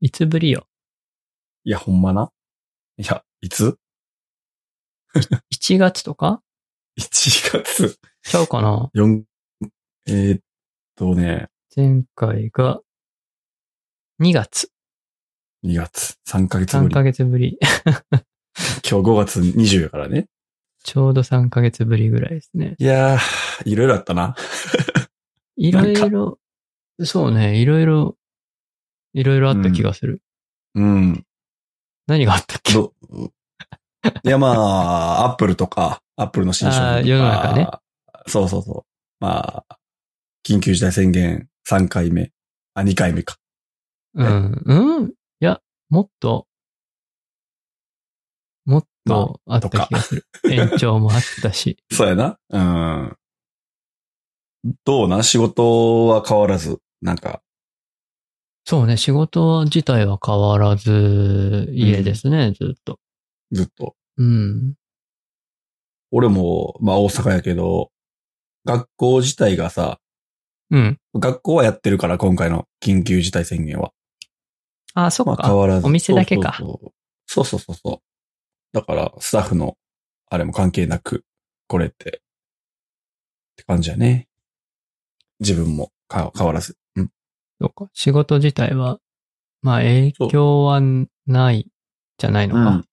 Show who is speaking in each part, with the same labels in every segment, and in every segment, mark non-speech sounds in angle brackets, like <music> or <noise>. Speaker 1: いつぶりよ。
Speaker 2: いや、ほんまな。いや、いつ
Speaker 1: 1月とか
Speaker 2: ?1 月。
Speaker 1: ちゃうかな
Speaker 2: 4、えーっとね、
Speaker 1: 前回が2月。
Speaker 2: 2月。3ヶ月ぶ
Speaker 1: 3
Speaker 2: り。
Speaker 1: ヶ月ぶり。 <laughs>
Speaker 2: 今日5月20やからね。
Speaker 1: ちょうど3ヶ月ぶりぐらいですね。
Speaker 2: いやー、いろいろあったな。
Speaker 1: いろいろ、そうね、いろいろ、いろいろあった気がする。
Speaker 2: うん。
Speaker 1: 何があったっけ
Speaker 2: どいや、まあ、アップルとか、アップルの新商
Speaker 1: あー
Speaker 2: 品とか。
Speaker 1: 世の中ね。
Speaker 2: そうそうそう。まあ、緊急事態宣言3回目。あ、2回目か。
Speaker 1: うん。うんいや、もっと、もっとあった気がする。延長もあった
Speaker 2: <laughs>
Speaker 1: し。
Speaker 2: そうやな。うん。どうなん仕事は変わらず。なんか、
Speaker 1: そうね、仕事自体は変わらず、家ですね、ずっと。
Speaker 2: ずっと。
Speaker 1: うん。
Speaker 2: 俺も、まあ大阪やけど、学校自体がさ、
Speaker 1: うん。
Speaker 2: 学校はやってるから、今回の緊急事態宣言は。
Speaker 1: あ、そ
Speaker 2: ま
Speaker 1: っ
Speaker 2: あ変
Speaker 1: か。
Speaker 2: わらず。
Speaker 1: お店だけか
Speaker 2: そうそうそう。そうそうそうそう。だから、スタッフの、あれも関係なく、これって、って感じやね。自分もか変わらず。うん。
Speaker 1: そうか。仕事自体は、まあ影響はないじゃないのか。
Speaker 2: うん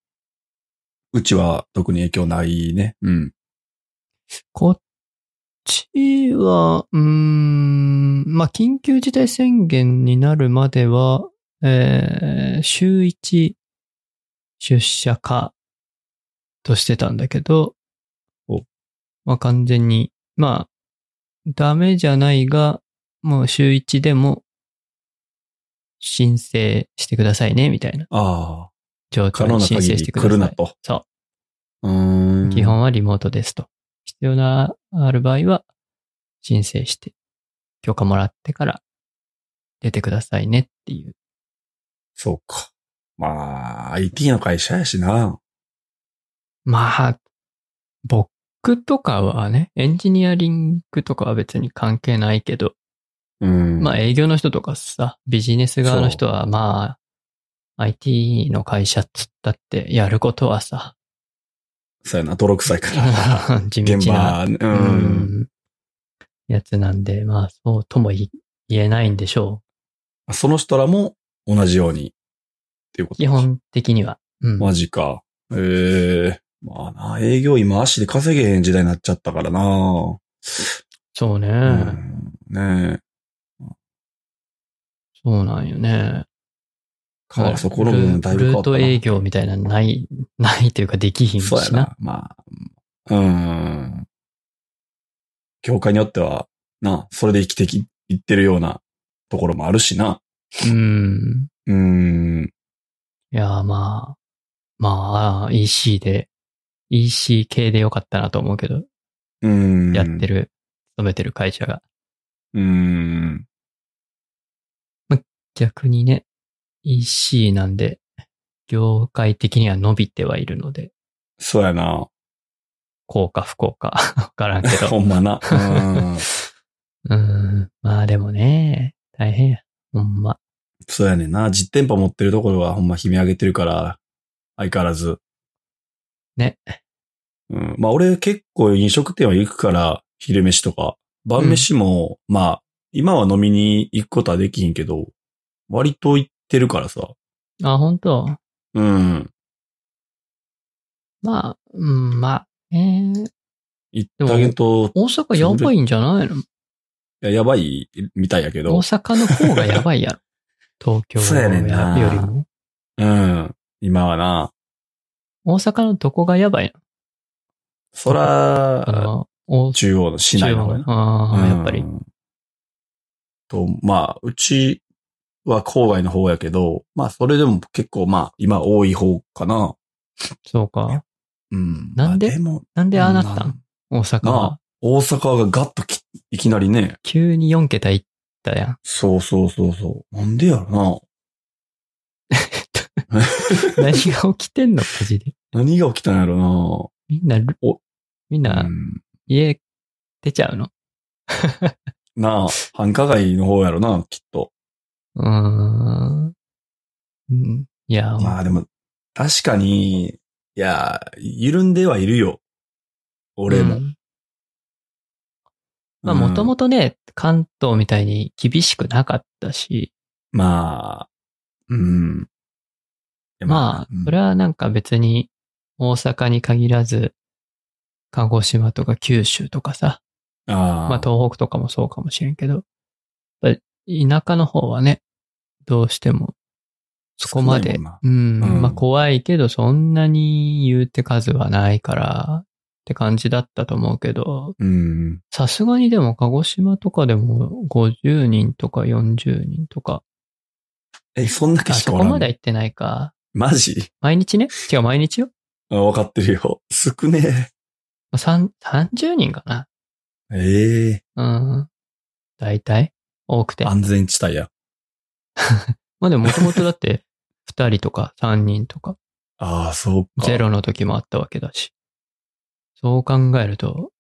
Speaker 2: うちは特に影響ないね。うん。
Speaker 1: こっちは、うーん、まあ、緊急事態宣言になるまでは、えー週1出社かとしてたんだけど
Speaker 2: お、
Speaker 1: まあ、完全に、まあ、ダメじゃないが、もう週1でも申請してくださいね、みたいな
Speaker 2: ああ。
Speaker 1: 状
Speaker 2: 可
Speaker 1: 態
Speaker 2: 能
Speaker 1: に
Speaker 2: な
Speaker 1: 申
Speaker 2: 限
Speaker 1: 請して
Speaker 2: り
Speaker 1: く
Speaker 2: 来
Speaker 1: だ
Speaker 2: る
Speaker 1: さ。
Speaker 2: ないと。
Speaker 1: そう
Speaker 2: ーん。
Speaker 1: 基。本はリモートですと。必要な、ある場合は、申請して、許可もらってから、出てくださいねっていう。
Speaker 2: そうか。まあ、IT の会社やしな。
Speaker 1: まあ、僕とかはね、エンジニアリングとかは別に関係ないけど、
Speaker 2: うん。
Speaker 1: まあ営業の人とかさ、ビジネス側の人はまあ、IT の会社っつったって、やることは
Speaker 2: <laughs>
Speaker 1: さ、
Speaker 2: そうやな、泥臭いから。
Speaker 1: <laughs> 地
Speaker 2: 現
Speaker 1: 道な
Speaker 2: 場、う。
Speaker 1: うんんやつなんで、まあそうとも言い言えないんでしょう
Speaker 2: その人らも同じように。っていうこと
Speaker 1: 基本的には。うん。
Speaker 2: マジか。ええまあな、営業今足で稼げへん時代になっちゃったからな。
Speaker 1: そうね、
Speaker 2: うん。ねえ。
Speaker 1: そうなんよね。
Speaker 2: 変わ
Speaker 1: まあ
Speaker 2: そこの部分だいぶ変わったな
Speaker 1: ルルート営業みたいなのない、 <laughs> ないというかできひんし
Speaker 2: そう
Speaker 1: な。
Speaker 2: やな。まあ、うん。業界によっては、な、それで生きてき、いってるようなところもあるしな。
Speaker 1: うん。
Speaker 2: うん。
Speaker 1: いやー、まあ、まあ、EC で、EC 系でよかったなと思うけど、
Speaker 2: うん。
Speaker 1: やってる、勤めてる会社が。
Speaker 2: うん。
Speaker 1: 逆にね、EC なんで、業界的には伸びてはいるので、
Speaker 2: そうやな。
Speaker 1: 効果不効果、 <laughs> わからんけ
Speaker 2: <laughs>
Speaker 1: ど。
Speaker 2: ほん
Speaker 1: <laughs>
Speaker 2: まな。うん。
Speaker 1: うん。まあでもね、大変や。ほんま。
Speaker 2: そうやねんな。実店舗持ってるところはほんま悲鳴上げてるから、相変わらず。
Speaker 1: ね。
Speaker 2: うん。まあ俺結構飲食店は行くから、昼飯とか。晩飯も、まあ、今は飲みに行くことはできひんけど、割と行ってるからさ。
Speaker 1: あ、本当
Speaker 2: うん。
Speaker 1: まあ、うん、まあ、えー、
Speaker 2: 行ってあげんと、
Speaker 1: 大阪やばいんじゃないの
Speaker 2: いややばいみたいやけ
Speaker 1: 大
Speaker 2: ど。
Speaker 1: 阪の方がやばいや
Speaker 2: <laughs>
Speaker 1: ろ。東京
Speaker 2: そうやねんな
Speaker 1: よりも。
Speaker 2: うん。今はな。
Speaker 1: 大阪のどこがやばい
Speaker 2: そ
Speaker 1: のあ
Speaker 2: ら、
Speaker 1: の、大
Speaker 2: 中央の市内
Speaker 1: 中
Speaker 2: の方
Speaker 1: 央
Speaker 2: や
Speaker 1: の
Speaker 2: な。
Speaker 1: ああ、やっぱ
Speaker 2: う
Speaker 1: り。
Speaker 2: ん。と、まあ、うちは郊外の方やけど、まあ、それでも結構まあ、今多い方かな。
Speaker 1: そうか。
Speaker 2: うん。
Speaker 1: なんで
Speaker 2: まあも、
Speaker 1: なんでああなっ
Speaker 2: な
Speaker 1: たん
Speaker 2: ん
Speaker 1: 大阪
Speaker 2: な
Speaker 1: は。
Speaker 2: 大阪がガッとき、いきなりね。
Speaker 1: 急に4桁いったやん。
Speaker 2: <laughs> そうそうそうそう。なんでやろな。
Speaker 1: 何が起きてんのマジで。
Speaker 2: 何が起きたんやろ
Speaker 1: みんなる
Speaker 2: お、
Speaker 1: みん
Speaker 2: な。
Speaker 1: な
Speaker 2: うん
Speaker 1: 家出ちゃうの
Speaker 2: なあ、繁華街の方やろな、きっと。
Speaker 1: うーん。うん。いや、
Speaker 2: まあでも、確かに、いや、緩んではいるよ。俺も。
Speaker 1: うんまあ、もとも
Speaker 2: と。
Speaker 1: とね、関東みたいに厳しくなかったし、
Speaker 2: まあ、うん。いや
Speaker 1: まあ
Speaker 2: うん、
Speaker 1: それはなんか別に大阪に限らず、鹿児島とか九州とかさ、
Speaker 2: ああ
Speaker 1: まあ東北とかもそうかもしれんけど、やっぱり田舎の方はね、どうしても、そこまで、
Speaker 2: 少ないもんな
Speaker 1: うん、
Speaker 2: うん
Speaker 1: まあ怖いけどそんなに言うて数はないから、って感じだったと思うけど、
Speaker 2: うん。
Speaker 1: さすがにでも鹿児島とかでも50人とか40人とか、
Speaker 2: え、そんだけ
Speaker 1: あ、
Speaker 2: し
Speaker 1: そこ
Speaker 2: かおらんの
Speaker 1: までは行ってないか。
Speaker 2: マジ
Speaker 1: 毎日ね違う、毎日よ。
Speaker 2: あわかってるよ。少ね
Speaker 1: まあさん30人かな。
Speaker 2: え。ええ
Speaker 1: うん。大体多くて。
Speaker 2: 安全地帯や。
Speaker 1: まあでももともとだって2人とか3人とか
Speaker 2: ああ、そうか。
Speaker 1: ゼロの時もあったわけだし。そう考えると、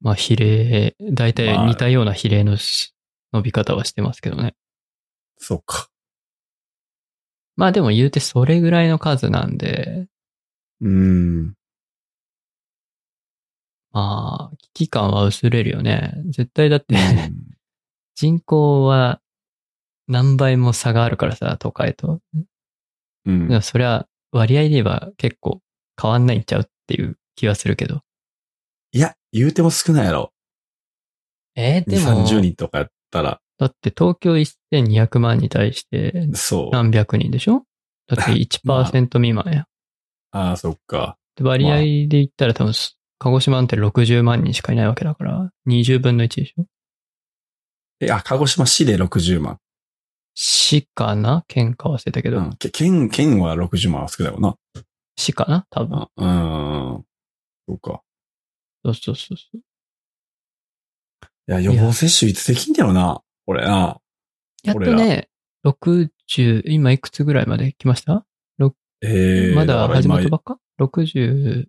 Speaker 1: まあ比例、大体似たような比例のし伸び方はしてますけどね。
Speaker 2: そうか。
Speaker 1: まあでも言うてそれぐらいの数なんで、
Speaker 2: うん。
Speaker 1: まあ危機感は薄れるよね。絶対だって、
Speaker 2: うん
Speaker 1: 人口は何倍も差があるからさ、都会と。
Speaker 2: うん
Speaker 1: でもそりゃ割合で言えば結構変わんないんちゃうっていう気はするけど。
Speaker 2: いや、言うても少ないやろ。
Speaker 1: えーで
Speaker 2: 2、
Speaker 1: も、
Speaker 2: 30人とかやったら、
Speaker 1: だって東京1200万に対して
Speaker 2: そう。
Speaker 1: 何百人でしょだって
Speaker 2: まあ
Speaker 1: 1%未満
Speaker 2: <laughs>
Speaker 1: や。
Speaker 2: ああ、そっか。
Speaker 1: で割合で言ったら多分、鹿児島なんて60万人しかいないわけだから、20分の1でしょ
Speaker 2: え、あ、鹿児島市で60万。
Speaker 1: 市かな県か忘れたけ
Speaker 2: う
Speaker 1: ど、
Speaker 2: ん。け県、県は60万は少ないもんな。
Speaker 1: 市かな多分。
Speaker 2: うん。うんそうか。
Speaker 1: そうそうそうそう。
Speaker 2: いや、予防接種いつできんだよな。俺な。
Speaker 1: やっと
Speaker 2: 俺ら
Speaker 1: ね、60、今いくつぐらいまで来ました
Speaker 2: ええ
Speaker 1: まだ始まったば
Speaker 2: っ
Speaker 1: っか ?60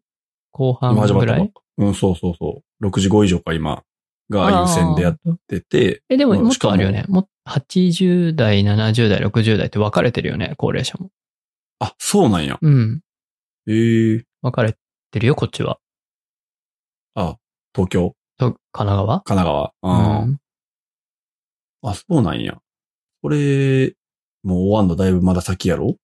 Speaker 1: 後半
Speaker 2: 今始ま
Speaker 1: ぐ
Speaker 2: った
Speaker 1: ら
Speaker 2: ばっ
Speaker 1: い
Speaker 2: か。うん、そうそうそう。65以上か、今。が優先でやっ
Speaker 1: あー
Speaker 2: てて。
Speaker 1: え、でも
Speaker 2: うん
Speaker 1: もっ
Speaker 2: し
Speaker 1: と
Speaker 2: かも
Speaker 1: あるよね。もっ80代、70代、60代って分かれてるよね、高齢者も。
Speaker 2: あ、そうなんや。
Speaker 1: うん。
Speaker 2: ええ
Speaker 1: 分かれてるよ、こっちは。
Speaker 2: あ、東京、
Speaker 1: と、神奈
Speaker 2: 神奈川。
Speaker 1: 川う
Speaker 2: う。
Speaker 1: んん。
Speaker 2: あ、そうなんや。これ、もう終わんのだいぶまだ先やろ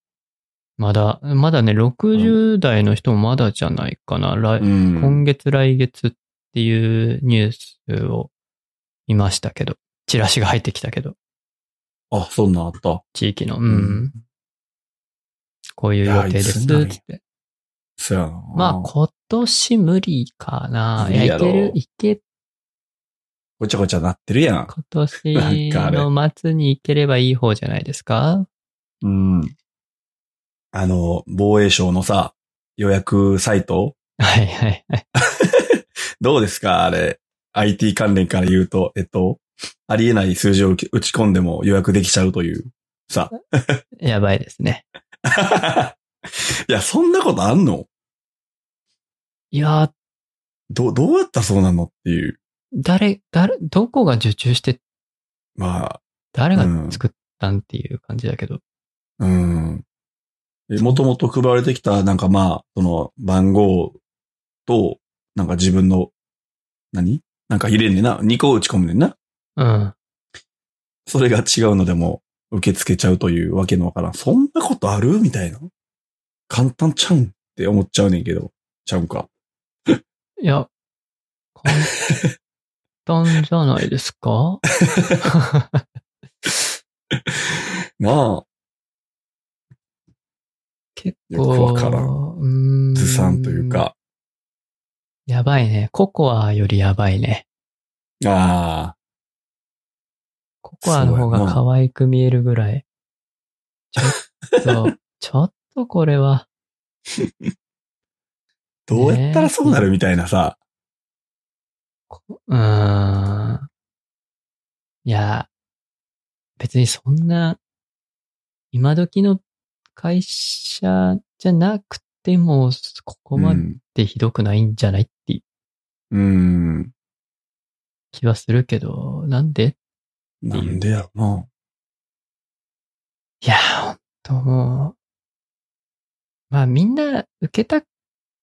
Speaker 1: まだ、まだね、60代の人もまだじゃないかな。来
Speaker 2: うん。
Speaker 1: 今月来月っていうニュースを見ましたけど、チラシが入ってきたけど、
Speaker 2: あ、そんなんあった。
Speaker 1: 地域の。う。
Speaker 2: うん
Speaker 1: こういう予定です、
Speaker 2: いやいつになるんや
Speaker 1: つって。
Speaker 2: そやな。
Speaker 1: まあ、今年無理かな。い
Speaker 2: 無
Speaker 1: や、
Speaker 2: 理
Speaker 1: い
Speaker 2: やろ
Speaker 1: ける、いけ、
Speaker 2: ごちゃごちゃなってるやん。
Speaker 1: 今
Speaker 2: なん
Speaker 1: 年
Speaker 2: かあれ
Speaker 1: の末に行ければいい方じゃないですか <laughs>
Speaker 2: うん。あの、防衛省のさ、予約サイト
Speaker 1: はいはいはい。
Speaker 2: どうですかあれ。IT 関連から言うと、えっと、ありえない数字を打ち打ち込んでも予約できちゃうという。さ。
Speaker 1: やばいですね。
Speaker 2: <laughs> いや、そんなことあんの
Speaker 1: いやー、
Speaker 2: ど、どうやったらそうなのっていう。
Speaker 1: 誰、誰、どこが受注して、
Speaker 2: ま
Speaker 1: 誰が作ったんっていう感じだけど。
Speaker 2: あ、うん。もともと配られてきた、なんかまあ、その番号と、なんか自分の、何なんか入れんねんな。2個打ち込むねんな。
Speaker 1: うん。
Speaker 2: それが違うのでも受け付けちゃうというわけのわからん。そんなことあるみたいな。簡単ちゃうんって思っちゃうねんけど。ちゃうんか。
Speaker 1: いや、簡単じゃないです
Speaker 2: <laughs>
Speaker 1: か
Speaker 2: まあ、
Speaker 1: 結構。
Speaker 2: よくわから
Speaker 1: うーん。
Speaker 2: ずさんという。か。
Speaker 1: やばいね。ココアよりやばいね。
Speaker 2: ああ、
Speaker 1: ココアの方が可愛く見えるぐらい。ちょっと、ちょっとこれは。
Speaker 2: どうやったらそうなるみたいなさ。
Speaker 1: こうーん。いや、別にそんな、今時の会社じゃなくても、ここまでひどくないんじゃないっていう
Speaker 2: うん。うん
Speaker 1: 気はするけど、なんで
Speaker 2: なんでやろな。
Speaker 1: いや、本ともう、まあみんな受けた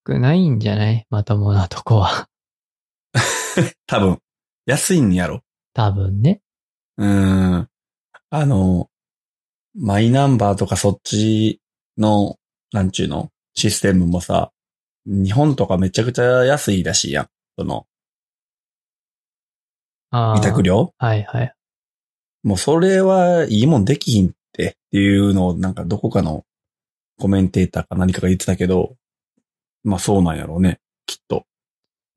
Speaker 1: くないんじゃないまともなとこは。
Speaker 2: 多分、安いんやろ。
Speaker 1: 多分ね。
Speaker 2: うーん。あの、マイナンバーとかそっちの、なんちゅうの、システムもさ、日本とかめちゃくちゃ安いらしいやん。その、
Speaker 1: ああ
Speaker 2: 委託料
Speaker 1: はいはい。
Speaker 2: もうそれはいいもんできひんってっていうのをなんかどこかのコメンテーターか何かが言ってたけど、まあそうなんやろうね、きっと。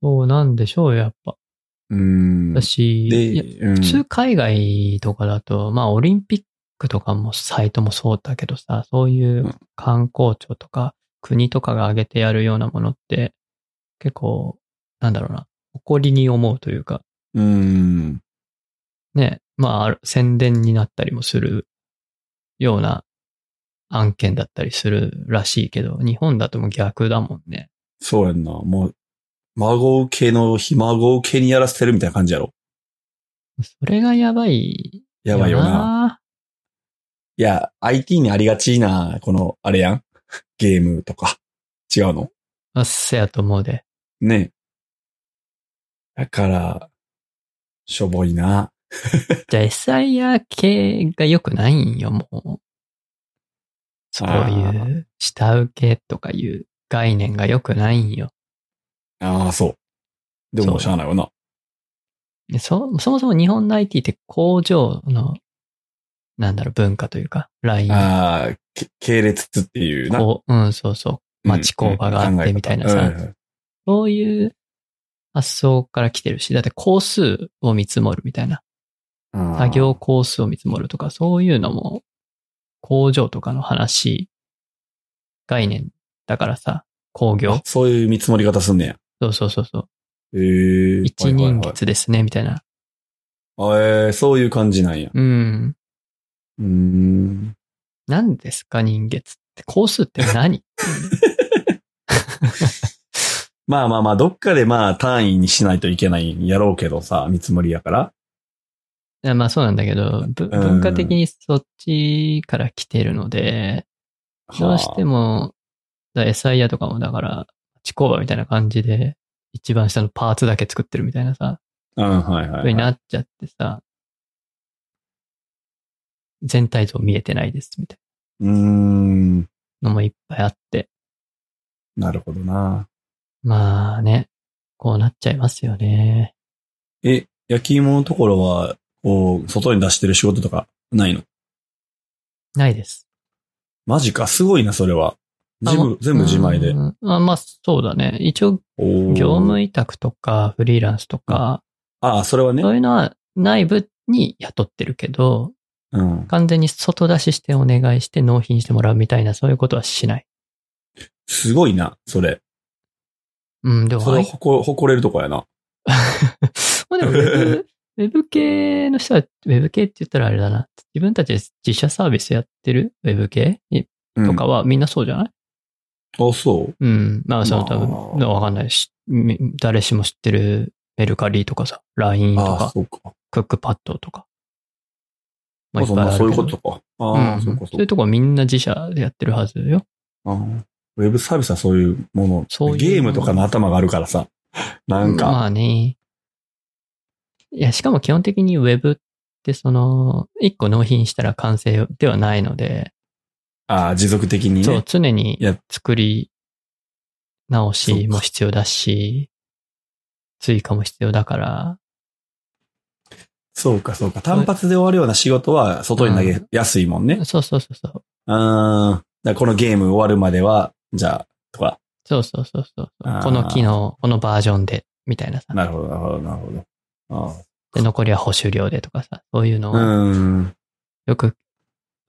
Speaker 1: そうなんでしょう、やっぱ。
Speaker 2: うーん。
Speaker 1: だし、
Speaker 2: で、
Speaker 1: いや
Speaker 2: うん
Speaker 1: 普通海外とかだと、まあオリンピックとかもサイトもそうだけどさ、そういううん観光庁とか国とかが挙げてやるようなものって、結構、なんだろうな、誇りに思うというか、
Speaker 2: うーん。
Speaker 1: ね、まあある宣伝になったりもするような案件だったりするらしいけど、日本だともう逆だもんね。
Speaker 2: そうやんな。もう、孫受けの、ひ孫受けにやらせてるみたいな感じやろ。
Speaker 1: それがやばい。
Speaker 2: やばいよな。
Speaker 1: な。
Speaker 2: いや、IT にありがちな、この、あれやん。 <laughs> ゲームとか。違うの
Speaker 1: あっせやと思うで。
Speaker 2: ねえ。だから、しょぼいな。
Speaker 1: じゃあ SIR 系が良くないんよ、もう。そうい
Speaker 2: あ
Speaker 1: う下請けとかいう概念が良くないんよ。
Speaker 2: ああ、そう。でも、し
Speaker 1: そ
Speaker 2: ゃあないわな。
Speaker 1: でそそもそも日本の IT って工場の、なんだろう、文化というか、ライン。
Speaker 2: ああ、け系列っていうな。
Speaker 1: こううん、そうそう。町工場があって
Speaker 2: うん考え方
Speaker 1: みたいなさ
Speaker 2: うんうん
Speaker 1: そういう発想から来てるし、だって工数を見積もるみたいな。
Speaker 2: あー
Speaker 1: 作業工数を見積もるとか、そういうのも工場とかの話、概念だからさ、工業
Speaker 2: あ。そういう見積もり方すんねや。
Speaker 1: そうそうそうそう。
Speaker 2: ええ。
Speaker 1: 一
Speaker 2: はいはい
Speaker 1: 人
Speaker 2: はい
Speaker 1: 月ですね、みたいな。
Speaker 2: あえーそういう感じなんや。
Speaker 1: うん。
Speaker 2: うーん。
Speaker 1: 何ですか、人月って。工数って何 <laughs>
Speaker 2: まあまあまあ、どっかでまあ単位にしないといけないんやろうけどさ、見積もりやから。
Speaker 1: いやまあそうなんだけど、ぶ文化的にそっちから来てるので、どうして
Speaker 2: も。
Speaker 1: も、エサイヤとかもだから、地工場みたいな感じで、一番下のパーツだけ作ってるみたいなさ、
Speaker 2: うん、はいはい、
Speaker 1: そ
Speaker 2: は
Speaker 1: う
Speaker 2: い
Speaker 1: に。なっちゃってさ、全体像見えてないです、みたいう
Speaker 2: ーん。
Speaker 1: なのもいっぱいあって、
Speaker 2: なるほどな。
Speaker 1: まあね、こうなっちゃいますよね。
Speaker 2: え、焼き芋のところは、こう、外に出してる仕事とかないの
Speaker 1: ないです。
Speaker 2: マジか、すごいな、それは。
Speaker 1: あ
Speaker 2: 全
Speaker 1: も
Speaker 2: 部
Speaker 1: う、
Speaker 2: 全部自前で
Speaker 1: う。んあまあ、そうだね。一応、
Speaker 2: おー
Speaker 1: 業務委託とか、フリーランスとか、
Speaker 2: ああ、それはね
Speaker 1: そ。ういうのは内部に雇ってるけど、
Speaker 2: うん。
Speaker 1: 完全に外出ししてお願いして納品してもらうみたいな、そういうことはしない。
Speaker 2: すごいな、それ。
Speaker 1: うん、でも、
Speaker 2: それ
Speaker 1: は
Speaker 2: はい誇誇れるとこやな。
Speaker 1: <laughs> まあでもウェ
Speaker 2: <laughs>
Speaker 1: ブ、ウェブ系の人は、ウェブ系って言ったらあれだな。自分たちで自社サービスやってるウェブ系
Speaker 2: うん
Speaker 1: とかはみんなそうじゃない
Speaker 2: あ、そう。
Speaker 1: うん。まあ、その
Speaker 2: まあ
Speaker 1: 多分、わかんないし、み誰しも知ってるメルカリとかさ、LINE と
Speaker 2: ああ、
Speaker 1: か、
Speaker 2: そうか。
Speaker 1: クックパッドとか。
Speaker 2: まあ、そん
Speaker 1: いっぱ
Speaker 2: ないそういう
Speaker 1: けど
Speaker 2: ことか。あ
Speaker 1: う
Speaker 2: あ、
Speaker 1: ん
Speaker 2: そうか、
Speaker 1: そ
Speaker 2: そうう
Speaker 1: いう
Speaker 2: か。
Speaker 1: とこみんな自社でやってるはずよ。
Speaker 2: あーウェブサービスはそういうもの。
Speaker 1: そういうもの
Speaker 2: ゲームとかの頭があるからさ。 <laughs> なんか、
Speaker 1: まあね。いや、しかも基本的にウェブってその、一個納品したら完成ではないので、
Speaker 2: ああ、持続的に
Speaker 1: そう
Speaker 2: ね、。
Speaker 1: 常に
Speaker 2: いや
Speaker 1: 作り直し
Speaker 2: そう
Speaker 1: も
Speaker 2: か
Speaker 1: 必要だし、追加も必要だから、
Speaker 2: そうか、そうか。単発で終わるような仕事は、外に投げやすいもんね。
Speaker 1: そうそうそうそう。
Speaker 2: あーだからこのゲーム終わるまでは、じゃあ、とか。
Speaker 1: そうそうそうそう
Speaker 2: あ。ー
Speaker 1: この機能、このバージョンで、みたいなさ。
Speaker 2: なるほど、なるほど、なるほど。あ
Speaker 1: で残りは補修料でとかさ、そういうの
Speaker 2: あ
Speaker 1: を、
Speaker 2: うーん。
Speaker 1: よく、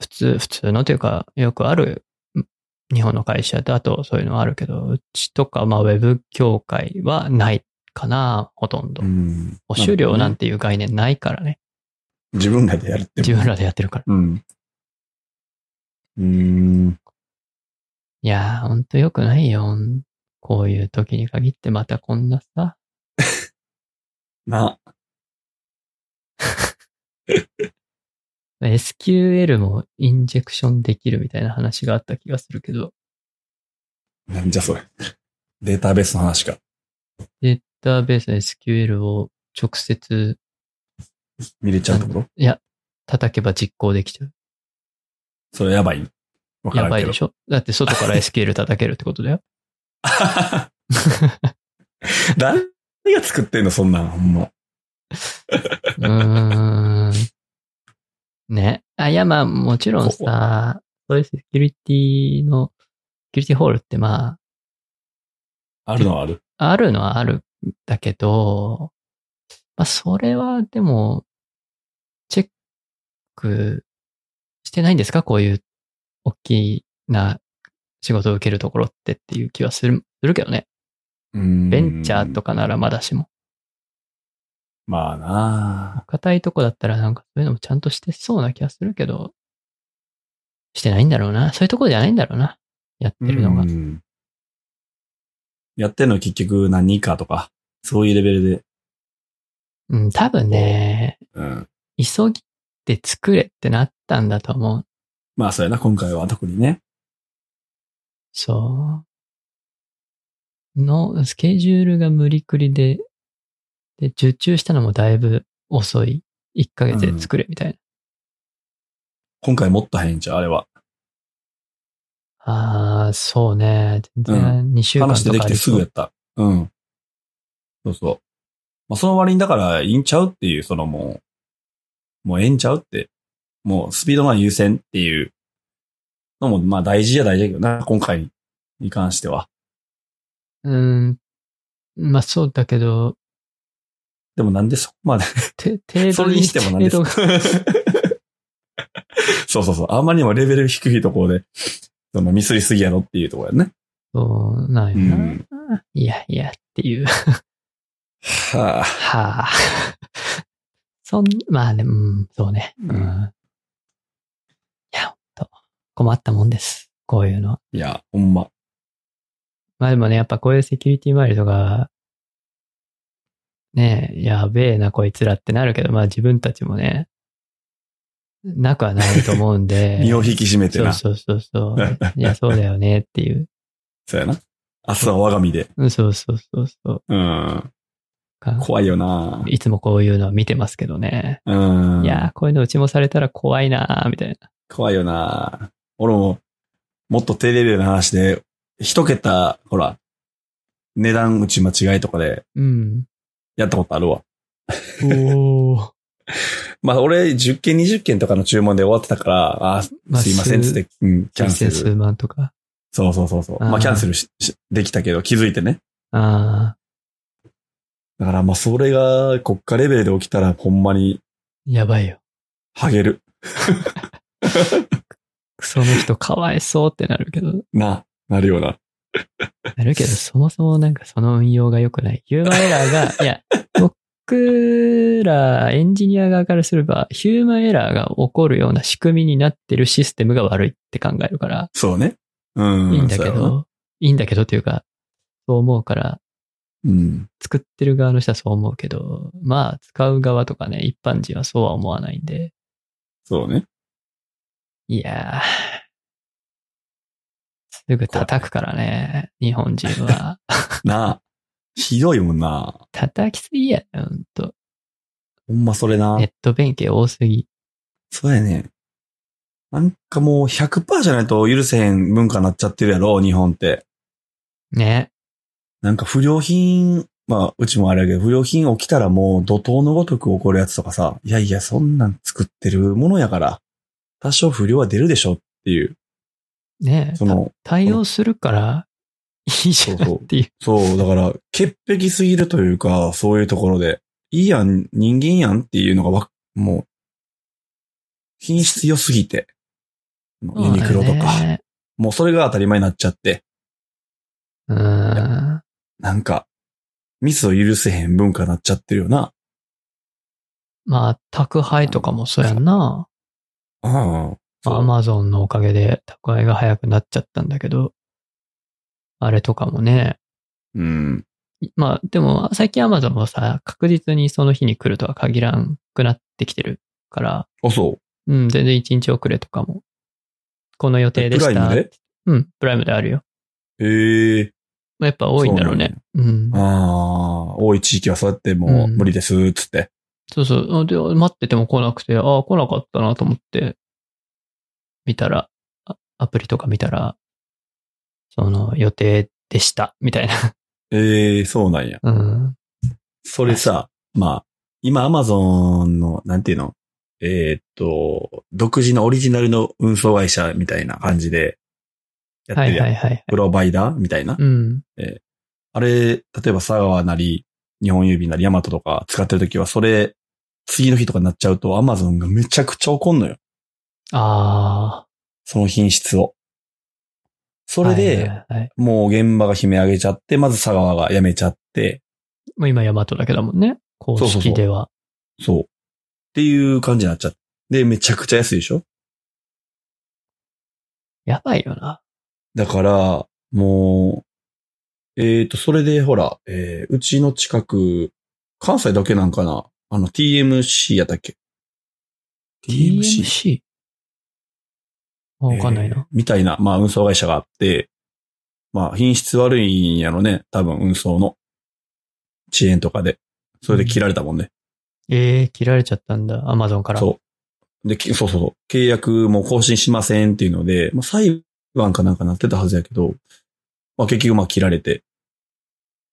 Speaker 1: 普通、普通のというか、よくあるん日本の会社だとそういうのはあるけど、うちとか、まあ、ウェブ協会はないかな、ほとんど
Speaker 2: う。ん。
Speaker 1: 保守料なん
Speaker 2: て。
Speaker 1: ていう概念ないからね。
Speaker 2: 自分らでやるって。
Speaker 1: 自分らでやってるから。
Speaker 2: うん。うーん。
Speaker 1: いやー、ほんと良くないよ。こういう時に限ってまたこんなさ。
Speaker 2: な。
Speaker 1: SQL もインジェクションできるみたいな話があった気がするけど、
Speaker 2: なんじゃそれ。データベースの話か。
Speaker 1: データベースの SQL を直接、
Speaker 2: 見れちゃうところ
Speaker 1: いや、叩けば実行できちゃう。
Speaker 2: それやばい。わから
Speaker 1: や
Speaker 2: んけど。
Speaker 1: ばいでしょだって外から SQL 叩けるってこと
Speaker 2: <laughs>
Speaker 1: だよ。
Speaker 2: 誰が作ってんのそんなん、ほんま。
Speaker 1: うーん。ね。あ、いや、まあ、もちろんさ、そういうセキュリティの、セキュリティホールってま
Speaker 2: あるのはある。
Speaker 1: あ、あるのはあるんだけど、まあ、それはでも、チェックしてないんですかこういう大きな仕事を受けるところってっていう気はする、するけどね。ベ
Speaker 2: ベ
Speaker 1: ンチャーとかならまだしも。
Speaker 2: まあな
Speaker 1: 硬いとこだったらなんかそういうのもちゃんとしてそうな気がするけど、してないんだろうな。そういうところじゃないんだろうな。やってるのが。
Speaker 2: うんやってんの結局何かとか、そういうレベルで。
Speaker 1: うん、多分ね、
Speaker 2: うん。
Speaker 1: 急ぎで作れってなったんだと思う。
Speaker 2: まあそうやな、今回は特にね。
Speaker 1: そう。の、スケジュールが無理くりで、で、受注したのもだいぶ遅い。1ヶ月で作れみたいな。
Speaker 2: 今回もっと変じゃん、あれは。
Speaker 1: ああ、そうね。全然2週間とか
Speaker 2: 話出てきてすぐ
Speaker 1: あ
Speaker 2: やっ
Speaker 1: り
Speaker 2: た。うん。そうそう。まあその割にだからいいんちゃうっていう、そのもう、もうええんちゃうって。もうスピードが優先っていうのも、まあ大事じゃ大事だけどな、今回に関しては。
Speaker 1: そううん。まあそうだけど、
Speaker 2: でもなんでそこまで <laughs>
Speaker 1: て、程
Speaker 2: そ
Speaker 1: 度
Speaker 2: れにしてもなんです
Speaker 1: 程度
Speaker 2: か
Speaker 1: が
Speaker 2: <laughs> そうそうそう。あんまりにもレベル低いところで、そのミスりすぎやろっていうところやね。
Speaker 1: そうなんよな。
Speaker 2: うん
Speaker 1: いやいやっていう。
Speaker 2: はあ。
Speaker 1: はあ。 <laughs> そん、まあね、うん、そうね。うん。
Speaker 2: うん
Speaker 1: いや、ほんと、困ったもんです。こういうのは。
Speaker 2: いや、ほんま。。
Speaker 1: まあでもね、やっぱこういうセキュリティ周りとか、ねえ、やべえな、こいつらってなるけど、まあ自分たちもね、なくはないと思うんで
Speaker 2: <laughs> 身を引き締めて
Speaker 1: そう
Speaker 2: な。
Speaker 1: そうそうそう。いや、そうだよねっていう。
Speaker 2: そうやな。明日は我が身で。
Speaker 1: うん、そうそうそうそう。
Speaker 2: うん。
Speaker 1: か
Speaker 2: 怖いよない
Speaker 1: つもこういうのは見てますけどね。
Speaker 2: うん。
Speaker 1: いやー、こういうのうちもされたら怖いなーみたいな。
Speaker 2: 怖いよな俺も、もっと低レベルな話で、一桁、ほら、値段打ち間違いとかで
Speaker 1: うん。
Speaker 2: やったことあるわ。
Speaker 1: おお。
Speaker 2: まあ、俺、10件、20件とかの注文で終わってたから、あすい
Speaker 1: ま
Speaker 2: ま
Speaker 1: あ
Speaker 2: せんっつって、うん、キャンセル。
Speaker 1: 数万とか。
Speaker 2: そうそうそうそう。ま
Speaker 1: あ
Speaker 2: あ、
Speaker 1: ー
Speaker 2: キャンセルししできたけど、気づいてね。
Speaker 1: ああ。
Speaker 2: だから、まあ、それが国家レベルで起きたら、ほんまに、
Speaker 1: やばいよ。
Speaker 2: ハゲる。
Speaker 1: その人かわいそうってなるけど。
Speaker 2: な、なるような。
Speaker 1: なるけど、そもそもなんかその運用が良くない。ヒューマンエラ
Speaker 2: <laughs>
Speaker 1: ーが、いや、僕らエンジニア側からすれば、ヒューマンエラーが起こるような仕組みになってるシステムが悪いって考えるから、
Speaker 2: そうね。うん。
Speaker 1: いいんだけ
Speaker 2: そうやな
Speaker 1: ど、いいんだけどというか、そう思うから、
Speaker 2: うん。
Speaker 1: 作ってる側の人はそう思うけど、まあ、使う側とかね、一般人はそうは思わないんで、
Speaker 2: そうね。
Speaker 1: いやー。すぐ叩くからね、日本人
Speaker 2: <laughs>
Speaker 1: は。
Speaker 2: なひどいもんな
Speaker 1: 叩きすぎや、ほんと。
Speaker 2: ほんまそれな
Speaker 1: ネット弁慶多すぎ。
Speaker 2: そうやね。なんかもう100%じゃないと許せへん文化になっちゃってるやろ、日本って。
Speaker 1: ね。
Speaker 2: なんか不良品、まあ、うちもあれやけど、不良品起きたらもう怒涛のごとく起こるやつとかさ、いやいや、そんなん作ってるものやから、多少不良は出るでしょっていう、
Speaker 1: ね
Speaker 2: その、
Speaker 1: 対応するから、いいじゃんっていう。
Speaker 2: そう、だから、潔癖すぎるというか、そういうところで、いいやん、人間やんっていうのがわ、もう、品質良すぎて、ユニクロと
Speaker 1: そうだ
Speaker 2: か、
Speaker 1: ね
Speaker 2: もうそれが当たり前になっちゃって、
Speaker 1: うん。
Speaker 2: なんか、ミスを許せへん文化になっちゃってるよな。
Speaker 1: まあ、宅配とかもそうやんな。
Speaker 2: ああ。
Speaker 1: アマゾンのおかげで宅配が早くなっちゃったんだけど、あれとかもね、
Speaker 2: うん。
Speaker 1: まあでも最近 Amazon もさ、確実にその日に来るとは限らんくなってきてるから、
Speaker 2: あ、そう。
Speaker 1: うん、全然1日遅れとかも。この予定で
Speaker 2: プ
Speaker 1: し
Speaker 2: ラ
Speaker 1: た。
Speaker 2: イムで
Speaker 1: うん、プライムであるよ。
Speaker 2: ええ
Speaker 1: まあやっぱ多いんだろうね。うん。
Speaker 2: ああ、多い地域はそうやってもう無理です、つって。
Speaker 1: そうそう。で、待ってても来なくて、ああ、来なかったなと思って、見たら、あアプリとか見たら、その予定でした、み
Speaker 2: <laughs>
Speaker 1: たいな。
Speaker 2: ええそうなんや。
Speaker 1: うん。
Speaker 2: それさ、まあ、今アマゾンの、なんていうのえーっと、独自のオリジナルの運送会社みたいな感じで、やっ
Speaker 1: は
Speaker 2: てるやん。
Speaker 1: いはいはい。
Speaker 2: プロバイダーみたいな。
Speaker 1: うん。
Speaker 2: あれ、例えば佐川なり、日本郵便なり、ヤマトとか使ってるときは、それ、次の日とかになっちゃうと、アマゾンがめちゃくちゃ怒んのよ。
Speaker 1: ああ。
Speaker 2: その品質を。それで、
Speaker 1: はいはいはい
Speaker 2: もう現場が悲鳴上げちゃって、まず佐川が辞めちゃって、
Speaker 1: もう今、ヤマトだけだもんね。公
Speaker 2: そうそうそ
Speaker 1: 式
Speaker 2: う
Speaker 1: では。
Speaker 2: そう。っていう感じになっちゃって。で、めちゃくちゃ安いでしょ
Speaker 1: やばいよな。
Speaker 2: だから、もう、えーと、それでほら、えーうちの近く、関西だけなんかなあの、TMC やったっけ
Speaker 1: DMC? あわかんない
Speaker 2: えー
Speaker 1: な。
Speaker 2: みたいな、まあ、運送会社があって、まあ、品質悪いんやろね。多分、運送の。遅延とかで。それで切られたもんね。
Speaker 1: ええー、切られちゃったんだ。アマゾンから。
Speaker 2: そう。で、きそうそうそう。契約も更新しませんっていうので、まあ、裁判かなんかなってたはずやけど、まあ、結局まあ切られて、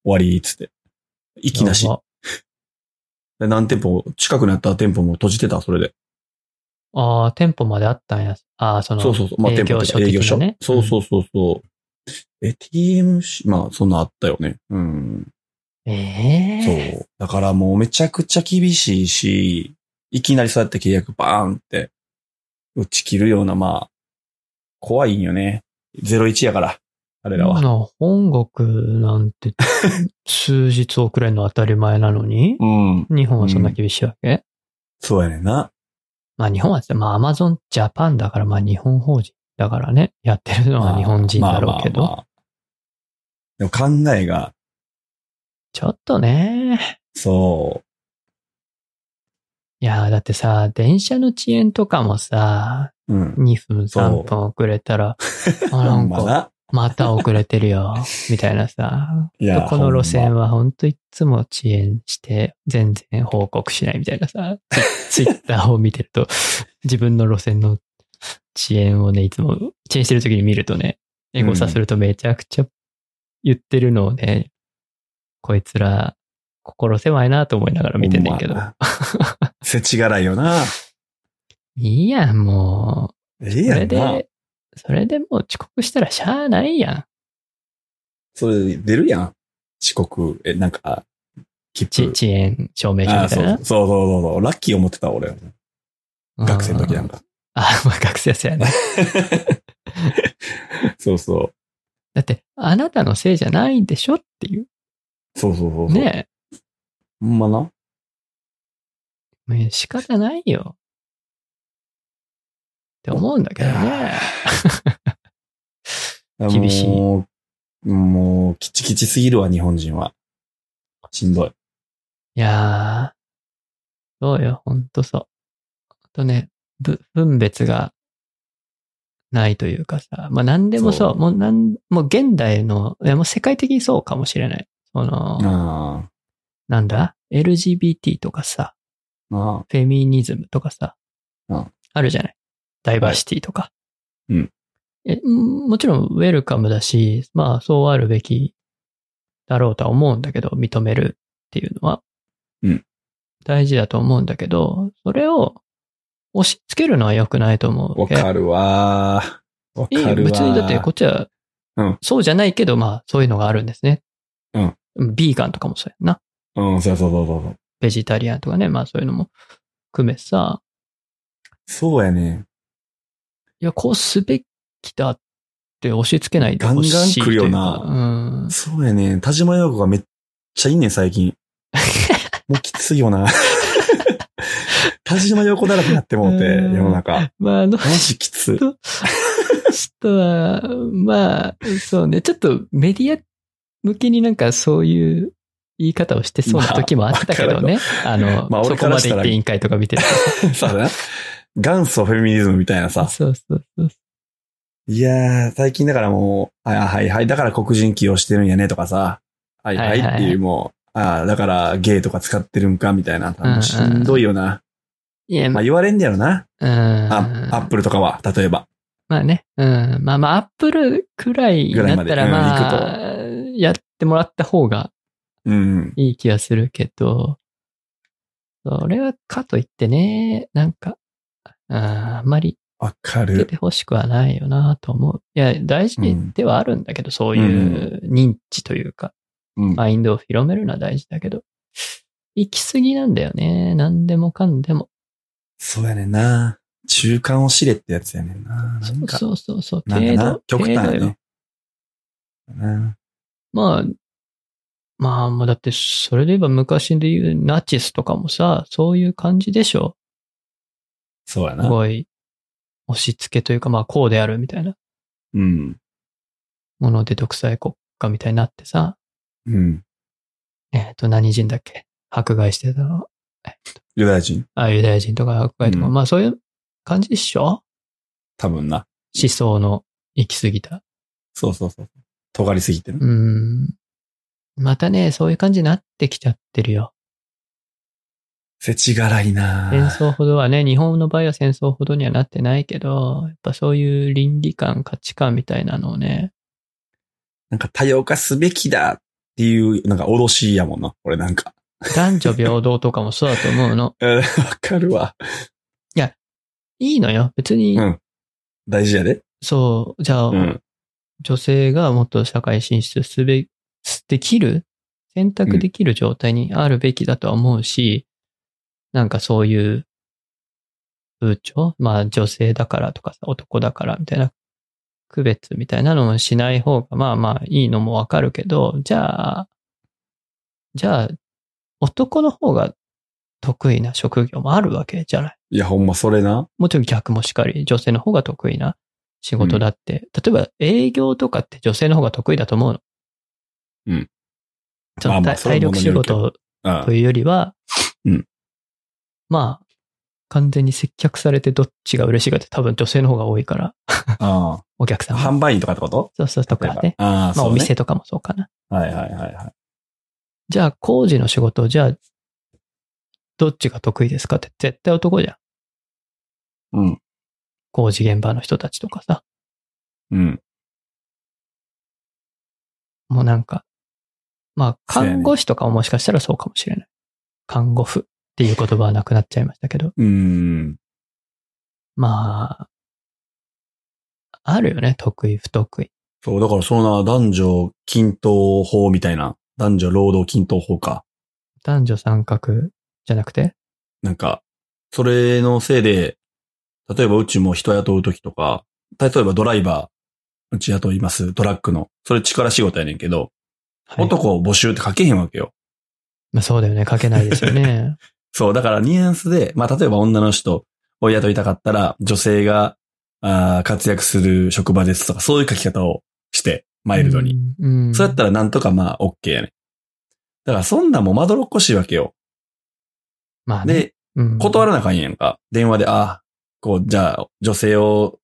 Speaker 2: 終わりっつって。息なし
Speaker 1: や。ば
Speaker 2: で何店舗、近くにあった店舗も閉じてた、それで。
Speaker 1: ああ、店舗まであったんや。ああ、その、
Speaker 2: そうそうそう。まあ、
Speaker 1: 営
Speaker 2: 店舗
Speaker 1: 業
Speaker 2: って
Speaker 1: 所
Speaker 2: 営
Speaker 1: 的
Speaker 2: 業
Speaker 1: な
Speaker 2: 所。
Speaker 1: ね。
Speaker 2: そうそうそうそう。え、TMC? まあ、そんなあったよね。うん。
Speaker 1: うん。え
Speaker 2: そ
Speaker 1: え
Speaker 2: う。だからもうめちゃくちゃ厳しいし、いきなりそうやって契約バーンって打ち切るような、まあ、怖いんよね。01やから、あれらは。
Speaker 1: な本国なんて数日遅れるの当たり前なのに、
Speaker 2: うん。
Speaker 1: 日本はそんな厳しいわけ、
Speaker 2: そうやねんな。
Speaker 1: まあ日本はですね、まあアマゾンジャパンだから、まあ日本法人だからね、やってるのは日本人だろうけど、
Speaker 2: まあまあまあでも考えが、
Speaker 1: ちょっとね、
Speaker 2: そ
Speaker 1: いやーだってさ、電車の遅延とかもさ、
Speaker 2: う。うん。
Speaker 1: 2分
Speaker 2: そ
Speaker 1: 3
Speaker 2: う
Speaker 1: 分遅れた
Speaker 2: <laughs>
Speaker 1: ら、あなん
Speaker 2: ほんま
Speaker 1: か、
Speaker 2: な。
Speaker 1: また遅れてるよ、みたいなさ、
Speaker 2: いや、
Speaker 1: この路線
Speaker 2: は。
Speaker 1: は本当いっつも遅延して、全然報告しないみたいなさ、
Speaker 2: <laughs>
Speaker 1: ツツイッターを見てると、自分の路線の遅延をね、いつも遅延してる時に見るとね、エゴサするとめちゃくちゃ言ってるのをね、こいつら心狭いなと思いながら見てんねんけど
Speaker 2: ほ。ま。 <laughs> せちがらいよな。
Speaker 1: いいやん、も
Speaker 2: ええ
Speaker 1: う。そ
Speaker 2: や
Speaker 1: れ
Speaker 2: んな。
Speaker 1: で、それでもう遅刻したらしゃあないやん。
Speaker 2: それ出るやん。遅刻、え、なんか、切
Speaker 1: ち
Speaker 2: 符。
Speaker 1: 遅延証明書
Speaker 2: あ
Speaker 1: みたいな
Speaker 2: そう。そうそうそうそう。ラッキー思ってた俺。学生の時なん
Speaker 1: ん。 <laughs>
Speaker 2: か。
Speaker 1: あ、まあ学生やね。
Speaker 2: そうそう。
Speaker 1: だって、あなたのせいじゃないんでしょっていう。
Speaker 2: そうそうそうそう。
Speaker 1: ね
Speaker 2: ほんまな。
Speaker 1: え。もう仕方ないよ。って思うんだけどね。厳しい
Speaker 2: もう、もう、キチキチすぎるわ、日本人は。しんどい。
Speaker 1: いやー。そうよ、ほんとそう。あとね、ぶ分別がないというかさ。まあ何でもそう。
Speaker 2: そう
Speaker 1: もうなん、もう現代の、いやもう世界的にそうかもしれない。その、
Speaker 2: あ
Speaker 1: なんだ ?LGBT とかさ。
Speaker 2: あ。あ
Speaker 1: フェミニズムとかさ、
Speaker 2: うん
Speaker 1: あるじゃない。ダイバーシティとか。
Speaker 2: はいうん
Speaker 1: え。んもちろんウェルカムだし、まあそうあるべきだろうとは思うんだけど、認めるっていうのは。
Speaker 2: うん
Speaker 1: 大事だと思うんだけど、それを押し付けるのは良くないと思
Speaker 2: あ。
Speaker 1: う
Speaker 2: わ
Speaker 1: わけ。
Speaker 2: かるわー。わ
Speaker 1: いい
Speaker 2: か
Speaker 1: よ
Speaker 2: るわー。
Speaker 1: 別にだってこっちは
Speaker 2: うん、
Speaker 1: そうじゃないけど、まあそういうのがあるんですね。
Speaker 2: うん
Speaker 1: うん。ビーガンとかもそうやんな。
Speaker 2: うん、そうそうそうそうそう。
Speaker 1: ベジタリアンとかね、まあそういうのも含めさ、
Speaker 2: そうやね。
Speaker 1: いや、こうすべきだって押し付けないでほしい
Speaker 2: ガンガン来るよな
Speaker 1: というかうん。
Speaker 2: そうやね。田島陽子がめっちゃいいねん、最
Speaker 1: <laughs>
Speaker 2: 近。もうきついよな。田島陽子だらけになってもうて、
Speaker 1: うん
Speaker 2: 世の中。
Speaker 1: まあ、あの
Speaker 2: マジきつい。
Speaker 1: 人、人は、まあ、そうね、ちょっとメディア向けになんかそういう言い方をしてそうな時もあったけどね。あ、の、
Speaker 2: まあ
Speaker 1: そこ
Speaker 2: 俺から
Speaker 1: ま
Speaker 2: し
Speaker 1: で言
Speaker 2: たら
Speaker 1: って委員会とか見てる
Speaker 2: <laughs> そうだな。元祖フェミニズムみたいなさ。
Speaker 1: そうそうそう。
Speaker 2: いやー、最近だからもう、あはいはい、だから黒人起用してるんやねとかさ、はい
Speaker 1: は
Speaker 2: はいい
Speaker 1: はい
Speaker 2: っていうもう、ああ、だからゲイとか使ってるんかみたいな、
Speaker 1: うんうん
Speaker 2: しんどいよな。
Speaker 1: いや、
Speaker 2: ま
Speaker 1: ま
Speaker 2: あ
Speaker 1: あ、
Speaker 2: 言われんだよな。
Speaker 1: うん。
Speaker 2: あアップルとかは、例えば。
Speaker 1: まあね。うん。まあまあ、アップルくらいになったら、
Speaker 2: ぐらいま
Speaker 1: ま
Speaker 2: で
Speaker 1: あ、やってもらった方が
Speaker 2: うん。
Speaker 1: いい気はするけど、それはかといってね、なんか、うんあんまり
Speaker 2: わか
Speaker 1: 出
Speaker 2: る。
Speaker 1: てほしくはないよなと思う。いや、大事ではあるんだけど、そういうう認知というか、
Speaker 2: うん。
Speaker 1: マインドを広めるのは大事だけど、行き過ぎなんだよね。何でもかんでも。
Speaker 2: そうやねんな。中間を知れってやつやねんな。なんか、
Speaker 1: そうそうそう。
Speaker 2: なんか
Speaker 1: 程
Speaker 2: な
Speaker 1: 度、、
Speaker 2: 極端や
Speaker 1: 程度よ
Speaker 2: ね。な
Speaker 1: まあ、まあ、もうだって、それで言えば昔で言うナチスとかもさ、そういう感じでしょ
Speaker 2: そうや
Speaker 1: す
Speaker 2: な。
Speaker 1: ごい、押し付けというか、まあ、こうであるみたいな
Speaker 2: うん。
Speaker 1: もので独裁国家みたいになってさ、
Speaker 2: うん。
Speaker 1: えっ、と、何人だっけ迫害してたの。
Speaker 2: ユダヤ人
Speaker 1: ああ、ユダヤ人とか迫害とか、
Speaker 2: うん
Speaker 1: まあ、そういう感じでしょ
Speaker 2: 多分な。
Speaker 1: 思想の行き過ぎた。
Speaker 2: そうそうそう。尖りすぎてる
Speaker 1: う。ん。またね、そういう感じになってきちゃってるよ。
Speaker 2: せちがらいな
Speaker 1: 戦争ほどはね、日本の場合は戦争ほどにはなってないけど、やっぱそういう倫理観、価値観みたいなのをね、
Speaker 2: なんか多様化すべきだっていう、なんか脅しやもんな。俺なんか。
Speaker 1: 男女平等とかもそうだと思うの。
Speaker 2: うんわかるわ。
Speaker 1: いいのよ。別に、
Speaker 2: うん大事やで。
Speaker 1: そう、じゃあ、
Speaker 2: うん。
Speaker 1: 女性がもっと社会進出すべ、できる選択できる状態にあるべきだとは思うし、なんかそういう風潮まあ女性だからとかさ、男だからみたいな区別みたいなのもしない方がまあまあいいのもわかるけど、じゃあ、じゃあ男の方が得意な職業もあるわけじゃない
Speaker 2: いや、ほんまそれな。
Speaker 1: もちろん逆もしかり、女性の方が得意な仕事だって、例えば営業とかって女性の方が得意だと思うの。
Speaker 2: うん。
Speaker 1: その
Speaker 2: まあまあ
Speaker 1: 体
Speaker 2: それ
Speaker 1: 体
Speaker 2: は
Speaker 1: 力仕
Speaker 2: 物
Speaker 1: 事
Speaker 2: う
Speaker 1: と
Speaker 2: ん。
Speaker 1: いうよりは、
Speaker 2: うん
Speaker 1: まあ、完全に接客されてどっちが嬉しいかって多分女性の方が多いから、
Speaker 2: あ
Speaker 1: お客さ
Speaker 2: あ。
Speaker 1: んも。
Speaker 2: 販売員とかってこと
Speaker 1: そうそうと
Speaker 2: 例え
Speaker 1: か
Speaker 2: ば
Speaker 1: ね。
Speaker 2: ああ、
Speaker 1: まあ
Speaker 2: そ
Speaker 1: お
Speaker 2: う、ね。
Speaker 1: 店とかもそうかな。
Speaker 2: はいはいはいはい。
Speaker 1: じゃあ工事の仕事、じゃあ、どっちが得意ですかって絶対男じゃん。
Speaker 2: うん。
Speaker 1: 工事現場の人たちとかさ。
Speaker 2: うん。
Speaker 1: もうなんか、まあ、
Speaker 2: そうやね
Speaker 1: 看護師とかももしかしたらそうかもしれない。看護婦っていう言葉はなくなっちゃいましたけど、
Speaker 2: うん。
Speaker 1: まあ、あるよね、得意、不得意。
Speaker 2: そう、だからそんな男女均等法みたいな。男女労働均等法か。
Speaker 1: 男女三角じゃなくて
Speaker 2: なんか、それのせいで、例えばうちも人雇うときとか、例えばドライバー、うち雇います、トラックの。それ力仕事やねんけど、
Speaker 1: はい
Speaker 2: 男を募集って書けへんわけよ。
Speaker 1: まあそうだよね、書けないですよ
Speaker 2: <laughs>
Speaker 1: ね。
Speaker 2: そう、だからニュアンスで、まあ、例えば女の人を雇いたかったら、女性が、あー活躍する職場ですとか、そういう書き方をして、マイルドに。
Speaker 1: うん。うん
Speaker 2: そうやったらなんとかまあ、OK やね。だからそんなんもまどろっこしいわけよ。
Speaker 1: まあね、
Speaker 2: で、
Speaker 1: うん
Speaker 2: 断らなあかんやんか。電話で、あこう、じゃあ、女性を、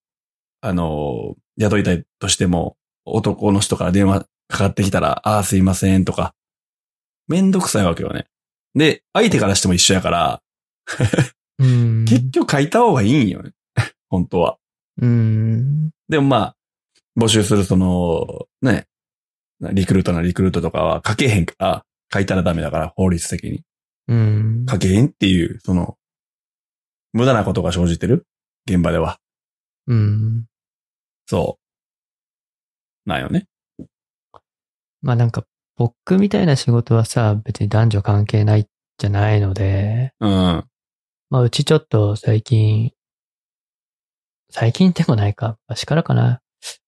Speaker 2: あのー、雇いたいとしても、男の人から電話かかってきたら、ああ、すいません、とか。めんどくさいわけよね。で、相手からしても一緒やから、
Speaker 1: うん。
Speaker 2: 結局書いた方がいいんよね。 <laughs> 本当は。
Speaker 1: うん。
Speaker 2: でもまあ、募集するその、ね、リクルートなリクルートとかは書けへんから、書いたらダメだから、法律的に。
Speaker 1: うん。
Speaker 2: 書けへんっていう、その、無駄なことが生じてる現場では。
Speaker 1: うん。
Speaker 2: そう。なんよね。
Speaker 1: まあなんか、僕みたいな仕事はさ、別に男女関係ないじゃないので、
Speaker 2: うん。
Speaker 1: まあ、うちちょっと最近、最近でもないか、昔からかな。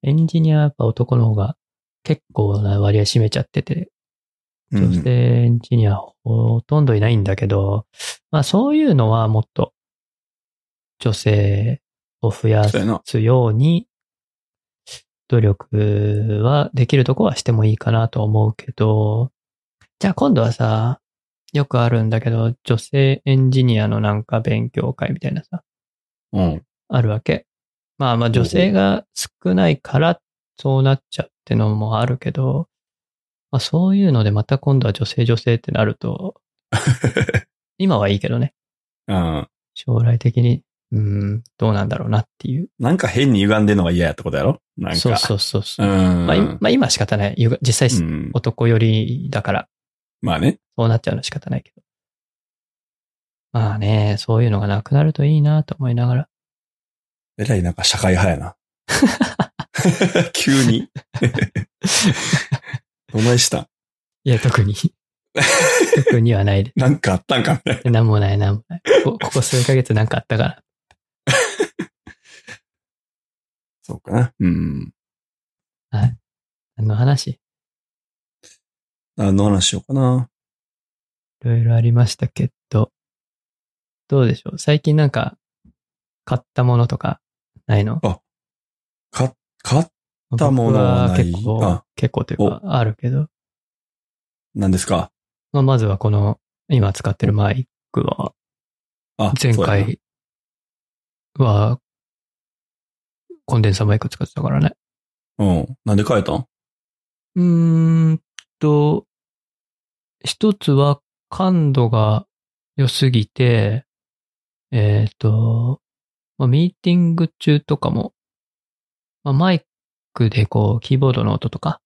Speaker 1: エンジニアはやっぱ男の方が結構な割合占めちゃってて、
Speaker 2: う
Speaker 1: 女性
Speaker 2: ん
Speaker 1: エンジニアほとんどいないんだけど、まあそういうのはもっと女性を増や
Speaker 2: そうやな
Speaker 1: すように努力はできるとこはしてもいいかなと思うけど、じゃあ今度はさ、よくあるんだけど、女性エンジニアのなんか勉強会みたいなさ、
Speaker 2: うん。
Speaker 1: あるわけ。まあまあ女性が少ないからそうなっちゃうってのもあるけど、まあそういうのでまた今度は女性女性ってなると、 <laughs> 今はいいけどね、
Speaker 2: うん。
Speaker 1: 将来的に、うん、どうなんだろうなっていう。
Speaker 2: なんか変に歪んでるのが嫌やってことやろなんか。
Speaker 1: そうそうそうそうう。
Speaker 2: ん。
Speaker 1: まあ、今まあ今は仕方ない。ゆが実
Speaker 2: う
Speaker 1: 際
Speaker 2: ん。
Speaker 1: 男寄りだから、
Speaker 2: まあね。
Speaker 1: そうなっちゃうのは仕方ないけど。まあね、そういうのがなくなるといいなと思いながら。
Speaker 2: えらいなんか社会派や <laughs> な。急 <laughs> に。どないした
Speaker 1: いや、特
Speaker 2: <laughs>
Speaker 1: に。特にはないで。
Speaker 2: なんかあったんかみたいな。
Speaker 1: なんもない、なんもない。ここここ数ヶ月なんかあったから。
Speaker 2: そうかな。うん。
Speaker 1: 何の話い
Speaker 2: 何の話しようかな。
Speaker 1: ろいろありましたけど、どうでしょう最近なんか、買ったものとか、ないの
Speaker 2: か、か、ったものはない
Speaker 1: 僕結構
Speaker 2: あ、
Speaker 1: 結構というか、あるけど、
Speaker 2: なんですか
Speaker 1: まあ、まずはこの、今使ってるマイクは、
Speaker 2: あ、
Speaker 1: 前
Speaker 2: そうやな
Speaker 1: 回は、コンデンサーマイク使ってたからね。
Speaker 2: うん。なんで変えたん
Speaker 1: うーんと、一つは感度が良すぎて、えっ、と、まあ、ミーティング中とかも、まあ、マイクでこう、キーボードの音とか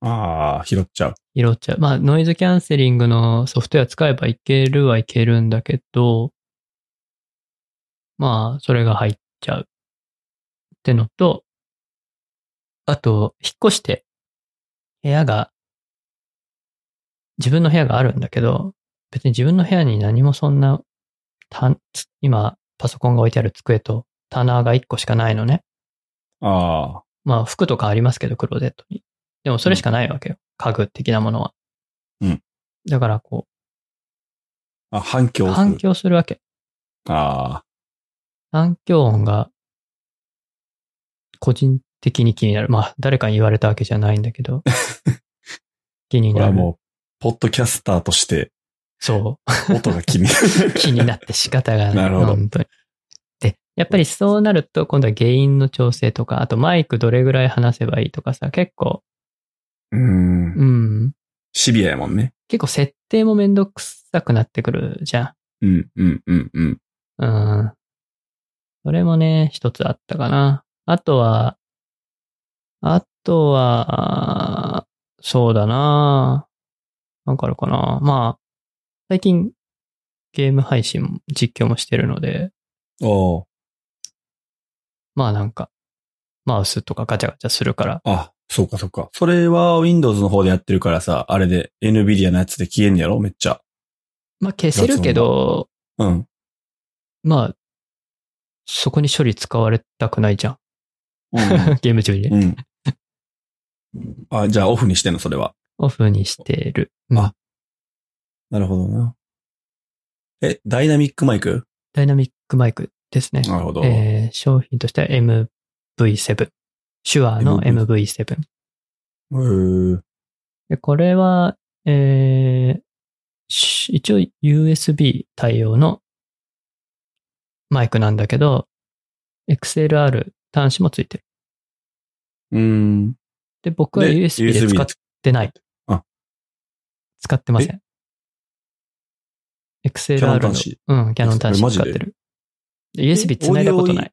Speaker 2: ああ、拾っちゃう。
Speaker 1: 拾っちゃう。まあ、ノイズキャンセリングのソフトウェア使えばいけるはいけるんだけど、まあ、それが入っちゃう。ってのと、あと、引っ越して、部屋が、自分の部屋があるんだけど、別に自分の部屋に何もそんな、たつ今、パソコンが置いてある机と棚が1個しかないのね。
Speaker 2: ああ、
Speaker 1: まあ、服とかありますけど、クローゼットに。でも、それしかないわけよ。家具的なものは。
Speaker 2: うん。
Speaker 1: だから、こ
Speaker 2: あ、反響
Speaker 1: う、
Speaker 2: する。
Speaker 1: 反響するわけ。
Speaker 2: ああ、
Speaker 1: 反響音が、個人的に気になる。まあ、誰かに言われたわけじゃないんだけ
Speaker 2: <laughs>
Speaker 1: ど、気に
Speaker 2: これ
Speaker 1: な
Speaker 2: は
Speaker 1: る。
Speaker 2: もう、ポッドキャスターと <laughs> して、
Speaker 1: そ
Speaker 2: 音が気にな
Speaker 1: う。気になって仕方がない。
Speaker 2: <laughs> なるほど
Speaker 1: 本当に。で、やっぱりそうなると、今度は原因の調整とか、あとマイクどれぐらい離せばいいとかさ、結構、
Speaker 2: る。 <laughs> うん。
Speaker 1: うん、
Speaker 2: シビアやもんね。
Speaker 1: 結構設定もめんどくさくなってくるじゃん。
Speaker 2: うん、うん、うん、うん。
Speaker 1: うん。それもね、一つあったかな。あとは、あとは、あーそうだな。なんかあるかな。まあ、最近、ゲーム配信も実況もしてるので、
Speaker 2: おー
Speaker 1: まあなんか、マウスとかガチャガチャするから、
Speaker 2: あ、そうか、そうか。それは Windows の方でやってるからさ、あれで NVIDIA のやつで消えんやろめっちゃ。
Speaker 1: まあ消せるけど、
Speaker 2: うん。
Speaker 1: まあ、そこに処理使われたくないじゃん。
Speaker 2: う
Speaker 1: ゲーム中にね。
Speaker 2: <laughs> ん。うん。あ、じゃあオフにしてんの、それは。
Speaker 1: オフにしてる。うん
Speaker 2: あなるほどな。え、ダイナミックマイク
Speaker 1: ダイナミックマイクですね。
Speaker 2: なるほど。
Speaker 1: えー商品としては MV7。手話の MV7。
Speaker 2: へー
Speaker 1: でこれは、えーし一応 USB 対応のマイクなんだけど、XLR 端子もついてる。
Speaker 2: うん。
Speaker 1: で、僕は
Speaker 2: で
Speaker 1: USB で
Speaker 2: USB
Speaker 1: 使ってない。
Speaker 2: あ
Speaker 1: 使ってません。
Speaker 2: キャノ
Speaker 1: XLR
Speaker 2: ン
Speaker 1: の
Speaker 2: 端、子。
Speaker 1: うん、キャノン端
Speaker 2: え
Speaker 1: 子
Speaker 2: マジ
Speaker 1: 使っ
Speaker 2: で
Speaker 1: てる。で USB 繋いだことない。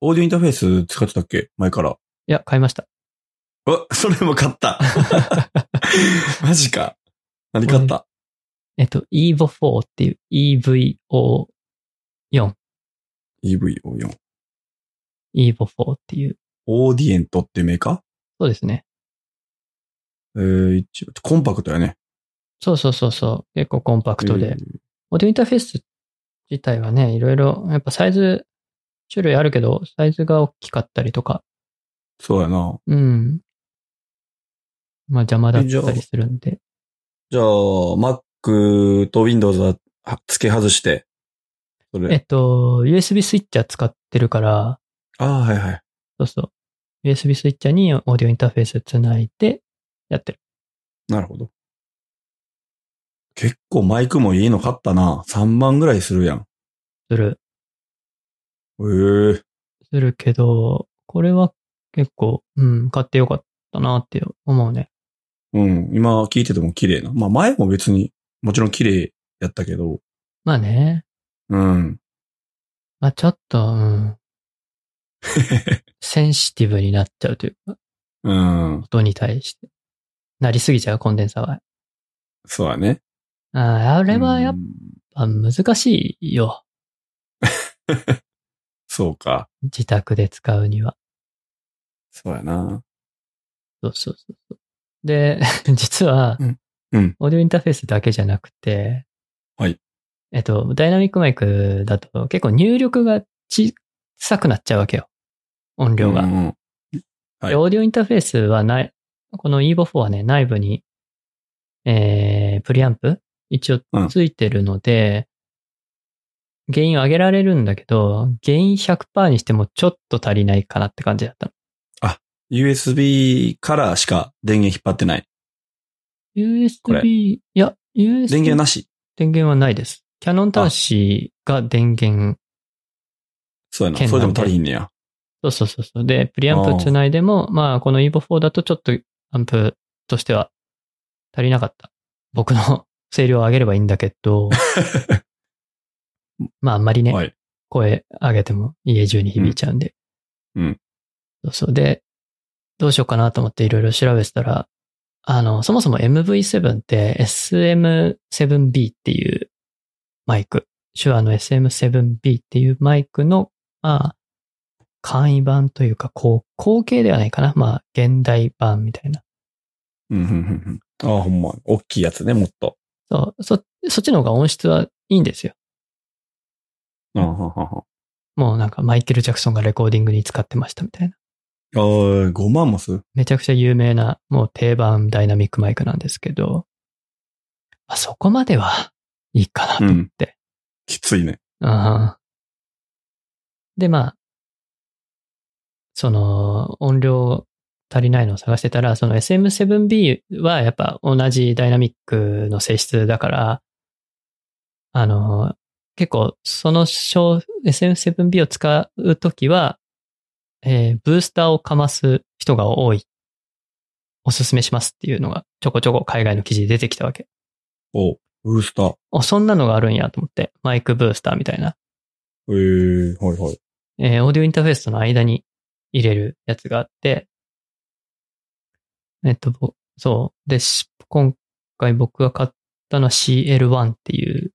Speaker 2: オーディオインターフェース使ってたっけ前から。
Speaker 1: いや、買いました。
Speaker 2: <laughs> うわ、それも買った。 <laughs> マジか。何買った
Speaker 1: えっと、EVO4 っていう EVO4。
Speaker 2: ?EVO4。
Speaker 1: EVO4 っていう。
Speaker 2: オーディエントっていうメーカ
Speaker 1: そうですね。
Speaker 2: ーえー、一応コンパクトやね。
Speaker 1: そうそうそうそう。結構コンパクト
Speaker 2: え
Speaker 1: で
Speaker 2: ー。
Speaker 1: オーディオインターフェース自体はね、いろいろ、やっぱサイズ、種類あるけど、サイズが大きかったりとか、
Speaker 2: そうやな。
Speaker 1: うん。まあ邪魔だっ
Speaker 2: えじゃ
Speaker 1: た
Speaker 2: あ
Speaker 1: りするんで。
Speaker 2: じゃあ、Mac と Windows はは付け外して。そ
Speaker 1: え
Speaker 2: れ。
Speaker 1: っと、USB スイッチャー使ってるから、
Speaker 2: ああ、はいはい。
Speaker 1: そうそう。USB スイッチャーにオーディオインターフェースつないでやってる。
Speaker 2: なるほど。結構マイクもいいの買ったな。3万ぐらいするやん。
Speaker 1: する。
Speaker 2: えー、
Speaker 1: するけど、これは結構、うん、買ってよかったなって思うね。
Speaker 2: うん。今聞いてても綺麗な。まあ前も別に、もちろん綺麗やったけど、
Speaker 1: まあね。
Speaker 2: うん。
Speaker 1: まあちょっと、うん、センシティブになっちゃうというか、
Speaker 2: うん。
Speaker 1: 音に対して。なりすぎちゃう、コンデンサーは。
Speaker 2: そうだね。
Speaker 1: あーあ
Speaker 2: こ
Speaker 1: れはやっぱ難しいよ。
Speaker 2: そうか。
Speaker 1: 自宅で使うには。
Speaker 2: そうやな。
Speaker 1: そうそうそうそう。で、 <laughs> 実は、
Speaker 2: うん。
Speaker 1: オーディオインターフェースだけじゃなくて、
Speaker 2: はい。
Speaker 1: えっと、ダイナミックマイクだと結構入力が小さくなっちゃうわけよ。音量が。
Speaker 2: うんうん、はい
Speaker 1: でオーディオインターフェースはない、この EVO4 はね、内部に、えー、プリアンプ一応
Speaker 2: うん
Speaker 1: ついてるので、原因を上げられるんだけど、原因100%にしてもちょっと足りないかなって感じだったの。
Speaker 2: USB からしか電源引っ張ってない。れ
Speaker 1: USB、いや、USB。
Speaker 2: 電源なし。
Speaker 1: 電源はないです。キャノン端子が電源。
Speaker 2: そうやな。
Speaker 1: 剣
Speaker 2: そ
Speaker 1: なん
Speaker 2: れ
Speaker 1: で
Speaker 2: でも足りひんねや。
Speaker 1: そうそうそうそう。で、プリアンプつないでも、まあ、この EVO4 だとちょっとアンプとしては足りなかった。僕の <laughs> 声量を上げればいいんだけど、まあ、あんまりね、
Speaker 2: はい。
Speaker 1: 声上げても家中に響いちゃうんで。
Speaker 2: うんうん
Speaker 1: そうそう。で、どうしようかなと思っていろいろ調べてたら、あの、そもそも MV7 って SM7B っていうマイク、手話の SM7B っていうマイクの、まあ、簡易版というか、こう、後継ではないかな。まあ、現代版みたいな。
Speaker 2: うん、うん、うんうん。ああ、ほんま。大きいやつね、もっと。
Speaker 1: そう、そ、そっちの方が音質はいいんですよ。
Speaker 2: ああ、はんはんはん
Speaker 1: もうなんかマイケル・ジャクソンがレコーディングに使ってましたみたいな。
Speaker 2: あー5万もする
Speaker 1: めちゃくちゃ有名な、もう定番ダイナミックマイクなんですけど、まあ、そこまではいいかなと思って。
Speaker 2: きついね。
Speaker 1: うんで、まあ、その音量足りないのを探してたら、その SM7B はやっぱ同じダイナミックの性質だから、あの、結構その小 SM7B を使うときは、えーブースターをかます人が多い。おすすめしますっていうのがちょこちょこ海外の記事で出てきたわけ。
Speaker 2: おうブースター。
Speaker 1: あ、そんなのがあるんやと思って。マイクブースターみたいな。
Speaker 2: ええはいはい。
Speaker 1: えーオーディオインターフェースとの間に入れるやつがあって、えっと、ぼそう。で、し今回僕が買ったのは CL1 っていう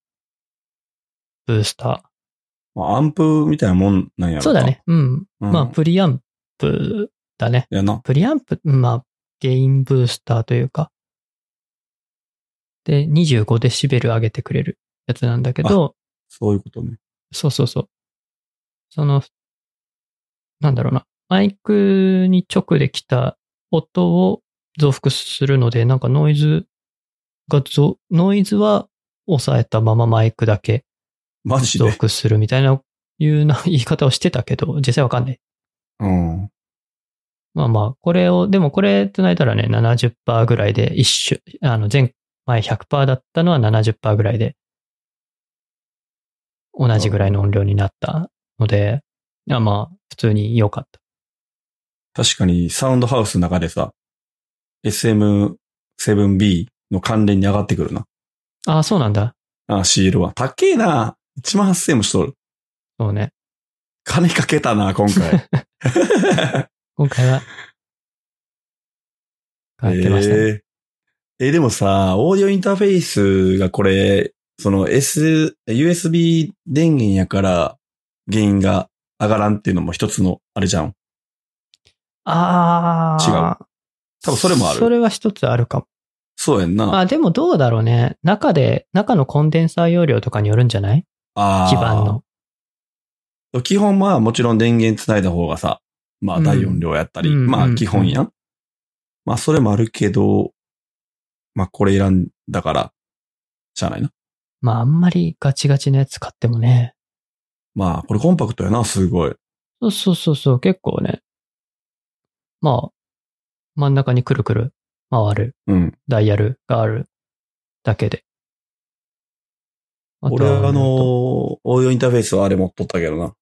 Speaker 1: ブースタ
Speaker 2: まあ、アンプみたいなもんなんやろ
Speaker 1: ー。
Speaker 2: か
Speaker 1: そうだ。ね。うん。
Speaker 2: うん、
Speaker 1: まあ、プリアンプだね。
Speaker 2: やな。
Speaker 1: プリアンプ、まあ、ゲインブースターというか。で、25デシベル上げてくれるやつなんだけど、
Speaker 2: そういうことね。
Speaker 1: そうそうそう。その、なんだろうな。マイクに直で来た音を増幅するので、なんかノイズが増、ノイズは抑えたままマイクだけ
Speaker 2: マジ
Speaker 1: 増
Speaker 2: で。
Speaker 1: 幅するみたいな、いうな言い方をしてたけど、実際わかんない。
Speaker 2: うん。
Speaker 1: まあまあ、これを、でもこれ繋いだらね、70%ぐらいで一種、あの、前、前100%だったのは70%ぐらいで、同じぐらいの音量になったので、いやまあ、普通に良かった。
Speaker 2: 確かに、サウンドハウスの中でさ、SM7B の関連に上がってくるな。
Speaker 1: ああ、そうなんだ。
Speaker 2: ああ、シールは。高えな。1万8000円もしとる。
Speaker 1: そうね。
Speaker 2: 金かけたな、今
Speaker 1: <laughs>
Speaker 2: 回。
Speaker 1: 今回
Speaker 2: <laughs>
Speaker 1: は、買ってましたね。
Speaker 2: えーえーでもさ、オーディオインターフェースがこれ、その S、USB 電源やから原因が上がらんっていうのも一つのあれじゃん。
Speaker 1: ああ。違う。
Speaker 2: 多分それもある
Speaker 1: それは一つあるかも。
Speaker 2: そうやんな。
Speaker 1: まあでもどうだろうね。中で、中のコンデンサー容量とかによるんじゃない
Speaker 2: あー
Speaker 1: 基板の。。
Speaker 2: 基本はもちろん電源つないだ方がさ、まあ
Speaker 1: うん
Speaker 2: 大音量やったり、
Speaker 1: うんう
Speaker 2: まあ
Speaker 1: ん
Speaker 2: 基本やん。まあそれもあるけど、まあこれ選んだから、しゃあないな。
Speaker 1: まああんまりガチガチのやつ買ってもね。
Speaker 2: まあこれコンパクトやな、すごい。
Speaker 1: そうそうそうそう、結構ね。まあ、真ん中にくるくる回る
Speaker 2: うん。
Speaker 1: ダイヤルがあるだけで。と
Speaker 2: 俺
Speaker 1: は
Speaker 2: はあのー、オーディオインターフェースはあれ持っとったけどな。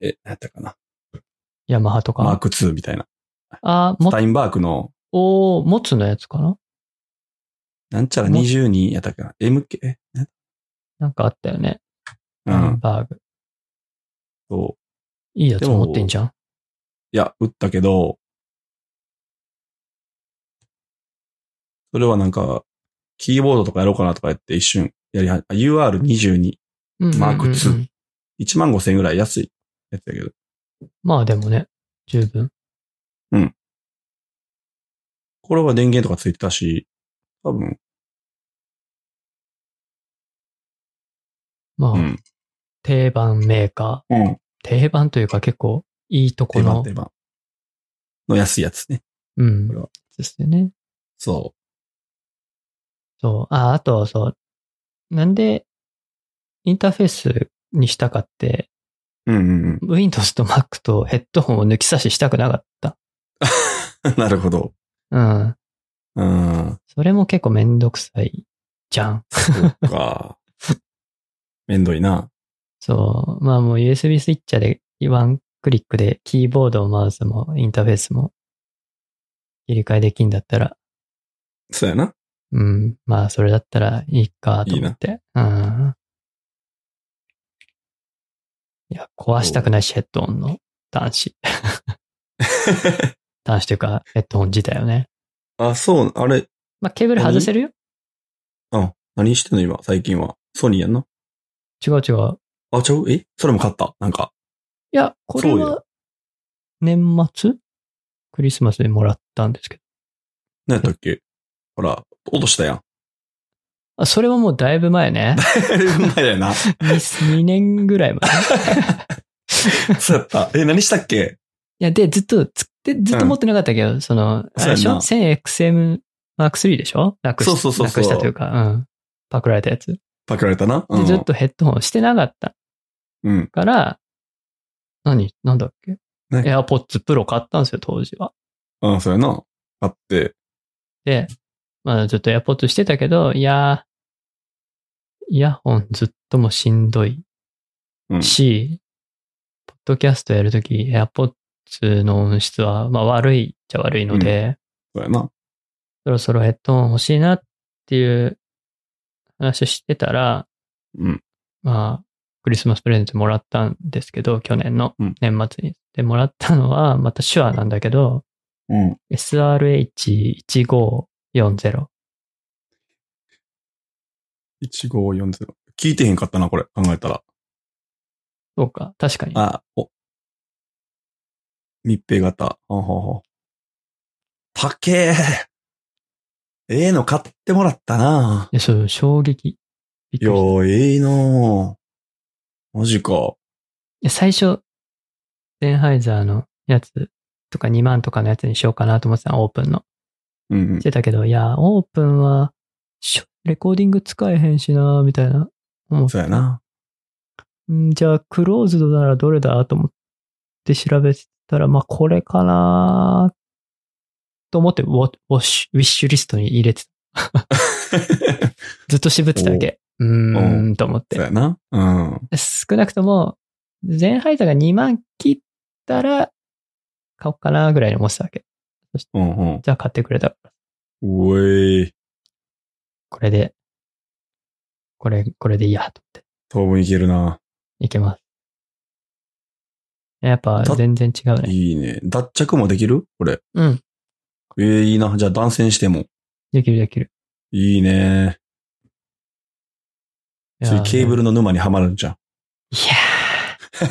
Speaker 2: え、何やったかな。
Speaker 1: ヤマハとか。
Speaker 2: マーク2みたいな。
Speaker 1: あ、も
Speaker 2: スタ、インバーグの、
Speaker 1: おー、もつのやつかな
Speaker 2: なんちゃら22やったっけな。MK? え
Speaker 1: なんかあったよね。
Speaker 2: う
Speaker 1: ハ
Speaker 2: ん
Speaker 1: ン。バーグ。
Speaker 2: そう。
Speaker 1: いいやつ持ってんじゃん。
Speaker 2: いや、打ったけど、それはなんか、キーボードとかやろうかなとかやって一瞬やりは、あ UR22、
Speaker 1: うんうんうんうん
Speaker 2: マーク2。1万5千円ぐらい安いやつだけど、
Speaker 1: まあでもね、十分。
Speaker 2: これは電源とかついてたし、多分、
Speaker 1: まあ、
Speaker 2: うん。
Speaker 1: 定番メーカ
Speaker 2: うん。
Speaker 1: ー。定番というか結構いいとこ
Speaker 2: 定番
Speaker 1: の。
Speaker 2: 定番。の安いやつね。
Speaker 1: うん。
Speaker 2: これは
Speaker 1: ですよね。
Speaker 2: そ
Speaker 1: そう。あ、あと、そう。なんで、インターフェースにしたかって、
Speaker 2: う。うんうん <laughs>
Speaker 1: Windows と Mac とヘッドホンを抜き差ししたくなかった。
Speaker 2: うん。なるほど。
Speaker 1: うん。
Speaker 2: うん。
Speaker 1: それも結構めんどくさいじゃん。
Speaker 2: そうか。 <laughs> めんどいな。
Speaker 1: そう。まあもう USB スイッチャーでワンクリックでキーボードもマウスもインターフェースも切り替えできんだったら、
Speaker 2: そうやな。 <laughs>
Speaker 1: うん。まあそれだったらいいかと思って。うん。いや、壊したくないし、ヘッドホンの端子。端子というか、ヘッドホン自体をね。
Speaker 2: あ、そう、あれ、
Speaker 1: まあケーブル外せるよ
Speaker 2: 何してんの今、最近は。ソニーやんな。
Speaker 1: 違う違う。
Speaker 2: あ、ちゃうえそれも買ったなんか。
Speaker 1: いや、これ
Speaker 2: そう
Speaker 1: は
Speaker 2: よ
Speaker 1: 年末クリスマスでもらったんですけど。
Speaker 2: 何やったっけほら、落としたやん。
Speaker 1: あ、それはもうだいぶ前ね。
Speaker 2: <laughs> うまいやな。
Speaker 1: 2, 年ぐらい前。
Speaker 2: そうやった。え、何したっけ
Speaker 1: いや、で、ずっとつで、ずっと持ってなかったけど、その、あれでし
Speaker 2: そう
Speaker 1: ょ
Speaker 2: やな
Speaker 1: ?1000XM Mark III でしょなくし
Speaker 2: そうそうそうそ
Speaker 1: な
Speaker 2: う
Speaker 1: くしたというか、うん。パクられたやつ。
Speaker 2: パクられたな。う
Speaker 1: で、
Speaker 2: ん。
Speaker 1: ずっとヘッドホンしてなかった
Speaker 2: うん。
Speaker 1: から、何なんだっけ
Speaker 2: ね
Speaker 1: ?AirPods Pro 買ったんですよ、当時は。
Speaker 2: うん、そうやな。買って。
Speaker 1: で、まあずっと AirPods してたけど、いやー、イヤホンずっともしんどい
Speaker 2: うん。
Speaker 1: し、ポッドキャストやるとき AirPods の音質は、まあ悪いっちゃ悪いので、
Speaker 2: そうやな。
Speaker 1: そろそろヘッドホン欲しいなっていう話をしてたら、
Speaker 2: うん。
Speaker 1: まあ、クリスマスプレゼントもらったんですけど、去年の
Speaker 2: うん
Speaker 1: 年末に。で、もらったのは、また手話なんだけど、
Speaker 2: うん。
Speaker 1: SRH1540。
Speaker 2: 1540。聞いてへんかったな、これ。考えたら。
Speaker 1: そうか、確かに。
Speaker 2: あ、お。密閉型。ほんほんほん。たけー。ええの買ってもらったな。
Speaker 1: でそう、衝撃。びっ
Speaker 2: い
Speaker 1: くり
Speaker 2: や
Speaker 1: し
Speaker 2: ー、ええなマジか。
Speaker 1: た。最初、ゼンハイザーのやつとか2万とかのやつにしようかなと思ってたのオープンの。
Speaker 2: うんうん
Speaker 1: し。てたけど、いや、オープンは、しょレコーディング使えへんしな、みたいな。思っ
Speaker 2: そうやな。
Speaker 1: んじゃあ、クローズドならどれだと思って調べてたら、まあ、これかなと思ってウォ、ウォッシュ、ウィッシュリストに入れてた、ずっと渋ってたわけ。うーん、と思っ
Speaker 2: そう
Speaker 1: て。
Speaker 2: やな。うん。
Speaker 1: 少なくとも、全ハイザーが2万切ったら、買おうかなぐらいに思ってたわけ。
Speaker 2: うん
Speaker 1: じゃあ買ってくれた。
Speaker 2: うん。うえい。
Speaker 1: これで、これ、これでいいや、と思って。
Speaker 2: 当分いけるな。
Speaker 1: いけます。やっぱ、
Speaker 2: た
Speaker 1: 全然違うね。
Speaker 2: いいね。脱着もできるこれ。
Speaker 1: うん。
Speaker 2: ええいいな。じゃあ断線しても。
Speaker 1: できるできる。
Speaker 2: いいね。
Speaker 1: いや
Speaker 2: そういうケーブルの沼にはまるんじゃ <laughs> ん。
Speaker 1: い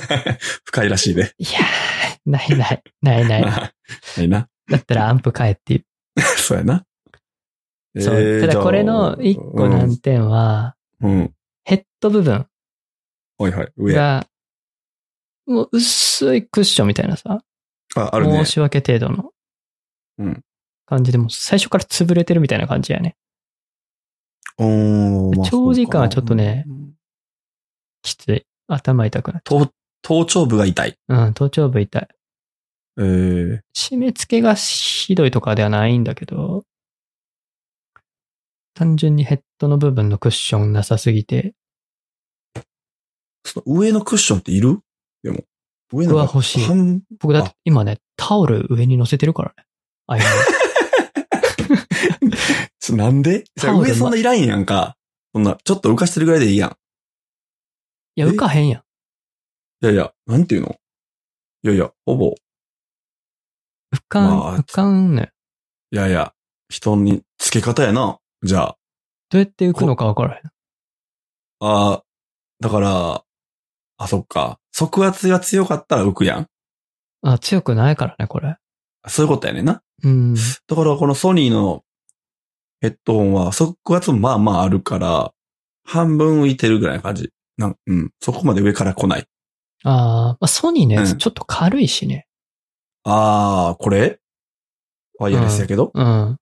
Speaker 1: や
Speaker 2: 深いらしいで。
Speaker 1: ー、いやー、ないない、ないない。
Speaker 2: ない <laughs> な。
Speaker 1: だったらアンプ変えっていう。
Speaker 2: そうやな。
Speaker 1: そう。
Speaker 2: <laughs> えー
Speaker 1: た
Speaker 2: じゃ
Speaker 1: だ
Speaker 2: あ
Speaker 1: これの一個難点は、
Speaker 2: うん。うん
Speaker 1: ヘッド部分
Speaker 2: はいはい。上。あ、
Speaker 1: が、もう薄いクッションみたいなさ、
Speaker 2: あるね
Speaker 1: 申。し訳程度の
Speaker 2: うん
Speaker 1: 感じで、もう最初から潰れてるみたいな感じやね。
Speaker 2: おーまあ
Speaker 1: 長時間はちょっとね
Speaker 2: そうかうん
Speaker 1: きつい。頭痛くなる。
Speaker 2: 頭、頭頂部が痛い。
Speaker 1: うん、頭頂部痛い。
Speaker 2: えー、
Speaker 1: 締め付けがひどいとかではないんだけど、単純にヘッドの部分のクッションなさすぎて、
Speaker 2: その上のクッションっている僕
Speaker 1: は欲しい
Speaker 2: 半
Speaker 1: 僕だって今ね、タオル上に乗せてるからね。あ、い
Speaker 2: <laughs>
Speaker 1: や
Speaker 2: ちょなんでじゃあ
Speaker 1: タオル
Speaker 2: 上
Speaker 1: ま
Speaker 2: そんないらんやんか。そんな、ちょっと浮かしてるぐらいでいいやん。
Speaker 1: いや浮かへんやん。
Speaker 2: いやいや、なんていうのいやいや、ほぼ、
Speaker 1: 浮かん、
Speaker 2: まあ
Speaker 1: 浮かんね。
Speaker 2: いやいや、人に付け方やな。じゃ
Speaker 1: どうやって浮くのかわからへん。
Speaker 2: あ、ああ、だから、あ、そっか。即圧が強かったら浮くやん。
Speaker 1: あ、強くないからね、これ。
Speaker 2: そういうことやねんな。
Speaker 1: うん。
Speaker 2: だからこのソニーのヘッドホンは即圧もまあまああるから、半分浮いてるぐらいの感じ。なんうん。そこまで上から来ない。
Speaker 1: あーまあ、ソニーのや
Speaker 2: う
Speaker 1: つ
Speaker 2: ん
Speaker 1: ちょっと軽いしね。
Speaker 2: ああ、これワイヤレスやけど、
Speaker 1: うん。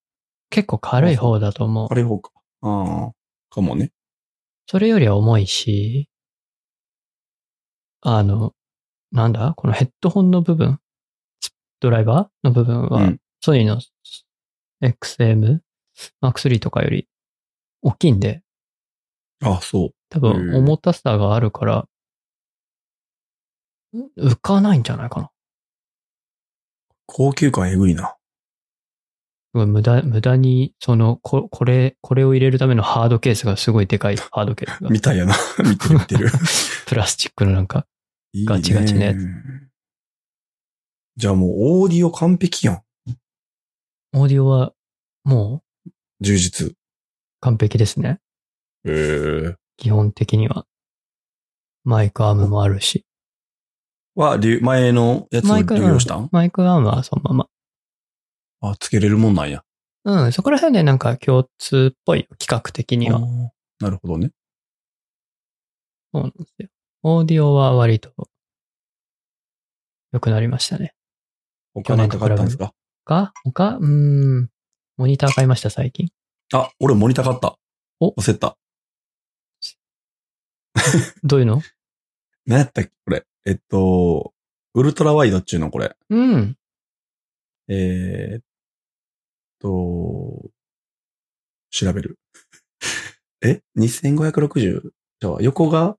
Speaker 1: 結構軽い方だと思う。
Speaker 2: あれ方か。ああ、かもね。
Speaker 1: それよりは重いし、あの、なんだこのヘッドホンの部分、ドライバーの部分は、
Speaker 2: うん
Speaker 1: ソニーの XM、Mark3 とかより大きいんで、
Speaker 2: あそう。
Speaker 1: 多
Speaker 2: うん
Speaker 1: 分重たさがあるから、浮かないんじゃないかな。
Speaker 2: 高級感えぐいな。
Speaker 1: すごい無駄、無駄に、その、こ、これ、これを入れるためのハードケースがすごいでかいハードケースが。
Speaker 2: みたいやな。 <laughs> 見てる見てる。
Speaker 1: プラスチックのなんか、
Speaker 2: いいね
Speaker 1: ガチガチのやつ。
Speaker 2: じゃあもうオーディオ完璧やん。
Speaker 1: オーディオはもう
Speaker 2: 充実。
Speaker 1: 完璧ですね。
Speaker 2: ええ。
Speaker 1: 基本的には。マイクアームもあるし。
Speaker 2: は、りゅ前のやつ
Speaker 1: マ
Speaker 2: を
Speaker 1: イクア
Speaker 2: 利
Speaker 1: ーム
Speaker 2: 用したん。
Speaker 1: マイクアームはそのま
Speaker 2: あ、つけれるもんなんや。
Speaker 1: ま。うん、そこら辺でなんか共通っぽいよ企画的に
Speaker 2: あ
Speaker 1: は。
Speaker 2: ーなるほどね。
Speaker 1: そうなんですよ。オーディオは割と良くなりましたね。
Speaker 2: 他なんか買ったんですか
Speaker 1: 他他うーん。モニター買いました、最近。
Speaker 2: あ、俺モニター買った。
Speaker 1: お
Speaker 2: 焦った。
Speaker 1: どういうの
Speaker 2: 何やったっけこれ。えっと、ウルトラワイドっちゅうのこれ。
Speaker 1: うん。
Speaker 2: えー、っと、調べる。 <laughs> え ?2560? じゃあ、横が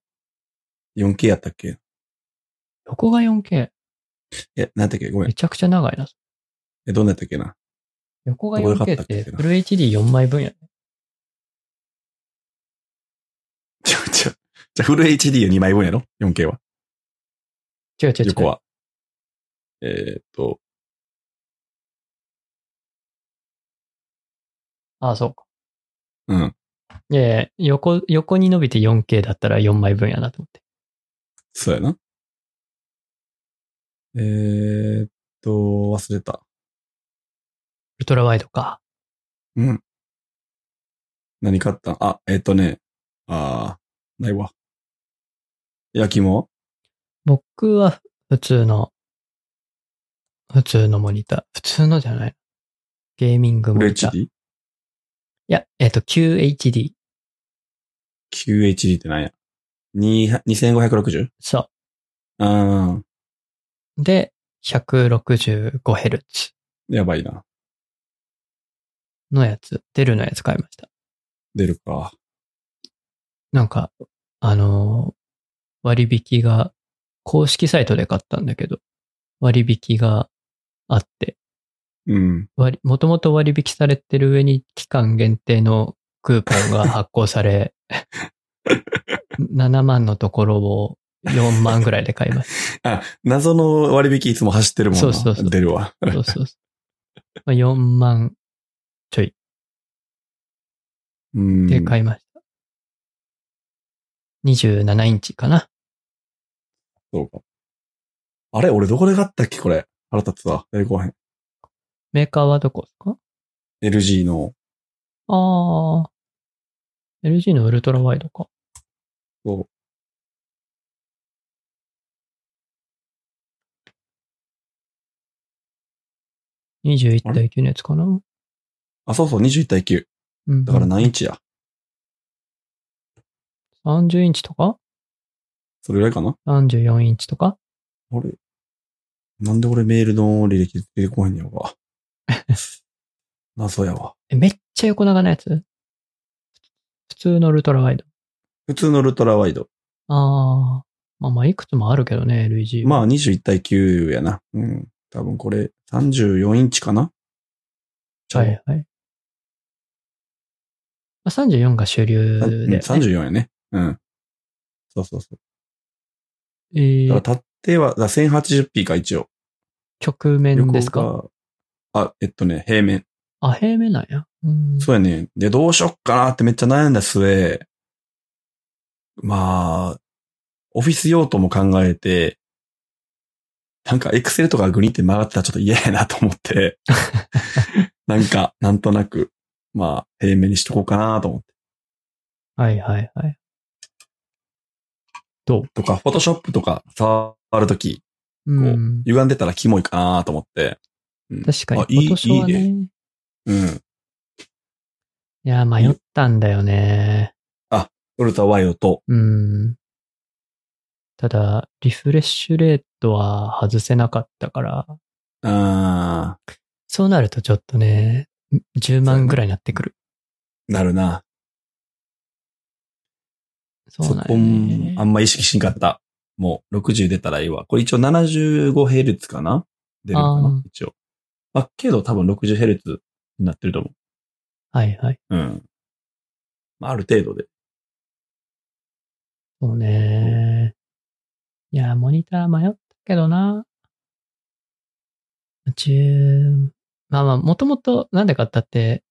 Speaker 2: 4K やったっけ
Speaker 1: 横が 4K。
Speaker 2: え、なんだっけごめん
Speaker 1: め。ちゃくちゃ長いな。
Speaker 2: え、どんなやったっけな <laughs>
Speaker 1: 横が
Speaker 2: どこで買
Speaker 1: 4K
Speaker 2: った
Speaker 1: っ
Speaker 2: っけ
Speaker 1: てフル HD4 枚分やね。
Speaker 2: ちょ、ちょ、じゃあ、フル HD は2枚分やろ ?4K は。
Speaker 1: 違う違う違う。
Speaker 2: 横は。えー、っと、
Speaker 1: ああ、そうか。
Speaker 2: うん。
Speaker 1: いやいや、横、横に伸びて 4K だったら4枚分やなと思って。
Speaker 2: そうやな。えー、っと、忘れた。
Speaker 1: ウルトラワイドか。
Speaker 2: うん。何買ったんあ、えっとね、あー、ないわ。焼き芋
Speaker 1: 僕は普通の、普通のモニター。普通のじゃない。ゲーミング
Speaker 2: フ
Speaker 1: モ
Speaker 2: ル
Speaker 1: ニター。い
Speaker 2: HD?9HD
Speaker 1: や、えっ、と、QHD。
Speaker 2: ってなんや。に 2560?
Speaker 1: そ
Speaker 2: あ
Speaker 1: う。で、165Hz
Speaker 2: ー、やばいな。
Speaker 1: のやつ、デルのやつ買いました。
Speaker 2: 出るか。
Speaker 1: なんか、あのー割引が、公式サイトで買ったんだけど、割引があって、
Speaker 2: うん。
Speaker 1: 割、もともと割引されてる上に期間限定のクーポンが発行され、7万のところを4万ぐらいで買います。
Speaker 2: あ、謎の割引いつも走ってるもんな。
Speaker 1: そうそうそう
Speaker 2: 出るわ。
Speaker 1: そうそうそう。まあ、4万
Speaker 2: うん。
Speaker 1: で買いました。27インチかな。
Speaker 2: そうか。あれ俺どこで買ったっけこれ。腹立つわ。出てこうへん。
Speaker 1: メーカーはどこですか
Speaker 2: LG の、
Speaker 1: あー。LG のウルトラワイドか。
Speaker 2: そう
Speaker 1: 21対9のやつかな
Speaker 2: あ、そうそう、21対9。
Speaker 1: うん。
Speaker 2: だから何インチや。
Speaker 1: 30インチとか
Speaker 2: それぐらいかな
Speaker 1: ?34 インチとか
Speaker 2: あれなんで俺メールの履歴出てこへんねやろ
Speaker 1: <laughs>
Speaker 2: か。謎やわ。
Speaker 1: え、めっちゃ横長のやつ普通のウルトラワイド。
Speaker 2: 普通のウルトラワイド。
Speaker 1: ああ。まあまあ、いくつもあるけどね、LEG は。
Speaker 2: まあ21対9やな。うん。多分これ34インチかなちゃう
Speaker 1: はいはい。まあ、34が主流
Speaker 2: さんうん
Speaker 1: で、ね。
Speaker 2: 34やね。うん。そうそうそう。
Speaker 1: え
Speaker 2: だか
Speaker 1: ー、
Speaker 2: ら立っては、だから 1080p か一応。
Speaker 1: 曲面ですか
Speaker 2: 横があ、えっとね、平面。
Speaker 1: あ、平面なんや。うん。
Speaker 2: そうやね。で、どうしよっかなってめっちゃ悩んだ末、まあ、オフィス用途も考えて、なんかエクセルとかグリーンって曲がってたらちょっと嫌やなと思って、なんか、なんとなく、まあ、平面にしとこうかなと思って。
Speaker 1: はいはいはい。どう
Speaker 2: とか、フォトショップとか触るとき、
Speaker 1: うん。
Speaker 2: 歪んでたらキモいかなと思って。うん
Speaker 1: 確かに、
Speaker 2: あいい
Speaker 1: 今年はね。
Speaker 2: いい
Speaker 1: い
Speaker 2: うん。
Speaker 1: や、迷ったんだよね。
Speaker 2: ウルトラワイドと、
Speaker 1: うん。ただ、リフレッシュレートは外せなかったから、
Speaker 2: あ
Speaker 1: そうなるとちょっとね、10万ぐらいになってくる。
Speaker 2: ー、なるな。
Speaker 1: そう
Speaker 2: そ
Speaker 1: なん
Speaker 2: こ
Speaker 1: よ
Speaker 2: も
Speaker 1: ね
Speaker 2: あんま意識しんかった。もう60出たらいいわ。これ一応 75Hz かな出るのか
Speaker 1: あー
Speaker 2: な一応。あ、けど多分 60Hz になってると思
Speaker 1: はいはい。
Speaker 2: う。うん。まあ、ある程度で。
Speaker 1: そうね。いや、モニター迷ったけどな。10、まあまあ、もともとなんで買ったって、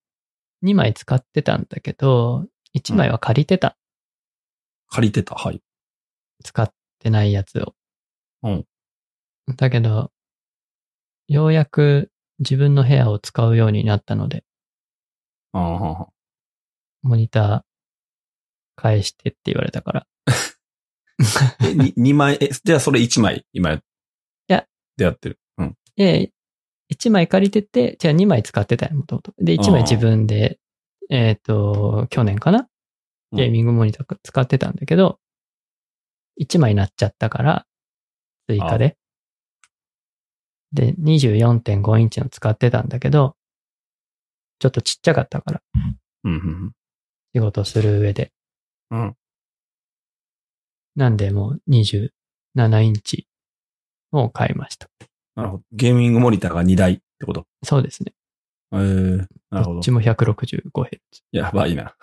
Speaker 1: 2枚使ってたんだけど、1枚は借りてた。
Speaker 2: 借りてた。はい。
Speaker 1: 使ってないやつを。
Speaker 2: うん。
Speaker 1: だけど、ようやく自分の部屋を使うようになったので、
Speaker 2: ああ、
Speaker 1: モニター返してって言われたから。
Speaker 2: え、2枚、 <laughs> え、じゃあそれ1枚、今、い
Speaker 1: や、
Speaker 2: でやってる。うん。
Speaker 1: で、1枚借りてて、じゃあ2枚使ってたよ、もともと。で、1枚自分で、えっ、と、去年かな
Speaker 2: うん
Speaker 1: ゲーミングモニター使ってたんだけど、1枚になっちゃったから、追加で。で、24.5インチの使ってたんだけど、ちょっとちっちゃかったから、
Speaker 2: うんうん、
Speaker 1: 仕事する上で。
Speaker 2: うん。うん。
Speaker 1: なんで、もう27インチを買いました。
Speaker 2: なるほど。ゲーミングモニターが2台ってこと。
Speaker 1: そうですね。
Speaker 2: えー、なるほ
Speaker 1: ど
Speaker 2: ど
Speaker 1: っち。も 165Hz。
Speaker 2: やばいな。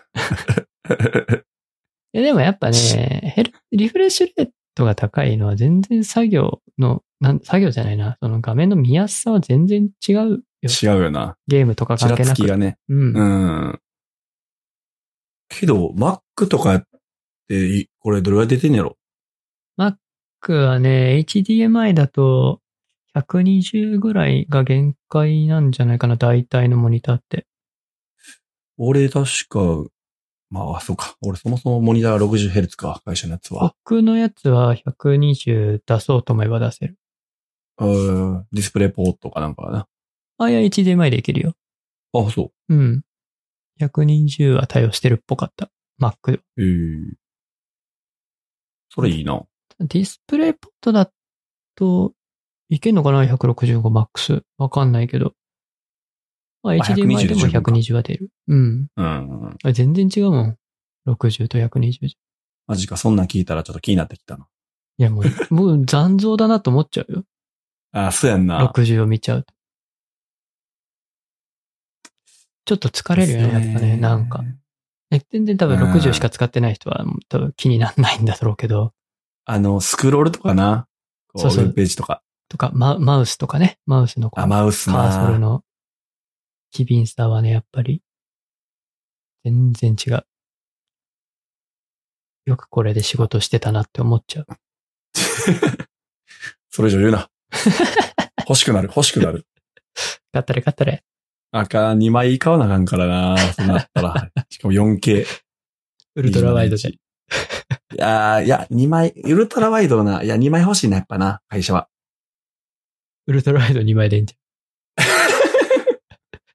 Speaker 1: いやでもやっぱ
Speaker 2: <laughs>
Speaker 1: ね、ヘルリフレッシュレートが高いのは全然作業の、なん作業じゃないな、その画面の見やすさは全然違うよ。
Speaker 2: 違うよな。
Speaker 1: ゲームとか
Speaker 2: ち
Speaker 1: 関
Speaker 2: ら
Speaker 1: 係
Speaker 2: つ
Speaker 1: な
Speaker 2: き
Speaker 1: く。
Speaker 2: がね。
Speaker 1: うん。
Speaker 2: うん。けど、Mac とかってい、これどれぐらい出てんねやろ
Speaker 1: Mac はね、HDMI だと120ぐらいが限界なんじゃないかな、大体のモニターって。
Speaker 2: 俺確か、まあ、そうか。俺そもそもモニターが 60Hz か、会社のやつは。
Speaker 1: 僕のやつは120出そうと思えば出せる。
Speaker 2: うん。ディスプレイポートかなんかかな。
Speaker 1: あ、いや、HDMI できるよ。
Speaker 2: あ、そ
Speaker 1: うん。120は対応してるっぽかった。Mac
Speaker 2: う。へえ。それいいな。
Speaker 1: ディスプレイポットだと、いけんのかな ?165MAX。わかんないけど。まあ、
Speaker 2: まあ
Speaker 1: HDMI でも
Speaker 2: 120か
Speaker 1: 120は出る。うん。
Speaker 2: うん。
Speaker 1: あ全然違うもん。60と120じゃ。い
Speaker 2: マジか、そんなん聞いたらちょっと気になってきたな。
Speaker 1: や、も <laughs> う、もう残像だなと思っちゃうよ。
Speaker 2: あ、そうやんな。
Speaker 1: 60を見ちゃうと。ちょっと疲れるよね、やっぱね、なんか。。え全然多分60しか使ってない人は、多分気にならないんだろうけど、
Speaker 2: あの、スクロールとかな。こう
Speaker 1: そうそう
Speaker 2: ウェブページとか。
Speaker 1: とか、ママウスとかね、マウスのこう
Speaker 2: あ、マウスな。
Speaker 1: カーソルの機敏さはね、やっぱり、全然違う。よくこれで仕事してたなって思っちゃう。
Speaker 2: それ以上言うな。 <laughs> 欲しくなる、欲しくなる。
Speaker 1: 勝ったれ勝ったれ。
Speaker 2: あかん、2枚買わなあかんから <laughs> な、そうなったら。しかも 4K。
Speaker 1: ウルトラワイドじゃん。
Speaker 2: いやーいや、2枚、ウルトラワイドな、いや、2枚欲しいな、やっぱな、会社は。
Speaker 1: ウルトラワイド2枚でいいんじゃん。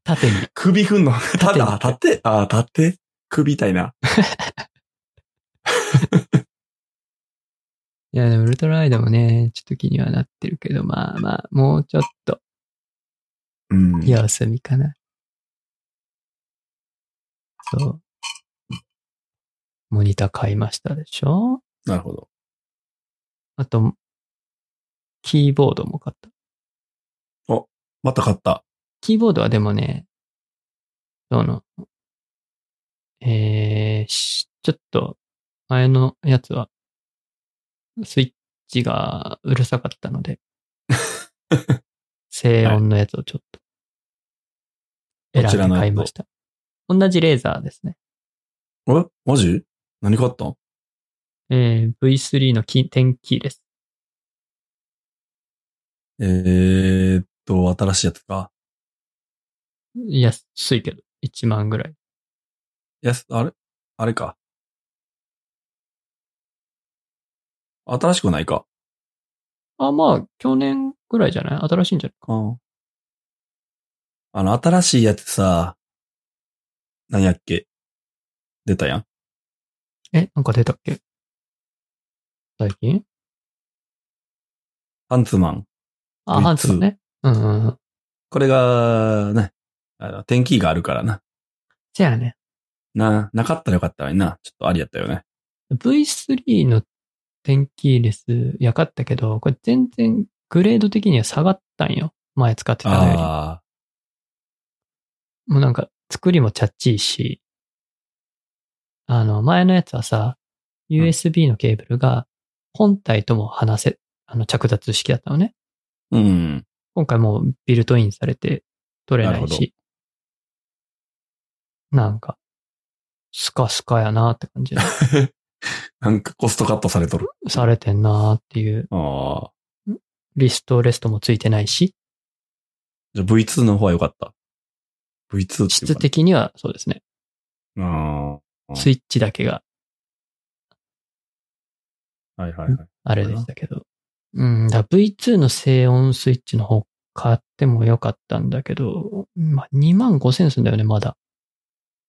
Speaker 1: 縦に。
Speaker 2: 首振んの。た
Speaker 1: 縦に
Speaker 2: だ、 <laughs> 立って、あー、立って、首たいな。
Speaker 1: いや、でもウルトラワイドもね、ちょっと気にはなってるけど、まあまあ、もうちょっと
Speaker 2: うん。
Speaker 1: 様子見かな。そう。モニター買いましたでしょ
Speaker 2: なるほど。
Speaker 1: あと、キーボードも買った。
Speaker 2: また買った。
Speaker 1: キーボードはでもね、どの、えー、しちょっと前のやつは、スイッチがうるさかったの
Speaker 2: <laughs>
Speaker 1: で、静音のやつをちょっと、
Speaker 2: はい
Speaker 1: 選んで買いました。同じレーザーですね。
Speaker 2: えマジ何買ったん
Speaker 1: えー、V3 のキー点キーです。
Speaker 2: えーっと、新しいやつか。
Speaker 1: 安いけど、1万ぐらい。
Speaker 2: やす、あれあれか。新しくないか。
Speaker 1: あ、まあ、去年ぐらいじゃない新しいんじゃない
Speaker 2: うん。あの、新しいやつさ、何やっけ出たやん。
Speaker 1: え、なんか出たっけ最近
Speaker 2: ハンツマン。
Speaker 1: あ、ハンツのね。うんうんうん。
Speaker 2: これが、ね、あの、天気があるからな。
Speaker 1: せやね。
Speaker 2: な、なかったらよかったのにな。ちょっとありやったよね。
Speaker 1: V3 の天気レス、やかったけど、これ全然グレード的には下がったんよ。前使ってたのより。
Speaker 2: あ
Speaker 1: もうなんか、作りもチャッチいし、あの、前のやつはさ、
Speaker 2: ん
Speaker 1: USB のケーブルが本体とも話せ、あの、着脱式だったのね。
Speaker 2: あ。うん。
Speaker 1: 今回もうビルトインされて取れないし。なんか、スカスカやなって感
Speaker 2: <laughs>
Speaker 1: じで、
Speaker 2: なんかコストカットされとる。
Speaker 1: されてんなっていう、
Speaker 2: ああ。
Speaker 1: リストレストもついてないし、
Speaker 2: じゃあ V2 の方はよかった。V2 っていうか
Speaker 1: 質。的にはそうですね。
Speaker 2: あうん
Speaker 1: スイッチだけが
Speaker 2: あ。はいはいはい。
Speaker 1: あれでしたけど。うん、だから V2 の静音スイッチの方買ってもよかったんだけど、まあ、2万5千すんだよね、まだ。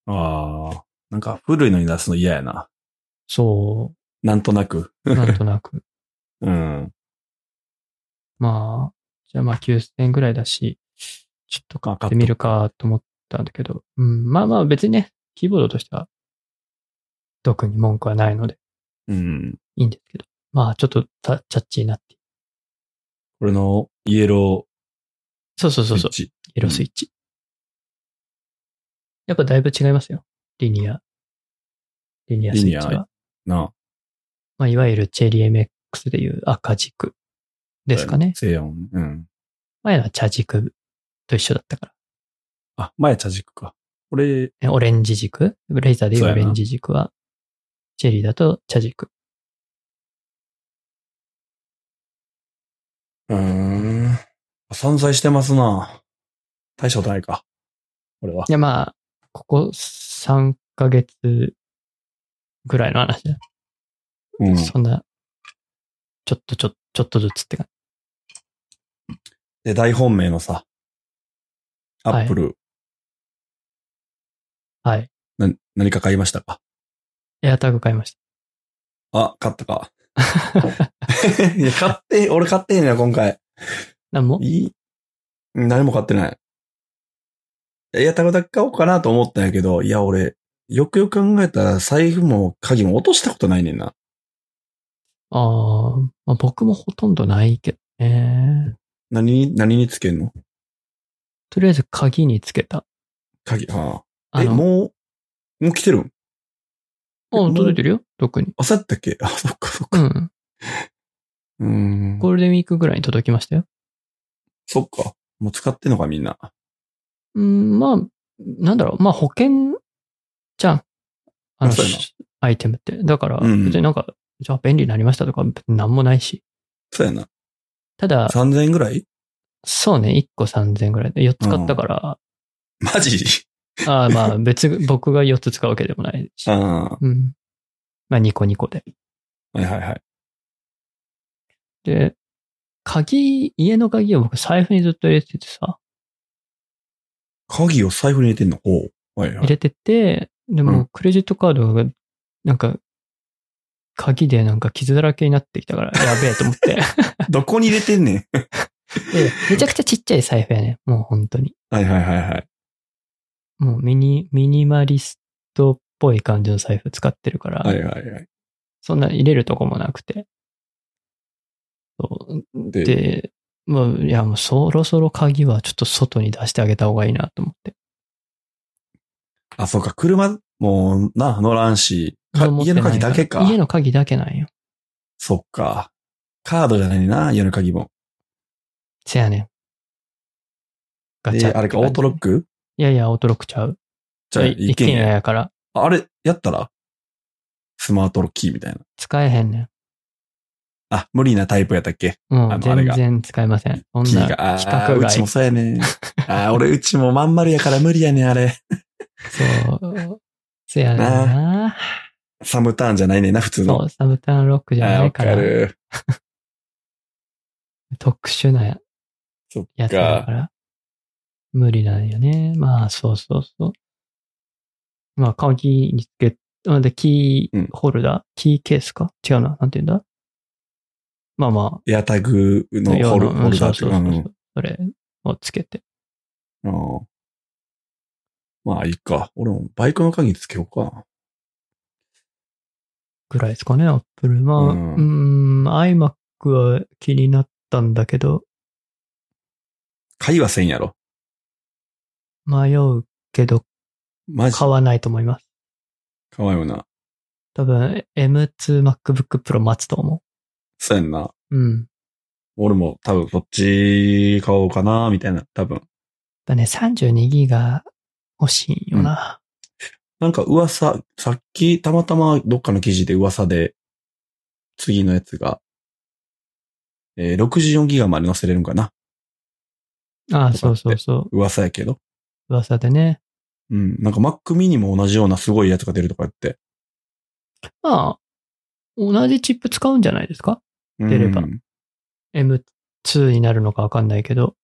Speaker 2: ああ。なんか古いのに出すの嫌やな。
Speaker 1: そ
Speaker 2: なんとなく。
Speaker 1: う、なんとなく。 <laughs>
Speaker 2: うん。
Speaker 1: まあ、じゃあまあ9000円ぐらいだし、ちょっと買ってみるかと思ったんだけど、うん、まあまあ別にね、キーボードとしては、特に文句はないので、
Speaker 2: うん。
Speaker 1: いいんですけど。まあちょっとたチャッチーなっていう。
Speaker 2: これのイエロ
Speaker 1: そうそう
Speaker 2: ー
Speaker 1: そう
Speaker 2: スイ
Speaker 1: そ
Speaker 2: ッ
Speaker 1: う、
Speaker 2: チ。
Speaker 1: エロスイッチ。やっぱだいぶ違いますよ。リニア。リニアスイッチ
Speaker 2: リニ
Speaker 1: は。
Speaker 2: なあ。
Speaker 1: まあいわゆるチェリー MX でいう赤軸ですかね。
Speaker 2: 静音。うん。
Speaker 1: 前のは茶軸と一緒だったから。
Speaker 2: あ、前茶軸か。これ、
Speaker 1: えオレンジ軸レーザーでいうオレンジ軸は、チェリーだと茶軸。
Speaker 2: うーん。散財してますな。大したことないか。これは。
Speaker 1: いや、まあ、ここ3ヶ月ぐらいの話だ。
Speaker 2: うん。
Speaker 1: そんな、ちょっとちょ、ちょっとずつって感
Speaker 2: で、大本命のさ、ア
Speaker 1: はい
Speaker 2: ップル、
Speaker 1: じ。はい。
Speaker 2: な、何か買いましたか
Speaker 1: エアタグ買いまし
Speaker 2: あ、買っ
Speaker 1: <laughs>
Speaker 2: たか。
Speaker 1: た。
Speaker 2: いや、買って、俺買ってんねん、今回。
Speaker 1: なんも
Speaker 2: いい何も買ってない。いや、たくだけ買おうかなと思ったんやけど、いや、俺、よくよく考えたら、財布も鍵も落としたことないねんな。
Speaker 1: あー、まあ、僕もほとんどないけどね。
Speaker 2: 何に、何につけんの
Speaker 1: とりあえず鍵につけた。
Speaker 2: 鍵、はあ、
Speaker 1: あ
Speaker 2: え、
Speaker 1: の、
Speaker 2: もう、もう来てるん
Speaker 1: うん届いてるよ特に。
Speaker 2: あ、そうやったっけあ、そっかそっ
Speaker 1: う
Speaker 2: か。
Speaker 1: ん。
Speaker 2: うーん。
Speaker 1: ゴールデンウィークぐらいに届きましたよ。
Speaker 2: そっか。もう使ってんのか、みんな。
Speaker 1: うん、まあ、なんだろう、まあ保険じゃん。あの、
Speaker 2: そうやな
Speaker 1: アイテムって。だから、
Speaker 2: うん
Speaker 1: 別になんか、じゃあ便利になりましたとか、別になんもないし。
Speaker 2: そうやな。
Speaker 1: ただ、
Speaker 2: 3000円ぐらい <laughs>
Speaker 1: そうね、1個3000ぐらいで、4つ買ったから、
Speaker 2: マジ <laughs>
Speaker 1: ああまあ別、 <laughs> 僕が4つ使うわけでもないし
Speaker 2: う。ん。は
Speaker 1: うん。まあ2個2個で。
Speaker 2: いはいはい。
Speaker 1: で、鍵、家の鍵を僕財布にずっと入れててさ、
Speaker 2: 鍵を財布に入れてんのおうはいは
Speaker 1: 入
Speaker 2: い。
Speaker 1: れてて、で
Speaker 2: う
Speaker 1: も
Speaker 2: ん
Speaker 1: クレジットカードが、なんか、鍵でなんか傷だらけになってきた
Speaker 2: <laughs>
Speaker 1: から、やべえと思って。
Speaker 2: どこに入れてんねん。 <laughs>
Speaker 1: で、めちゃくちゃちっちゃい財布やね。もう本当に。
Speaker 2: はいはいはいはい。
Speaker 1: もうミニ、ミニマリストっぽい感じの財布使ってるから、
Speaker 2: はいはいはい。
Speaker 1: そんな入れるとこもなくて。そう
Speaker 2: で
Speaker 1: で、まあ、いや、もうそろそろ鍵はちょっと外に出してあげた方がいいなと思って。
Speaker 2: あ、そうか、車、もう、な、乗らんし、か
Speaker 1: 持って
Speaker 2: 家
Speaker 1: な
Speaker 2: の
Speaker 1: いら
Speaker 2: 鍵だけか。
Speaker 1: 家の鍵だけなんよ。
Speaker 2: そっか。カードじゃないな、家の鍵も。
Speaker 1: せやねん。ガ
Speaker 2: で、あれか、オートロッ
Speaker 1: ク
Speaker 2: ク
Speaker 1: いやいや、オートロックちゃう。
Speaker 2: じゃあ、
Speaker 1: 一
Speaker 2: 一
Speaker 1: 軒
Speaker 2: 軒
Speaker 1: 家
Speaker 2: 家。
Speaker 1: やから、
Speaker 2: あれ、やったらスマートロッキーみたいな。
Speaker 1: 使えへんねん。
Speaker 2: あ、無理なタイプやったっけ
Speaker 1: う
Speaker 2: あ
Speaker 1: ん、
Speaker 2: のあれ
Speaker 1: 全
Speaker 2: が
Speaker 1: 然使えません。そん
Speaker 2: キー
Speaker 1: な、
Speaker 2: が。あ
Speaker 1: 規
Speaker 2: ー
Speaker 1: 格
Speaker 2: うち
Speaker 1: 外。
Speaker 2: もそう
Speaker 1: <laughs>
Speaker 2: やね。あー俺、うちもまん丸やから無理やね、あれ。
Speaker 1: そう。せやねんな。
Speaker 2: サムターンじゃないねんな、普通
Speaker 1: そ
Speaker 2: の。
Speaker 1: う、サブターンロックじゃ
Speaker 2: あー
Speaker 1: な
Speaker 2: わ
Speaker 1: いか、
Speaker 2: からる。
Speaker 1: 特殊な
Speaker 2: そっ
Speaker 1: やつだか
Speaker 2: か。
Speaker 1: ら、無理なんよね。まあ、そうそうそう。まあ、鍵につけ、なんで、キ
Speaker 2: うん
Speaker 1: ーホルダー、キーケースか違うな。なんて言うんだまあま
Speaker 2: エアタグ
Speaker 1: あ、
Speaker 2: のホル
Speaker 1: うん
Speaker 2: ホルダーって
Speaker 1: そそうそうう
Speaker 2: いううか
Speaker 1: そ
Speaker 2: ん
Speaker 1: う。それをつけて。
Speaker 2: うんまあ、いいか。俺もバイクの鍵つけようか。
Speaker 1: ぐらいですかね、アップル。まあ、う
Speaker 2: う
Speaker 1: ー
Speaker 2: ん
Speaker 1: ん、iMac は気になったんだけど、
Speaker 2: 鍵はせんやろ。
Speaker 1: 迷うけど、
Speaker 2: マジ
Speaker 1: 買わないと思います。
Speaker 2: かわいよな。
Speaker 1: 多分、M2MacBook Pro 待つと思
Speaker 2: そうやんな。
Speaker 1: う。うん。
Speaker 2: 俺も多分そっち買おうかな、みたいな。多分。
Speaker 1: だね、32ギガ欲しいよな。
Speaker 2: なんか噂、さっきたまたまどっかの記事で噂で、次のやつが、えー64ギガまで載せれるんかな。
Speaker 1: ああ、
Speaker 2: とか
Speaker 1: そ
Speaker 2: っ
Speaker 1: う
Speaker 2: て
Speaker 1: そうそう。
Speaker 2: 噂やけど。
Speaker 1: 噂でね。
Speaker 2: うん。なんか Mac mini も同じようなすごいやつが出るとかやって。
Speaker 1: まあ、同じチップ使うんじゃないですか出れば
Speaker 2: うん
Speaker 1: ?M2 になるのかわかんないけど。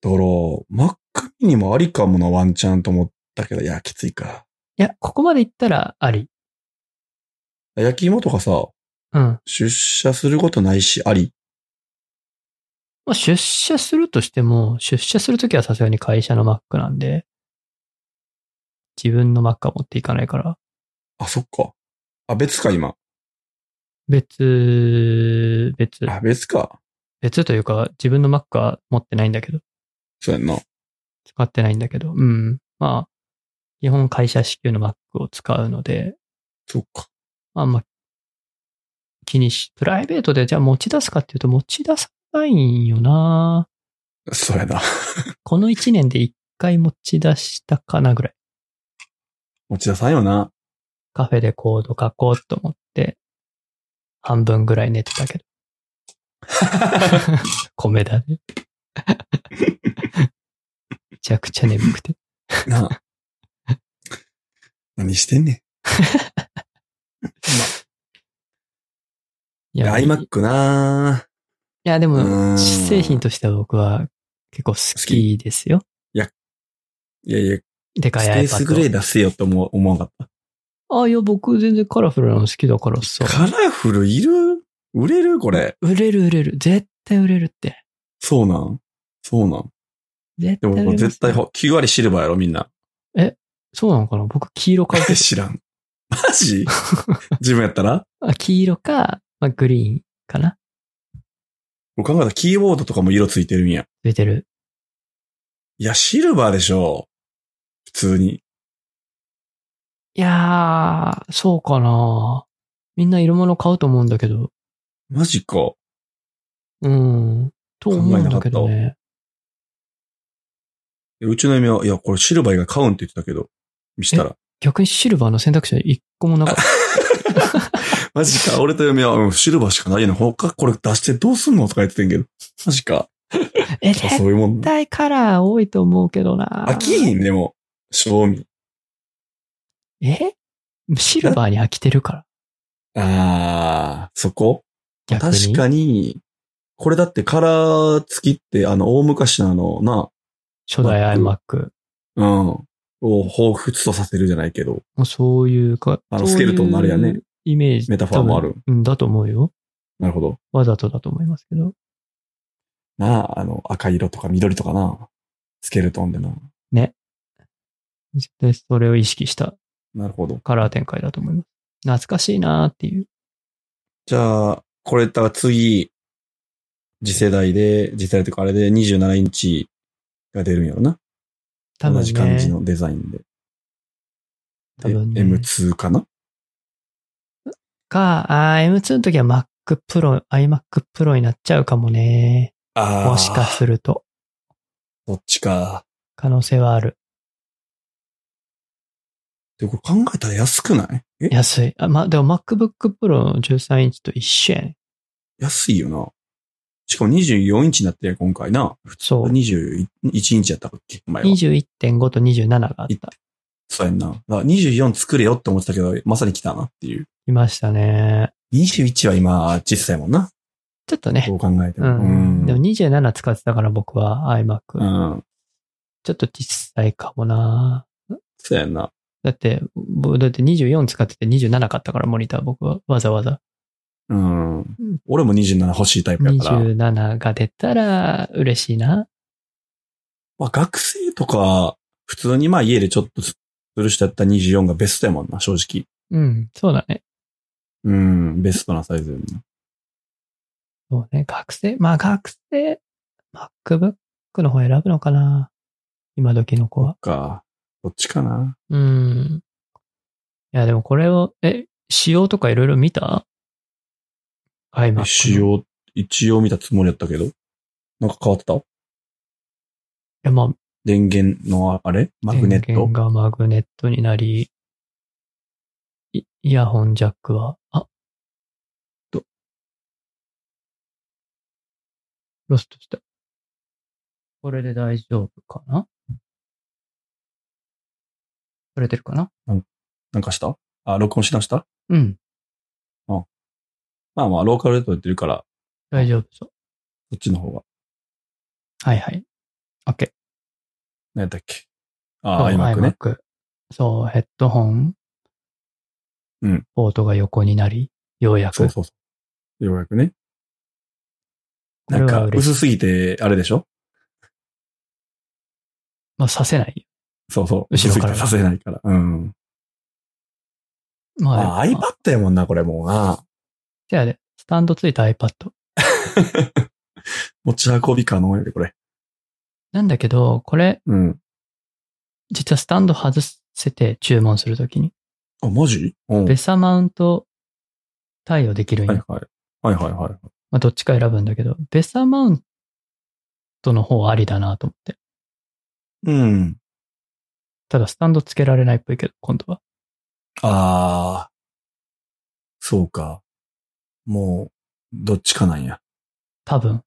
Speaker 2: だから、Mac mini もありかもな、ワンチャンと思ったけど、いや、きついか。
Speaker 1: いや、ここまでいったらあり。
Speaker 2: 焼き芋とかさ、
Speaker 1: うん。ま
Speaker 2: 出社することないし、あり。
Speaker 1: あ、出社するとしても、出社するときはさすがに会社の Mac なんで、自分の Mac は持っていかないから、
Speaker 2: あ、そっか。あ、別か、今。
Speaker 1: 別、別、
Speaker 2: あ、別か。
Speaker 1: 別というか、自分の Mac は持ってないんだけど、
Speaker 2: そうやんな。
Speaker 1: 使ってないんだけど、うん。まあ、基本会社支給の Mac を使うので、
Speaker 2: そっか。
Speaker 1: あんま気にし、プライベートでじゃあ持ち出すかっていうと持ち出さないんよな
Speaker 2: そうやな。
Speaker 1: この1年で1回持ち出したかなぐらい。
Speaker 2: 持ち出さんよな。
Speaker 1: カフェでコード書こうと思って、半分ぐらい寝てたけど。米だね。
Speaker 2: <laughs>
Speaker 1: めちゃくちゃ眠くて。
Speaker 2: なあ。 <laughs> 何してんね
Speaker 1: い
Speaker 2: ん。
Speaker 1: や、い
Speaker 2: iMac な
Speaker 1: やで
Speaker 2: うー
Speaker 1: も、
Speaker 2: ん
Speaker 1: 製品としては僕は結構好きですよ。
Speaker 2: いやいや、ス
Speaker 1: でかい iPad
Speaker 2: ペースグレー出せよって思う思わなかっ
Speaker 1: ああ、いや、僕全然カラフルなの好きだからさ
Speaker 2: た。。カラフルいる売れるこれ。
Speaker 1: 売れる売れる。絶対売れるって。
Speaker 2: そうなんそうなん
Speaker 1: 絶
Speaker 2: で
Speaker 1: 対売れ
Speaker 2: も
Speaker 1: ます
Speaker 2: 絶対ほ、9割シルバーやろみんな。
Speaker 1: そうなのかな僕黄色買うけ
Speaker 2: <laughs>
Speaker 1: ど
Speaker 2: 知らん。マジ自分やったら
Speaker 1: あ黄色か、まあ、グリーンかな
Speaker 2: 僕考えたらキーボードとかも色ついてるんや。
Speaker 1: 出てる。
Speaker 2: いや、シルバーでしょ。普通に。
Speaker 1: いやー、そうかなみんな色物買うと思うんだけど。
Speaker 2: マジか。
Speaker 1: うん。と思うんだけど
Speaker 2: 考え
Speaker 1: ね。
Speaker 2: うちの嫁は、いや、これシルバー以外買うんって言ってたけど、見したら。
Speaker 1: 逆にシルバーの選択肢は一個もなかっ
Speaker 2: <laughs>
Speaker 1: た。
Speaker 2: マジか、俺と嫁は、うん、シルバーしかないの。他これ出してどうすんのとか言ってたんやけど。マジか。
Speaker 1: え、
Speaker 2: あ
Speaker 1: 絶
Speaker 2: そういうもん。
Speaker 1: 対カラー多いと思うけどな
Speaker 2: 飽きひん、でも。賞味。
Speaker 1: えシルバーに飽きてるから。
Speaker 2: あー、そこ
Speaker 1: 逆に。
Speaker 2: 確かに、これだってカラー付きって、あの、大昔のあの、な、
Speaker 1: 初代 iMac。
Speaker 2: うん、を彷彿とさせるじゃないけど、
Speaker 1: もうそういうか。
Speaker 2: あのスケルトンのあれやね
Speaker 1: そういうイメージ。
Speaker 2: メタファーもある
Speaker 1: 多分。うん、だと思うよ。
Speaker 2: なるほど。
Speaker 1: わざとだと思いますけど。
Speaker 2: なあ、あの、赤色とか緑とかな、スケルトンでな。
Speaker 1: 絶対それを意識した
Speaker 2: なるほど。
Speaker 1: カラー展開だと思います。懐かしいなーっていう。
Speaker 2: じゃあ、これだから次、次世代で、次世代というかあれで27インチが出るんやろな。
Speaker 1: 多分
Speaker 2: 同
Speaker 1: ね。
Speaker 2: じ感じのデザインで。
Speaker 1: 多分ね
Speaker 2: で M2 かな
Speaker 1: か、あー M2 の時は Mac Pro、iMac Pro になっちゃうかもね。
Speaker 2: あ
Speaker 1: もしかすると。
Speaker 2: どっちか。
Speaker 1: 可能性はある。
Speaker 2: で、これ考えたら安くないえ
Speaker 1: 安い。あ、ま、でも MacBook Pro の13インチと一緒やね。
Speaker 2: 安いよな。しかも24インチになってるやん今回な。普通
Speaker 1: そう
Speaker 2: 21インチやったっけ前は。
Speaker 1: 21.5と27があっ
Speaker 2: い
Speaker 1: た。
Speaker 2: そうやんな。だから24作れよって思ってたけど、まさに来たなっていう。
Speaker 1: いましたね。
Speaker 2: 21は今、小さいもんな。
Speaker 1: ちょっとね
Speaker 2: ど。う考えて
Speaker 1: う
Speaker 2: も。
Speaker 1: ん。でも27使ってたから僕は iMac。
Speaker 2: うん。
Speaker 1: ちょっと小さいかもな。
Speaker 2: そうやんな。
Speaker 1: だって、僕だって24使ってて27買ったからモニター僕はわざわざ。
Speaker 2: うん。俺も27欲しいタイプやから。
Speaker 1: 27が出たら嬉しいな。
Speaker 2: まあ、学生とか、普通にまあ家でちょっとする人やったら24がベストやもんな、正直。
Speaker 1: うん、そうだね。
Speaker 2: うん、ベストなサイズやんな。
Speaker 1: そうね。学生、まあ学生、MacBook の方選ぶのかな。今時の子は。
Speaker 2: か。どっちかな。
Speaker 1: うん。いや、でもこれを、え、仕様とかいろいろ見た ?iMac の。
Speaker 2: 一応、一応見たつもりやったけど。なんか変わってた
Speaker 1: いや、まあ、
Speaker 2: 電源のあれマグネッ
Speaker 1: 電
Speaker 2: ト
Speaker 1: 源がマグネットになり、イイヤホンジャックは、あ、と、ロストした。これで大丈夫かな取れてるかな
Speaker 2: なんかしたあ、録音し直した
Speaker 1: うん、
Speaker 2: まあまあ、ローカルで撮ってるから、
Speaker 1: 大丈夫そう。
Speaker 2: そっちの方が。
Speaker 1: はいはい。OK。
Speaker 2: 何やったっけああ、iMac ね。
Speaker 1: iMac。そう、ヘッドホン。
Speaker 2: うん。
Speaker 1: ポートが横になり、ようやく。
Speaker 2: そうそうそう。ようやくね。なん
Speaker 1: これ
Speaker 2: か
Speaker 1: は、嬉しい
Speaker 2: 薄すぎて、あれでしょ
Speaker 1: まあ、させない。
Speaker 2: そうそう。
Speaker 1: 後ろから
Speaker 2: 薄すぎてさせないから。うん。
Speaker 1: まあ、
Speaker 2: あ、iPad やもんな、これもうな。
Speaker 1: じゃあね、スタンドついた iPad。
Speaker 2: 持ち運び可能やで、これ。
Speaker 1: なんだけど、これ、
Speaker 2: うん。
Speaker 1: 実はスタンド外せて注文するときに、
Speaker 2: あ、マジうん。は
Speaker 1: ベ
Speaker 2: い
Speaker 1: サマウント対応できるん
Speaker 2: は
Speaker 1: よ。
Speaker 2: い。はいはいはい。
Speaker 1: まあ、どっちか選ぶんだけど、ベサマウントの方はありだなと思って。
Speaker 2: うん。
Speaker 1: ただ、スタンドつけられないっぽいけど、今度は。
Speaker 2: ああ。そうか。もう、どっちかなんや。
Speaker 1: 多分。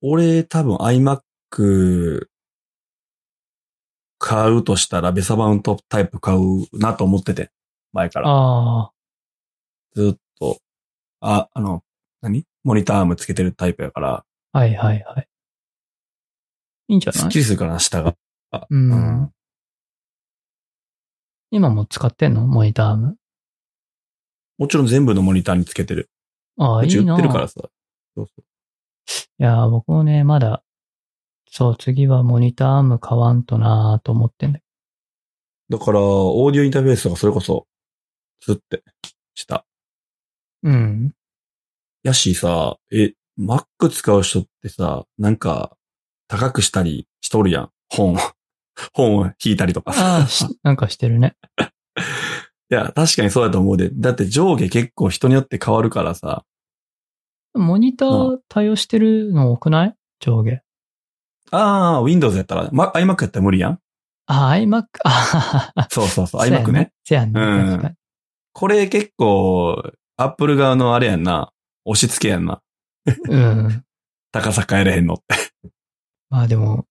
Speaker 2: 俺、多分 iMac 買うとしたらベサマウントタイプ買うなと思ってて。前から。
Speaker 1: ああ、
Speaker 2: ずっと。あ、あの、何モニターアームつけてるタイプやから、
Speaker 1: はいはいはい。いいんじゃ
Speaker 2: す
Speaker 1: な
Speaker 2: っ
Speaker 1: い
Speaker 2: きりするからな、下が。あ
Speaker 1: う。
Speaker 2: うんん。
Speaker 1: 今も使ってんのモニターアーム。
Speaker 2: もちろん全部のモニターにつけてる。
Speaker 1: ああ、
Speaker 2: う
Speaker 1: い
Speaker 2: ち
Speaker 1: い
Speaker 2: 売
Speaker 1: な。
Speaker 2: ってるからさ。そうそう。
Speaker 1: いやー、僕もね、まだ、そう、次はモニターアーム買わんとなーと思ってんだけ
Speaker 2: だから、オーディオインターフェースとかそれこそ、ずって、した。
Speaker 1: ど。うん。
Speaker 2: やしさ、え、Mac 使う人ってさ、なんか、高くしたりしとるやん。本。 <laughs> 本を <laughs> 引いたりとか
Speaker 1: あ
Speaker 2: さ
Speaker 1: あ、。 <laughs> しなんかしてるね。
Speaker 2: いや、確かにそうだと思うで。だって上下結構人によって変わるからさ。
Speaker 1: モニター対応してるの多くない上下。
Speaker 2: ああ、Windows やったら、ま、iMac やったら無理やん。
Speaker 1: あ、iMac、あ
Speaker 2: そうそうそう、
Speaker 1: そうや
Speaker 2: iMac ね。。
Speaker 1: せやんね。
Speaker 2: うん
Speaker 1: 確かに。
Speaker 2: これ結構、Apple 側のあれやんな。押し付けやんな。
Speaker 1: うん。
Speaker 2: 高さ変えれへんのって。 <laughs>
Speaker 1: まあでも、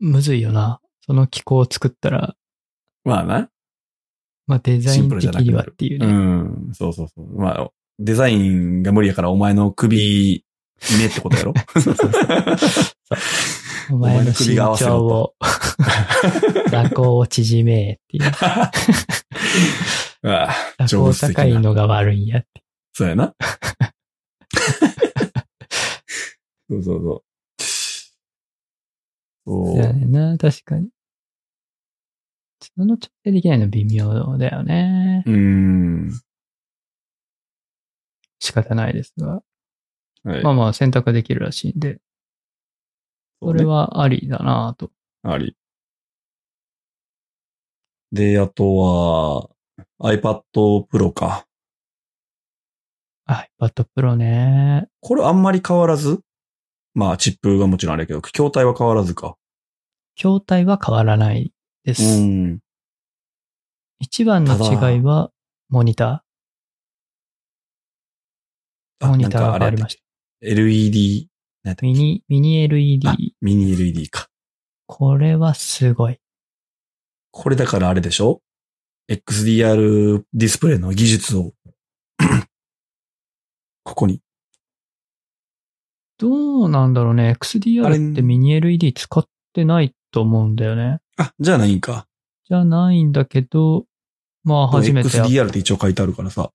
Speaker 1: むずいよな。その機構を作ったら、
Speaker 2: まあな。
Speaker 1: まあデザイ
Speaker 2: シン
Speaker 1: ン
Speaker 2: プルじ
Speaker 1: 的
Speaker 2: ゃなく
Speaker 1: に
Speaker 2: な
Speaker 1: はっ
Speaker 2: る
Speaker 1: ていう
Speaker 2: う
Speaker 1: ね。
Speaker 2: ん、そうそうそう。まあ、デザインが無理やからお前の首、ねってこと
Speaker 1: <laughs>
Speaker 2: やろ
Speaker 1: そうそうそう。お前の
Speaker 2: お前の
Speaker 1: 身
Speaker 2: 首が合わせろ
Speaker 1: 長を、
Speaker 2: <laughs>
Speaker 1: 座高を縮めっていう。
Speaker 2: あ
Speaker 1: 座
Speaker 2: あ、
Speaker 1: 高
Speaker 2: 上手的
Speaker 1: 高い
Speaker 2: な。
Speaker 1: のが悪いんやって。
Speaker 2: そうやな。そうそうそう。
Speaker 1: そ
Speaker 2: そう
Speaker 1: や
Speaker 2: う。
Speaker 1: ねんな、確かに。その調整できないの微妙だよね。
Speaker 2: うーん。
Speaker 1: 仕方ないですが。
Speaker 2: はい
Speaker 1: まあまあ選択できるらしいんで、それはありだなぁと。
Speaker 2: あり。で、あとは、iPad Pro か。
Speaker 1: あ iPad Pro ね。
Speaker 2: これあんまり変わらずまあ、チップがもちろんあれやけど、筐体は変わらずか。
Speaker 1: 筐体は変わらないです。
Speaker 2: ん。。
Speaker 1: 一番の違いは、モニター。モニターが変わりました。
Speaker 2: LED、なんやったったけ
Speaker 1: ミニ、ミニ LED。
Speaker 2: あミニ LED か。
Speaker 1: これはすごい。
Speaker 2: これだからあれでしょ ?XDR ディスプレイの技術を、 <coughs> ここに。
Speaker 1: どうなんだろうね。
Speaker 2: あれ
Speaker 1: XDR ってミニ LED 使ってないと思うんだよね。
Speaker 2: あ、じゃあないんか。
Speaker 1: じゃないんだけど、まあ初めて、
Speaker 2: XDR って一応書いてあるからさ。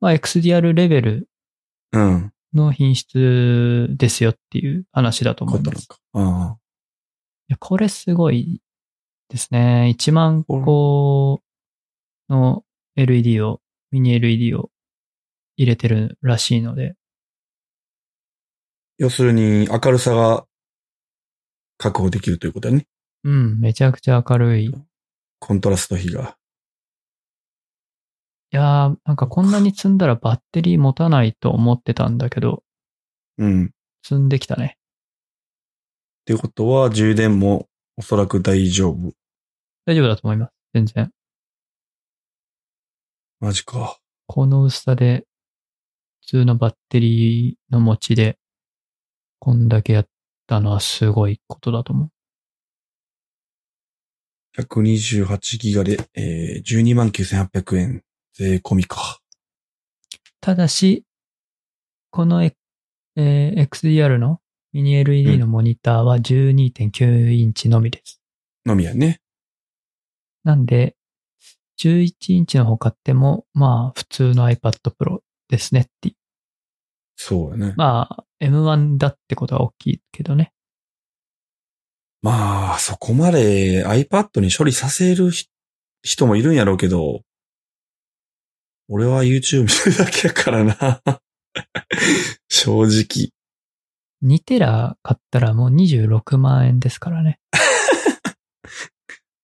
Speaker 1: まあ XDR レベル
Speaker 2: うん。
Speaker 1: の品質ですよっていう話だと
Speaker 2: 書
Speaker 1: 思い
Speaker 2: いてあ
Speaker 1: ま
Speaker 2: る
Speaker 1: す
Speaker 2: ん。か。うん。
Speaker 1: いや、これすごいですね。1万個の LED を、ミニ LED を入れてるらしいので、
Speaker 2: 要するに、明るさが確保できるということだね。
Speaker 1: うん、めちゃくちゃ明るい。い
Speaker 2: コントラスト比が。
Speaker 1: やー、なんかこんなに積んだらバッテリー持たないと思ってたんだけど、
Speaker 2: うん。っ
Speaker 1: 積んできたね。
Speaker 2: ていうことは、充電もおそらく大丈夫。
Speaker 1: 大丈夫だと思います。全然。
Speaker 2: マジか。
Speaker 1: この薄さで、普通のバッテリーの持ちで、こんだけやったのはすごいことだと思う。
Speaker 2: 128ギガで、えー、129,800円。税込みか。
Speaker 1: ただし、この、えー XDR のミニ LED のモニターは12.9インチのみです。
Speaker 2: のみやね。
Speaker 1: なんで、11インチの方買っても、まあ、普通の iPad Pro ですねっていう。
Speaker 2: そうやね。
Speaker 1: まあ、M1 だってことは大きいけどね。
Speaker 2: まあ、そこまで iPad に処理させるひ人もいるんやろうけど、俺は YouTube 見てるだけやからな。 <laughs> 正直。
Speaker 1: 2テラ買ったらもう26万円ですからね。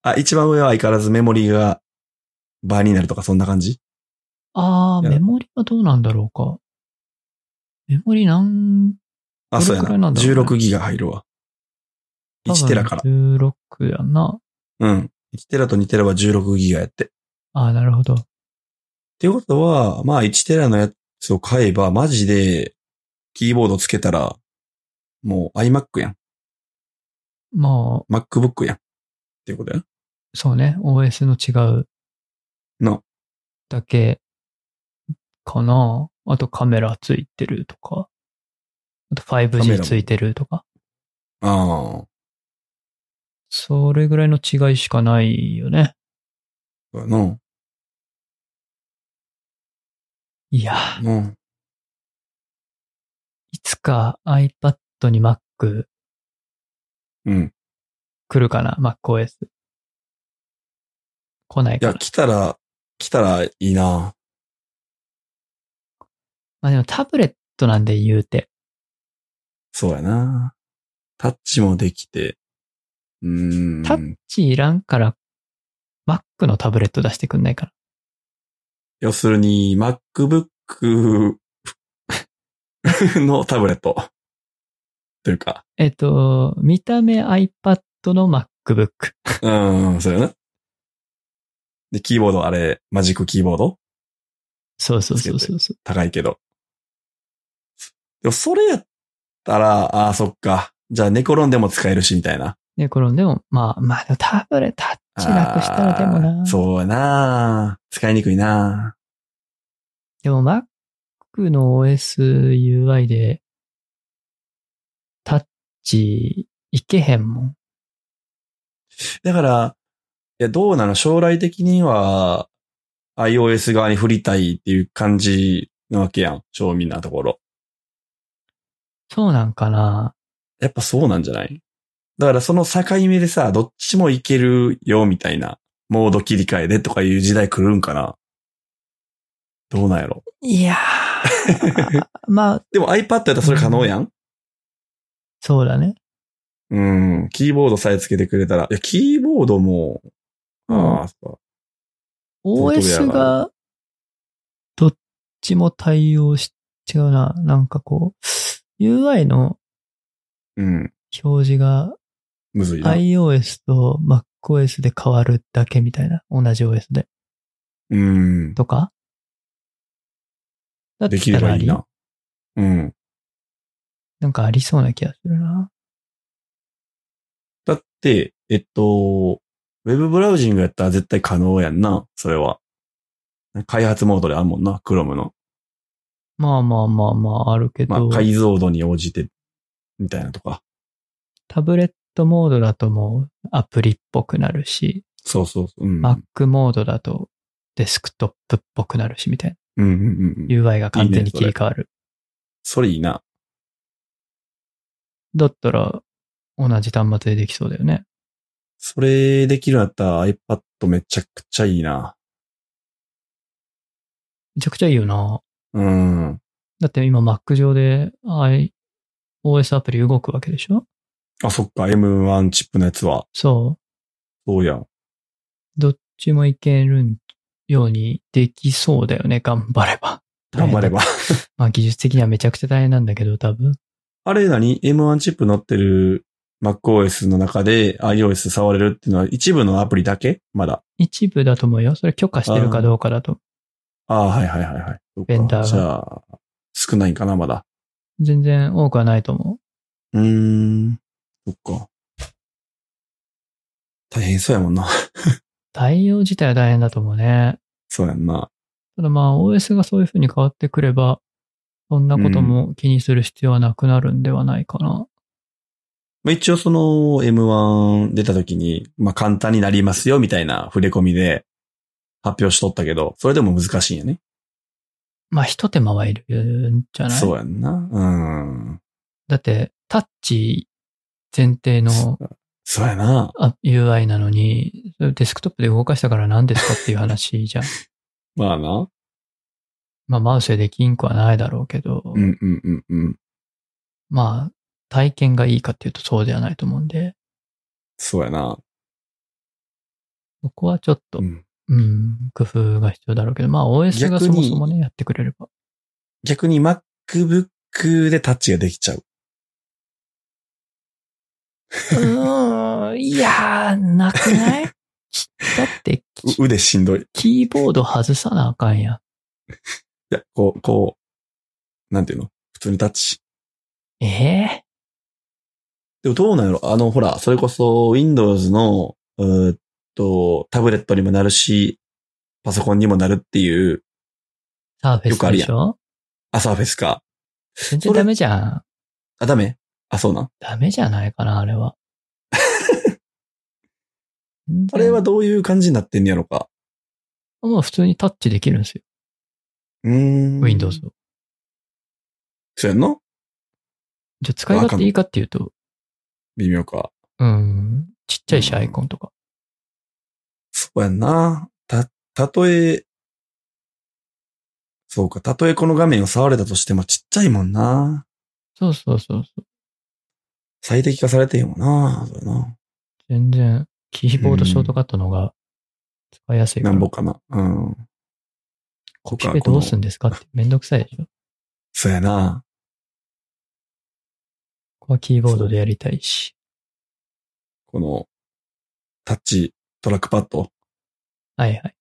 Speaker 2: あ、一番上は相変わらずメモリーが倍になるとかそんな感じ
Speaker 1: あー、
Speaker 2: いや
Speaker 1: メモリはどうなんだろうか。メモリ何
Speaker 2: あ、
Speaker 1: ど
Speaker 2: そう
Speaker 1: れ
Speaker 2: や
Speaker 1: くら
Speaker 2: な。
Speaker 1: いなんだろうね
Speaker 2: 16ギガ入るわ。1テラから
Speaker 1: 多。分16やな。
Speaker 2: うん。1テラと2テラは16ギガやって。っ
Speaker 1: あー、なるほど。
Speaker 2: ていうことは、まあ1テラのやつを買えば、マジで、キーボードつけたら、もう iMac やん。
Speaker 1: まあ、
Speaker 2: MacBook やん。っていうことやな。
Speaker 1: そうね、OS の違う
Speaker 2: の。
Speaker 1: だけかな。あとカメラついてるとか。あと
Speaker 2: カメラ
Speaker 1: 5G
Speaker 2: も
Speaker 1: ついてるとか。
Speaker 2: ああ。
Speaker 1: それぐらいの違いしかないよね。
Speaker 2: そうやな。
Speaker 1: いや、
Speaker 2: うん。
Speaker 1: いつか iPad に Mac 来
Speaker 2: うん。
Speaker 1: るかな ?MacOS。来ない
Speaker 2: い
Speaker 1: か
Speaker 2: や、
Speaker 1: な。
Speaker 2: 来たら、来たらいいな。
Speaker 1: まあでもタブレットなんで言うて。
Speaker 2: そうやな。タッチもできて。うーん。
Speaker 1: タッチいらんから Mac のタブレット出してくんないかな。
Speaker 2: 要するに、MacBook のタブレット。というか。
Speaker 1: えっと、見た目 iPad の MacBook。
Speaker 2: うん、そうやな。で、キーボード、あれ、マジックキーボード
Speaker 1: そうそうそうそうそう。
Speaker 2: 高いけど。でも、それやったら、ああー、そっか。じゃあ、寝転んでも使えるし、みたいな。
Speaker 1: ね、この、でも、まあ、まあ、でもタブレット、タッチなくしたらでも
Speaker 2: あー
Speaker 1: な。
Speaker 2: そうやな。使いにくいな。
Speaker 1: でも、Mac の OSUI で、タッチいけへんもん。
Speaker 2: だから、いや、どうなの将来的には、iOS 側に振りたいっていう感じなわけやん。正味なところ。
Speaker 1: そうなんかな。
Speaker 2: やっぱそうなんじゃないだからその境目でさ、どっちもいけるよみたいな、モード切り替えでとかいう時代来るんかなどうなんやろ
Speaker 1: いや <laughs> まあ、
Speaker 2: でも iPad やったらそれ可能やん。
Speaker 1: そうだね。
Speaker 2: うん。キーボードさえつけてくれたら。いや、キーボードも、ああ、そうか。本当や
Speaker 1: OS
Speaker 2: な
Speaker 1: が、どっちも対応し、違うな。なんかこう、UI の
Speaker 2: うん。
Speaker 1: 表示が
Speaker 2: むずいな。
Speaker 1: iOS と MacOS で変わるだけみたいな。同じ OS で。
Speaker 2: うん。
Speaker 1: とかだったら
Speaker 2: できれば
Speaker 1: あ
Speaker 2: いい
Speaker 1: り
Speaker 2: な。うん。
Speaker 1: なんかありそうな気がするな。
Speaker 2: だって、えっと、ウェブブラウジングやったら絶対可能やんな、それは。開発モードであんもんな、Chrome の。
Speaker 1: まあまあまあまあ、あるけ
Speaker 2: まあ、
Speaker 1: ど、
Speaker 2: 解像度に応じて、みたいなとか。
Speaker 1: タブレットモードだともうアプリっぽくなるし、
Speaker 2: そうそうそう。うん。うん
Speaker 1: Mac モードだとデスクトップっぽくなるしみたい
Speaker 2: うんう
Speaker 1: な。
Speaker 2: んうん。
Speaker 1: UI が完全に
Speaker 2: いいねそ
Speaker 1: 切
Speaker 2: れ
Speaker 1: り替わる。
Speaker 2: それいいな。
Speaker 1: だったら、同じ端末でできそうだよね。
Speaker 2: それできるんやったら iPad めちゃくちゃいいな。
Speaker 1: めちゃくちゃいいよな。
Speaker 2: うん。
Speaker 1: だって今 Mac 上で iOS アプリ動くわけでしょ
Speaker 2: あ、そっか、M1 チップのやつは。
Speaker 1: そ
Speaker 2: そうやん。
Speaker 1: う。どっちもいけるようにできそうだよね。頑張れば。 <laughs>
Speaker 2: 頑張れば。 <laughs>
Speaker 1: まあ技術的にはめちゃくちゃ大変なんだけど、多分。
Speaker 2: あれ何 ?M1 チップ乗ってる MacOS の中で iOS 触れるっていうのは一部のアプリだけまだ。
Speaker 1: 一部だと思うよ。それ許可してるかどうかだと。
Speaker 2: ああ、はいはいはいはい。そっか
Speaker 1: ベンダーが
Speaker 2: じゃあ、少ないんかな、まだ。
Speaker 1: 全然多くはないと思
Speaker 2: うーん。そっか。大変そうやもんな。
Speaker 1: う。対応自体は大変だと思うね。
Speaker 2: そうやんな。
Speaker 1: ただまあ OS がそういう風に変わってくれば、そんなことも気にする必要はなくなるんではないかな。
Speaker 2: まあ、一応その M1 出た時に、まあ、簡単になりますよ、みたいな触れ込みで発表しとったけど、それでも難しいんやね。
Speaker 1: まあ一手間はいるんじゃない
Speaker 2: そうやんな。うん。
Speaker 1: だってタッチ前提の
Speaker 2: そうやな。
Speaker 1: あ UI なのに、それデスクトップで動かしたから何ですかっていう話じゃん。
Speaker 2: まあな。
Speaker 1: まあマウスでできんくはないだろうけど、
Speaker 2: うんうんうんうん。
Speaker 1: まあ体験がいいかっていうとそうではないと思うんで、
Speaker 2: そうやな。
Speaker 1: そこはちょっと
Speaker 2: うん
Speaker 1: うん、工夫が必要だろうけど、まあ OS がそ
Speaker 2: 逆に
Speaker 1: もそもね、やってくれれば。
Speaker 2: 逆に MacBook でタッチができちゃう。
Speaker 1: うん、いやー、なくない <laughs> きだってき、
Speaker 2: う腕しんどい。い
Speaker 1: キーボード外さなあかんやん。
Speaker 2: や、こう、こう、なんていうの普通にタッチ。
Speaker 1: ええ
Speaker 2: でもどうなんやろあの、ほら、それこそ Windows の、うーっと、タブレットにもなるし、パソコンにもなるっていう、
Speaker 1: サーフェ
Speaker 2: よくあ
Speaker 1: ス
Speaker 2: る
Speaker 1: で
Speaker 2: やん
Speaker 1: しょ
Speaker 2: アサーフェスか。
Speaker 1: 全然
Speaker 2: それ
Speaker 1: ダメじゃん。
Speaker 2: あ、ダメあ、そうなん。
Speaker 1: ダメじゃないかな、あれは。
Speaker 2: <laughs> あれは
Speaker 1: 全
Speaker 2: どういう感じになってんねやろか。
Speaker 1: 然もう普通にタッチできるんですよ。
Speaker 2: うーん。
Speaker 1: Windows を。
Speaker 2: そうやんの
Speaker 1: じゃあ使い勝手いいかっていうと、
Speaker 2: 微妙か。
Speaker 1: うん、ちっちゃいし、
Speaker 2: うん
Speaker 1: アイコンとか。
Speaker 2: そうやんな。た、たとえ、そうか、たとえこの画面を触れたとしてもちっちゃいもんな。
Speaker 1: そうそうそうそう。
Speaker 2: 最適化されてんもんな。そうやな。
Speaker 1: 全然、キーボードショートカットの方が使いやすいか
Speaker 2: な
Speaker 1: ら。
Speaker 2: んぼかな。うん。
Speaker 1: コピペどうすんですかってめんどくさいでしょ。こ
Speaker 2: そうやな。
Speaker 1: こはキーボードでやりたいし。
Speaker 2: この、タッチ、トラックパッド
Speaker 1: はいはい。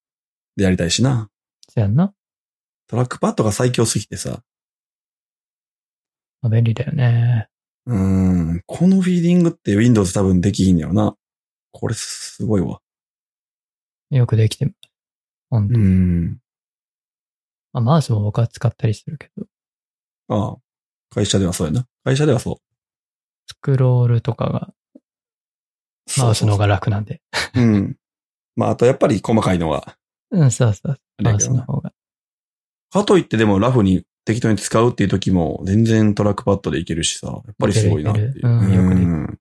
Speaker 2: でやりたいしな。
Speaker 1: そやんな。
Speaker 2: トラックパッドが最強すぎてさ。
Speaker 1: まあ、便利だよね。
Speaker 2: うーん。このフィーディングって Windows 多分できひんやろな。これすごいわ。
Speaker 1: よくできてる。ほん
Speaker 2: う
Speaker 1: と。
Speaker 2: ん。
Speaker 1: まあ、マウスも僕は使ったりするけど、
Speaker 2: ああ。会社ではそうやな。会社ではそう。
Speaker 1: スクロールとかが、マウスの方が楽なんで。
Speaker 2: うん。まあ、あとやっぱり細かいのは、
Speaker 1: うん、そうそう。
Speaker 2: あれ
Speaker 1: マ
Speaker 2: や
Speaker 1: ウ
Speaker 2: け
Speaker 1: ス
Speaker 2: ど
Speaker 1: の
Speaker 2: な。
Speaker 1: 方が。
Speaker 2: かといってでもラフに適当に使うっていう時も、全然トラックパッドでいけるしさ、やっぱりすごいなってい
Speaker 1: いけ
Speaker 2: う。
Speaker 1: るいけるうんよくできる
Speaker 2: うん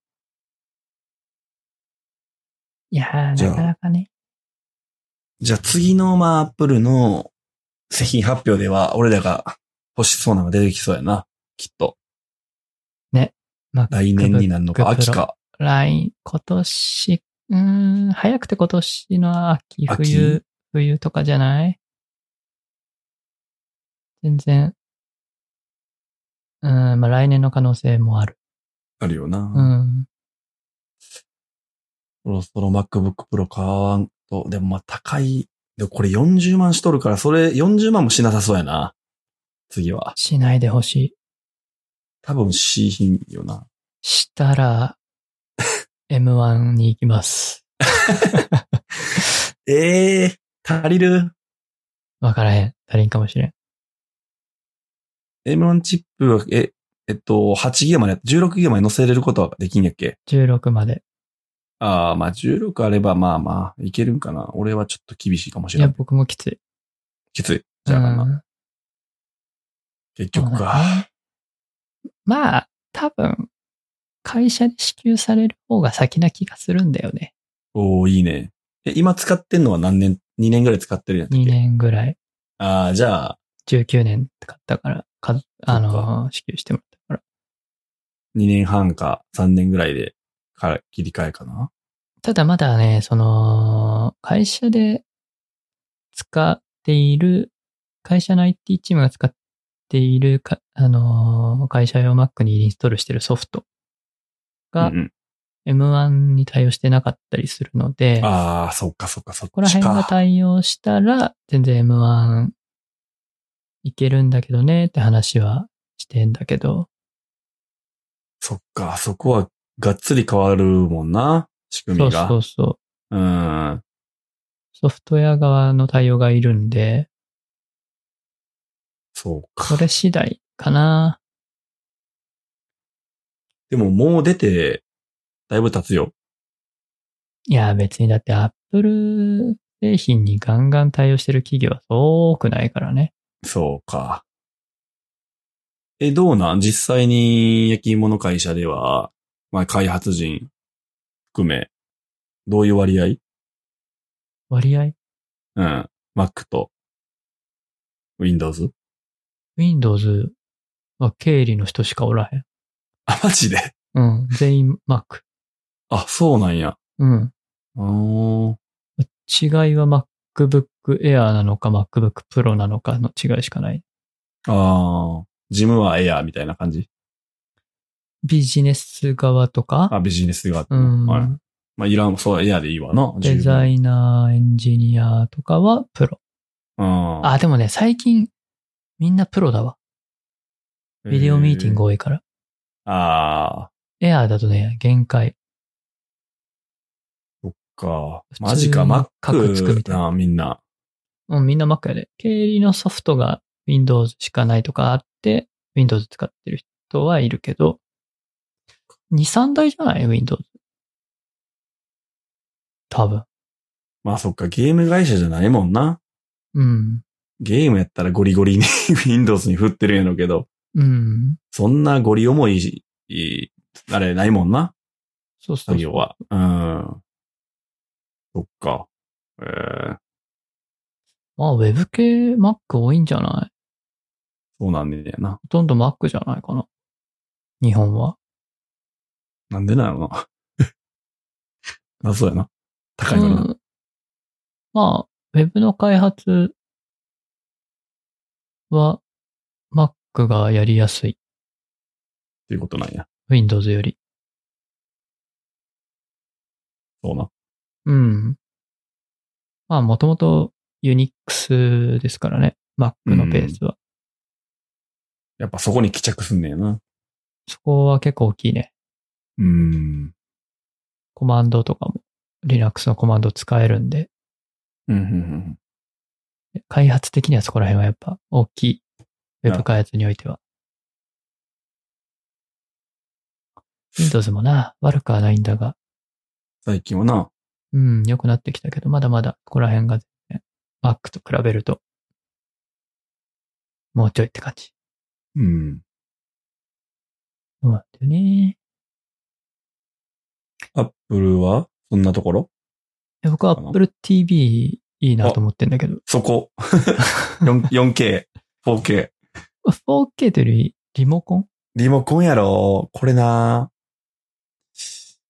Speaker 1: いやー、
Speaker 2: じゃあ
Speaker 1: なかなかね。
Speaker 2: じゃあ次の、まあ、アップルの製品発表では、俺らが欲しそうなのが出てきそうやな。きっと。
Speaker 1: まあ、
Speaker 2: 来年になるのか、
Speaker 1: グップ
Speaker 2: 秋
Speaker 1: ロ
Speaker 2: か。
Speaker 1: 来、今年、うーん、早くて今年の秋、
Speaker 2: 秋
Speaker 1: 冬、冬とかじゃない全然。うん、まあ来年の可能性もある。
Speaker 2: あるよ
Speaker 1: う
Speaker 2: な。
Speaker 1: ん。
Speaker 2: そろそろ MacBook Pro 買わんと。でもまあ高い。でもこれ40万しとるから、それ40万もしなさそうやな。次は。
Speaker 1: しないでほしい。
Speaker 2: 多分 C 品よな。
Speaker 1: した
Speaker 2: <laughs>
Speaker 1: ら、M1 に行きます。
Speaker 2: ええ足りる
Speaker 1: わからへん。足りんかもしれん。
Speaker 2: ?M1 チップは、え、えっと、8GB まで、16GB まで載せれることはできんやっけ
Speaker 1: 16まで。
Speaker 2: ああ、まあ16あれば、まあまあ、いけるんかな。俺はちょっと厳しいかもし
Speaker 1: い
Speaker 2: れ
Speaker 1: や、
Speaker 2: ない。
Speaker 1: 僕もきつい。
Speaker 2: きつい。じゃあかな、
Speaker 1: うん
Speaker 2: 結局か。
Speaker 1: まあ、多分、会社で支給される方が先な気がするんだよね。
Speaker 2: おおいいね。え、今使ってんのは何年 ?2 年ぐらい使ってるやつ
Speaker 1: 2年ぐらい。
Speaker 2: ああ、じゃあ、
Speaker 1: 19年買ったから、かあ
Speaker 2: そ
Speaker 1: の、支給してもらったから。
Speaker 2: 2年半か3年ぐらいでから切り替えかな。
Speaker 1: ただまだね、その、会社で使っている、会社の IT チームが使っているか、あのー、会社用 Mac にインストールしてるソフトが
Speaker 2: うんうん、
Speaker 1: M1 に対応してなかったりするので、
Speaker 2: ああ、そっかそっかそっ
Speaker 1: ここら
Speaker 2: ち
Speaker 1: 辺が
Speaker 2: か。
Speaker 1: 対応したら、全然 M1 いけるんだけどねって話はしてんだけど、
Speaker 2: そっか、そこはがっつり変わるもんな。仕組
Speaker 1: そ
Speaker 2: み
Speaker 1: う
Speaker 2: が。
Speaker 1: そうそう。
Speaker 2: うん。
Speaker 1: ソフトウェア側の対応がいるんで、
Speaker 2: そう
Speaker 1: こ
Speaker 2: か。
Speaker 1: れ次第かな。
Speaker 2: でももう出て、だいぶ経つよ。
Speaker 1: いや、別にだって Apple 製品にガンガン対応してる企業はそう多くないからね。
Speaker 2: そうか。え、どうなん実際に焼き芋の会社では、まあ開発人含め、どういう割合
Speaker 1: 割合
Speaker 2: うん。Mac と Windows?
Speaker 1: ?Windows は経理の人しかおらへん。
Speaker 2: あ、マジで
Speaker 1: うん。全員 Mac。
Speaker 2: あ、そうなんや。
Speaker 1: うん。
Speaker 2: うーん。
Speaker 1: 違いは MacBook Air なのか MacBook Pro なのかの違いしかない。
Speaker 2: ああ。ジムはエアーみたいな感じ
Speaker 1: ビジネス側と
Speaker 2: あ、
Speaker 1: か、
Speaker 2: ビジネスがあって
Speaker 1: う
Speaker 2: ね、
Speaker 1: ん、
Speaker 2: はい。まあ、いらん、そう、エアーでいいわな。
Speaker 1: デザ
Speaker 2: イン。
Speaker 1: イナー、エンジニアとかはプロ。
Speaker 2: うん。
Speaker 1: あ、でもね、最近みんなプロだわ。ビデオミーティング
Speaker 2: を。
Speaker 1: 多いから。
Speaker 2: ああ。
Speaker 1: エアーだとね、限界。
Speaker 2: か。
Speaker 1: 普通に
Speaker 2: マジか、Mac
Speaker 1: 格つくみたい
Speaker 2: な、みんな。
Speaker 1: もうみんな Mac やで。経理のソフトが Windows しかないとかあって、Windows 使ってる人はいるけど、2、3台じゃない ?Windows。多分。
Speaker 2: まあそっか、ゲーム会社じゃないもんな。
Speaker 1: うん。
Speaker 2: ゲームやったらゴリゴリに <laughs> Windows に振ってるんやろうけど、
Speaker 1: うん。
Speaker 2: そんなゴリ重い、いあれないもんな、
Speaker 1: そうそうそう
Speaker 2: 作業は。うん。そっか。えー、
Speaker 1: まあ、ウェブ系 Mac 多いんじゃない
Speaker 2: そうなんねやな。
Speaker 1: ほとんど Mac じゃないかな。日本は。
Speaker 2: なんでなのな。 <laughs> あ、そうやな。高いのにな。
Speaker 1: うんまあ、ウェブの開発は Mac がやりやすい。
Speaker 2: っていうことなんや。
Speaker 1: Windows より。
Speaker 2: そうな。
Speaker 1: うん。まあ、もともと Unix ですからね。Mac のベースは。
Speaker 2: やっぱそこに帰着すんねやな。
Speaker 1: そこは結構大きいね。
Speaker 2: うん。
Speaker 1: コマンドとかも Linux のコマンド使えるんで、
Speaker 2: うん、うん、うん。
Speaker 1: 開発的にはそこら辺はやっぱ大きい。ウェブ開発においては。Windows もな、悪くはないんだが、
Speaker 2: 最近はな、
Speaker 1: うん、良くなってきたけど、まだまだここら辺が、ね、Mac と比べると、もうちょいって感じ。
Speaker 2: うん。
Speaker 1: そうなんだよね。
Speaker 2: アップルは、そんなところ
Speaker 1: いや僕は Apple <laughs> TV いいなと思ってんだけど、
Speaker 2: そこ。4- 4K、4K。
Speaker 1: 4K というよりリモコン
Speaker 2: リモコンやろこれな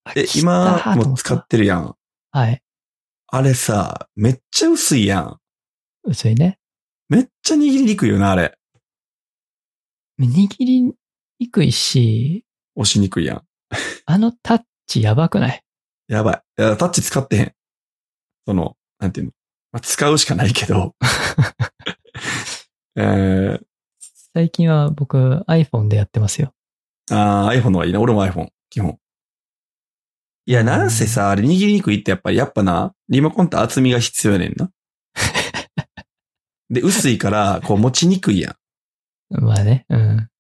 Speaker 1: あ
Speaker 2: え、
Speaker 1: 来た
Speaker 2: 今
Speaker 1: ーと思
Speaker 2: も使ってるやん。
Speaker 1: たはい。
Speaker 2: あれさ、めっちゃ薄いやん。
Speaker 1: 薄いね。
Speaker 2: めっちゃ握りにくいよな、あれ。
Speaker 1: 握りにくいし、
Speaker 2: 押しにくいやん。
Speaker 1: あのタッチやばくない
Speaker 2: やばい。いやタッチ使ってへん。その、なんていうの。まあ、使うしかない
Speaker 1: <laughs>
Speaker 2: けど。えー、
Speaker 1: 最近は僕 iPhone でやってますよ。
Speaker 2: あー iPhone の方がいいな。俺も iPhone。基本。いや、なんせさ、あれ握りにくいってやっぱり、やっぱな、リモコンって厚みが必要やねんな。で、薄いから、こう持ちにくいやん。
Speaker 1: まあね。うん。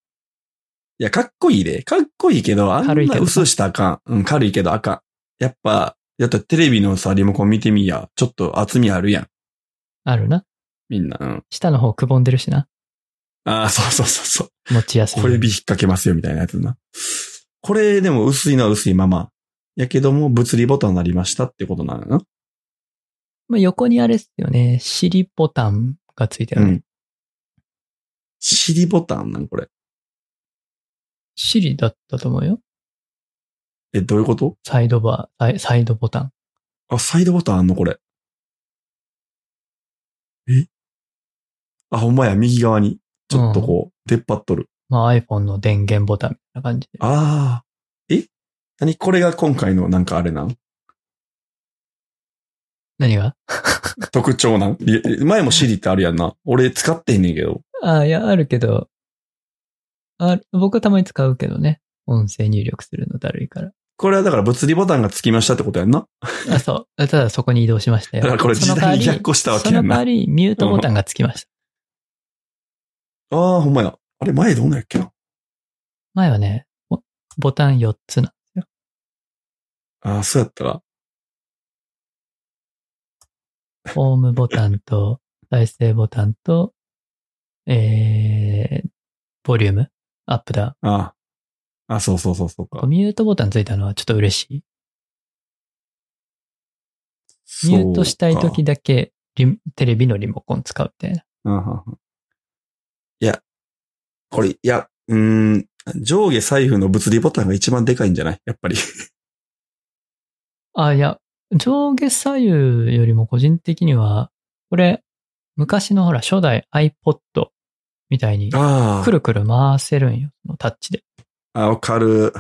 Speaker 2: いや、かっこいいで。かっこいいけど、あん
Speaker 1: 軽いけ
Speaker 2: な
Speaker 1: ど
Speaker 2: 薄したらあかん。うん、軽いけどあかん。やっぱ、やったらテレビのさ、リモコン見てみや。ちょっと厚みあるやん。
Speaker 1: あるな。
Speaker 2: みんな。うん。
Speaker 1: 下の方くぼんでるしな。
Speaker 2: ああ、そうそうそうそう。
Speaker 1: 持ちやすい。
Speaker 2: 小指引っ掛けますよみたいなやつな。これでも薄いのは薄いまま。やけども物理ボタンになりましたってことなのよな。
Speaker 1: まあ、横にあれっすよね。シリボタンがついてる、ね
Speaker 2: うん。シリボタンなんこれ。
Speaker 1: シリだったと思うよ。
Speaker 2: え、どういうこと
Speaker 1: サイドバー、サイサイドボタン。
Speaker 2: あ、サイドボタンあんのこれ。えあ、ほんまや、右側に。ちょっとこう、出っ張っとる。
Speaker 1: まあ、iPhone の電源ボタンみたいな感じで。
Speaker 2: ああ。え何これが今回のなんかあれなん
Speaker 1: 何が
Speaker 2: 特徴なんいや前もシリってあるやんな。俺使ってへんねんけど。
Speaker 1: ああ、いや、あるけど、あ僕はたまに使うけどね。音声入力するのだるいから。
Speaker 2: これはだから物理ボタンがつきましたってことやんな。
Speaker 1: あ、そう。あただそこに移動しましたよ。
Speaker 2: だからこれ
Speaker 1: その
Speaker 2: 時
Speaker 1: 代わ
Speaker 2: 代
Speaker 1: り
Speaker 2: に逆行したわけ
Speaker 1: そ
Speaker 2: や
Speaker 1: の代
Speaker 2: んな
Speaker 1: わ。り、ミュートボタンがつきました。
Speaker 2: ああ、ほんまや。あれ、前どんなんやっけな
Speaker 1: 前はね、ボボタン4つな。
Speaker 2: ああ、そうやったら。
Speaker 1: ホームボタンと、再生ボタンと、えー、ボリューム、アップダ
Speaker 2: ああ。あ、そうそうそうそう
Speaker 1: ウン。
Speaker 2: か。
Speaker 1: ミュートボタンついたのはちょっと嬉しい。ミュートしたい時
Speaker 2: だ。
Speaker 1: だけリ、テレビのリモコン使うみたいな。
Speaker 2: うんうんうんいや、これ、いや、うーん、上下左右の物理ボタンが一番でかいんじゃないやっぱり。
Speaker 1: あ、いや、上下左右よりも個人的には、これ、昔のほら、初代 iPod みたいに、
Speaker 2: あ
Speaker 1: くるくる回せるんよ、そのタッチで。
Speaker 2: <laughs> あ。あ、わかる。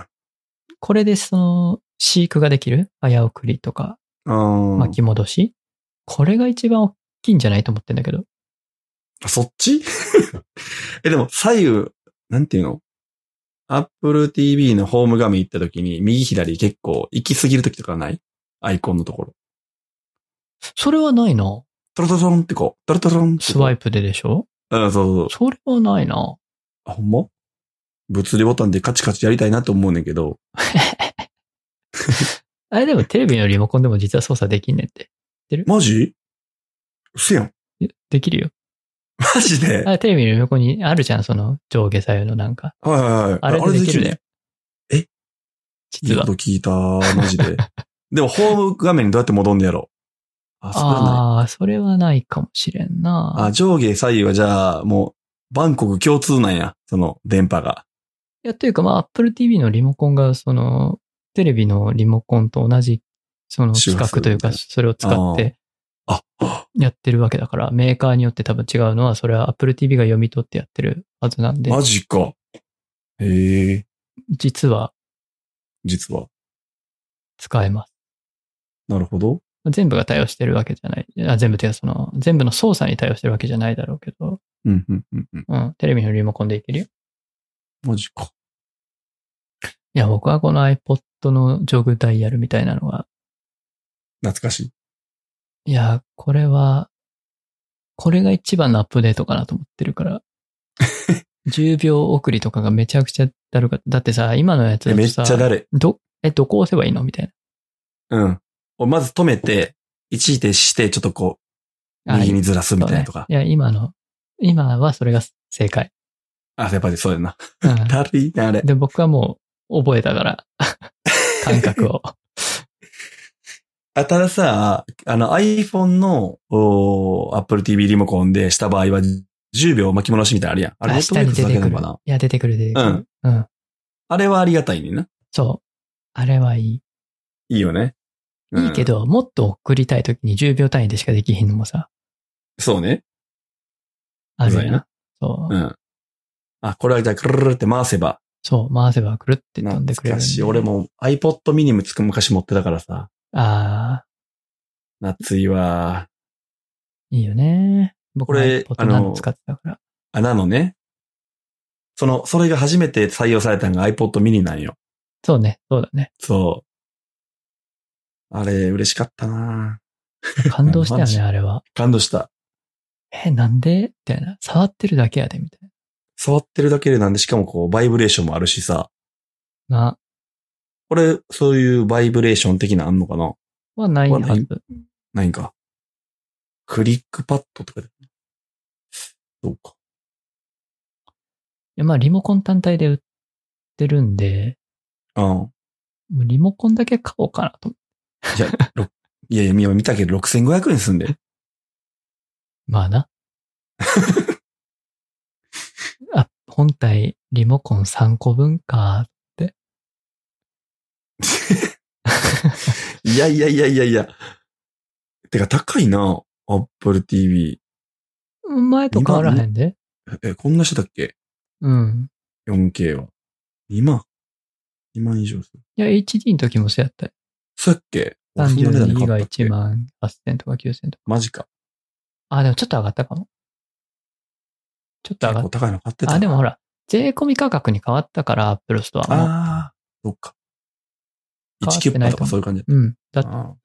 Speaker 1: これでその、飼育ができる早送りとか、
Speaker 2: うん。
Speaker 1: 巻き戻し、これが一番大きいんじゃないと思ってんだけど。
Speaker 2: あそっち <laughs> え、でも左右、なんていうの ?Apple TV のホーム画面行った時に、右左結構行き過ぎる時とかないアイコンのところ。
Speaker 1: それはないな。
Speaker 2: トロトロトロンってこう、トロトロトロン
Speaker 1: スワイ
Speaker 2: プ。
Speaker 1: プででしょ
Speaker 2: うん、そうそうそ
Speaker 1: そ
Speaker 2: う。
Speaker 1: れはないな。
Speaker 2: あ、ほんま物理ボタンでカチカチやりたいなと思うねんけど。
Speaker 1: あれでもテレビのリモコンでも実は操作できんねんって。
Speaker 2: マジ嘘やん。
Speaker 1: えできるよ。
Speaker 2: マジではい
Speaker 1: あテレビのリモコンにあるじゃん、その上下左右のなんか。
Speaker 2: はいはい。
Speaker 1: あれでできるね。
Speaker 2: いい
Speaker 1: 実
Speaker 2: こ
Speaker 1: は
Speaker 2: と。聞いた、マ
Speaker 1: <laughs>
Speaker 2: ジで。でも、ホーム画面にどうやって戻んねやろ。あ、それはない。
Speaker 1: ああー、それはないかもしれんな。
Speaker 2: あ、上下左右はじゃあ、もう、バンコク共通なんや。その、電波が。
Speaker 1: いや、というか、まあ、Apple TV のリモコンが、その、テレビのリモコンと同じ、その、
Speaker 2: 周
Speaker 1: 規
Speaker 2: 波数
Speaker 1: 格というか、
Speaker 2: みたい
Speaker 1: それを使って
Speaker 2: あ
Speaker 1: やってるわけだから、メーカーによって多分違うのは、それは Apple TV が読み取ってやってるはずなんで、
Speaker 2: マジか。へえ、
Speaker 1: 実は
Speaker 2: 実は。
Speaker 1: 使えます。
Speaker 2: なるほど。
Speaker 1: 全部が対応してるわけじゃない。あ全部っていうか、その、全部の操作に対応してるわけじゃないだろうけど、
Speaker 2: うん、うん、うん、うん。
Speaker 1: うん、テレビのリモコンでいけるよ。
Speaker 2: マジか。
Speaker 1: いや、僕はこの iPod のジョグダイヤルみたいなのが、
Speaker 2: 懐かしい。
Speaker 1: いや、これは、これが一番のアップデートかなと思ってるから。10秒送りとかがめちゃくちゃだるかった。だってさ、今のやつ
Speaker 2: え
Speaker 1: だ
Speaker 2: め
Speaker 1: と
Speaker 2: っち
Speaker 1: さ、
Speaker 2: ゃ誰
Speaker 1: ど、え、どこ押せばいいのみたい
Speaker 2: うん。をまず止めて、一時停止して、ちょっとこう、
Speaker 1: な。
Speaker 2: 右にずらすみたいなと
Speaker 1: あ
Speaker 2: か。
Speaker 1: いいねいや、今の、今はそれが正解。
Speaker 2: あ、やっぱりそうやな。
Speaker 1: うん
Speaker 2: <laughs> だるいな、あれ。
Speaker 1: で、僕はもう覚えた
Speaker 2: <laughs>
Speaker 1: から、感覚を。
Speaker 2: あ、たださ、あの iPhone のおー Apple TV リモコンでした場合は、 10秒巻き戻しみたいなのあるやん。あれ、ネットフリックス
Speaker 1: 出
Speaker 2: だけ
Speaker 1: て
Speaker 2: な
Speaker 1: く
Speaker 2: の
Speaker 1: る。
Speaker 2: か
Speaker 1: い
Speaker 2: な
Speaker 1: や、出てくる、出てくる。うん。
Speaker 2: あれはありがたいねんな。
Speaker 1: そう。あれはいい。
Speaker 2: いいよね。うん
Speaker 1: いいけ。ど、もっと送りたいときに10秒単位でしかできへんのもさ、
Speaker 2: そうね。
Speaker 1: ある
Speaker 2: そう
Speaker 1: や
Speaker 2: や
Speaker 1: な
Speaker 2: な。
Speaker 1: そう。
Speaker 2: うん。あ、これはじゃあ、くるるるって回せば。
Speaker 1: そう、回せばくるって飛んで
Speaker 2: 懐
Speaker 1: くれるん
Speaker 2: か
Speaker 1: で。
Speaker 2: しい。俺。も iPod mini もつく昔持ってたからさ。
Speaker 1: ああ、
Speaker 2: 夏いわ。
Speaker 1: いいよね。僕
Speaker 2: これ
Speaker 1: ポッ
Speaker 2: あ
Speaker 1: ト
Speaker 2: の
Speaker 1: ナ使ってたから。
Speaker 2: あ、なのね。その、それが初めて採用されたのが iPod mini なんよ。
Speaker 1: そうね、そうだね。
Speaker 2: そう。あれ、嬉しかったな
Speaker 1: 感動したよ
Speaker 2: <laughs> マジ
Speaker 1: ね、あれは。
Speaker 2: 感動した。
Speaker 1: え、なんでみたいな。触ってるだけやで、みたい
Speaker 2: 触ってるだけでなんで、しかもこう、バイブレーションもあるしさ。
Speaker 1: な。な、
Speaker 2: これ、そういうバイブレーション的なのあんのかな
Speaker 1: はないは
Speaker 2: はない
Speaker 1: ず。
Speaker 2: ないんか。クリックパッドとかで。そうか。
Speaker 1: いやまあ、リモコン単体で売ってるんで、
Speaker 2: うん。
Speaker 1: もうリモコンだけ買おうかなと思って。
Speaker 2: いや、ろいやいや、今見たけど6500円すんで。 <laughs>
Speaker 1: まあな。あ、本体、リモコン3個分か。
Speaker 2: いやいやいやいやいや。てか高いな。Apple TV。
Speaker 1: 前と変わらへんで。
Speaker 2: え、こんな人だっけ
Speaker 1: うん。
Speaker 2: ?4K は。2万 ?2 万以上する。
Speaker 1: いや、HD の時もそうやったよ。
Speaker 2: そうやっけ俺そんな値段で
Speaker 1: 32が
Speaker 2: 買ったっけ
Speaker 1: 1万8000とか9000とか。
Speaker 2: マジか。
Speaker 1: あ、でもちょっと上がったかも。ちょっと上が
Speaker 2: 結
Speaker 1: っ
Speaker 2: 構高いの買って
Speaker 1: た。
Speaker 2: た。
Speaker 1: あ、でもほら、税込み価格に変わったから、アップルストアも。
Speaker 2: ああ、そっか。
Speaker 1: 変わって
Speaker 2: 1キュッ
Speaker 1: な
Speaker 2: パ
Speaker 1: い
Speaker 2: と
Speaker 1: と
Speaker 2: か
Speaker 1: 思う
Speaker 2: そういう感じだ
Speaker 1: うん。だ
Speaker 2: ったな。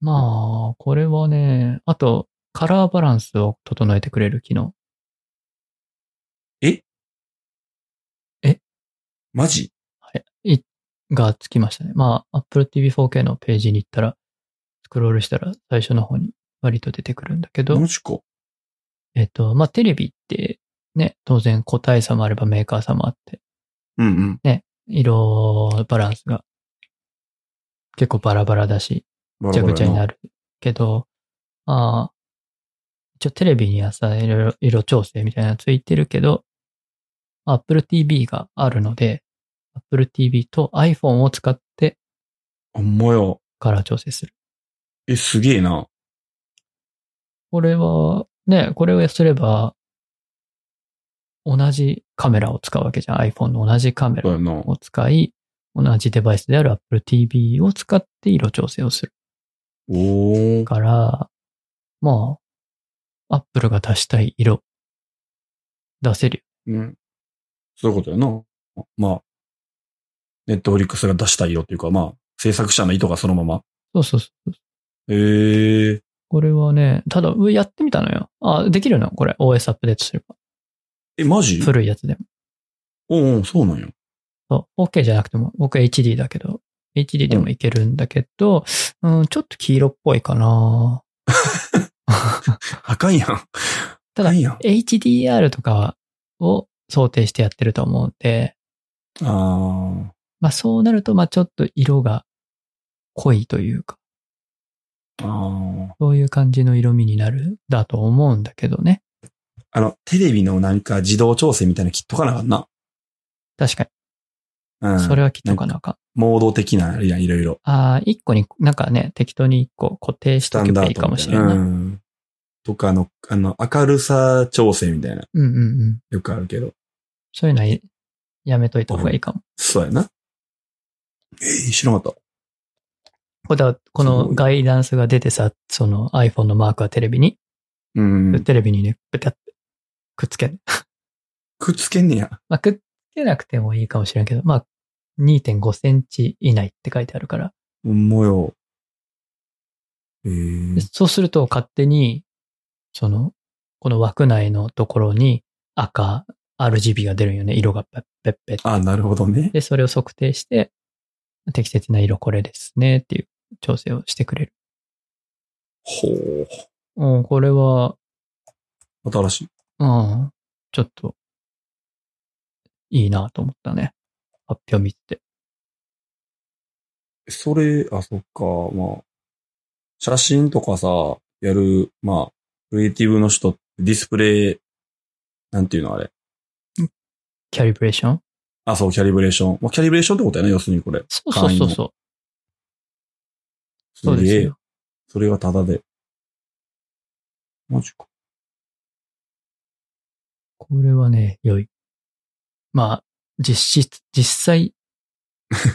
Speaker 1: まあ、これはね、あと、カラーバランスを整えてくれる機能。
Speaker 2: マジ
Speaker 1: いがつきましたね。まあ、Apple TV 4K のページに行ったら、スクロールしたら最初の方に割と出てくるんだけど
Speaker 2: マ、ジか。
Speaker 1: えっと、まあ、テレビってね、当然個体差もあればメーカー差もあって、
Speaker 2: うんうん。
Speaker 1: 色バランスが結構バラバラだし、
Speaker 2: バ
Speaker 1: ぐちゃぐちゃにな
Speaker 2: る。
Speaker 1: るけど、まあ、一応テレビにはさ、いろいろ色調整みたいなのついてるけど、Apple TV があるので、Apple TV と iPhone を使って
Speaker 2: ほんまや。
Speaker 1: カラー調整する。
Speaker 2: え、すげえな。
Speaker 1: これは、ね、これをすれば、同じカメラを使うわけじゃん。iPhone の同じカメ
Speaker 2: そう
Speaker 1: ラ
Speaker 2: やな。
Speaker 1: を使い、同じデバイスである Apple TV を使って色調整をする
Speaker 2: おー。
Speaker 1: から、まあ、Apple が出したい色、出せるよ。
Speaker 2: うん。そういうことやな。まあ、ネットフリックスが出したい色っていうか、まあ、制作者の意図がそのまま。
Speaker 1: そうそうそう。
Speaker 2: へえー。
Speaker 1: これはね、ただ、うやってみたのよ。あ、できるのこれ。OS アップデートすれば。
Speaker 2: え、マジ
Speaker 1: 古いやつでも。
Speaker 2: うんうん、そうなんや。
Speaker 1: そう。OK じゃなくても、僕 HD だけど、HD でもいけるんだけど、うん、ちょっと黄色っぽいかな
Speaker 2: あかんやん。
Speaker 1: た
Speaker 2: あか
Speaker 1: だ
Speaker 2: ん、やん。
Speaker 1: HDR とかを想定してやってると思うんで、
Speaker 2: あ
Speaker 1: まあそうなると、まあちょっと色が濃いというか、
Speaker 2: ー。あー。
Speaker 1: そういう感じの色味になるだと思うんだけどね。
Speaker 2: あの、テレビのなんか自動調整みたいなの切っとかなあかんな。
Speaker 1: 確か
Speaker 2: うん。
Speaker 1: に。それはきっとかなあかん。
Speaker 2: モード的な、いや、いろいろ。
Speaker 1: ああ、一個に、なんかね、適当に一個固定し
Speaker 2: ス
Speaker 1: と
Speaker 2: タ
Speaker 1: け
Speaker 2: ン
Speaker 1: ば
Speaker 2: ダ
Speaker 1: いい
Speaker 2: ードみたい
Speaker 1: かもしれん
Speaker 2: な
Speaker 1: な
Speaker 2: う
Speaker 1: い。
Speaker 2: ん。とかの、あの、明るさ調整みたいな、
Speaker 1: うんうんうん。
Speaker 2: よくあるけど。
Speaker 1: そういうのはいやめといた方がいいかも。
Speaker 2: そうやな。えー、知らなかった。
Speaker 1: こだこ
Speaker 2: す
Speaker 1: の
Speaker 2: ごい
Speaker 1: ガイダンスが出てさ、その iPhone のマークはテレビに、
Speaker 2: うん。
Speaker 1: テレビにね、ペタってくっつける。
Speaker 2: くっつけんねや。
Speaker 1: まあ、くっつけなくてもいいかもしれんけど、まあ、2.5センチ以内って書いてあるから、
Speaker 2: ほんまよ。え
Speaker 1: で
Speaker 2: ー、
Speaker 1: そうすると勝手に、その、この枠内のところに赤、RGB が出るんよね。色がペッペッペッ。
Speaker 2: あ、なるほどね。
Speaker 1: で、それを測定して、適切な色これですねっていう調整をしてくれる。
Speaker 2: ほう。
Speaker 1: うん、これは、
Speaker 2: 新しい。
Speaker 1: うん、ちょっと、いいなと思ったね。発表見て。
Speaker 2: それ、あ、そっか、まあ、写真とかさ、やる、まあ、クリエイティブの人っディスプレイ、なんていうのあれ。
Speaker 1: キャリブレーション
Speaker 2: あ、そう、キャリブレーション。まあ、キャリブレーションってことやな、要するにこれ。
Speaker 1: そうそうそうそう。
Speaker 2: す
Speaker 1: そうです
Speaker 2: げえ。
Speaker 1: よ。
Speaker 2: それがタダで。マジか。
Speaker 1: これはね、良い。まあ、実質、実際、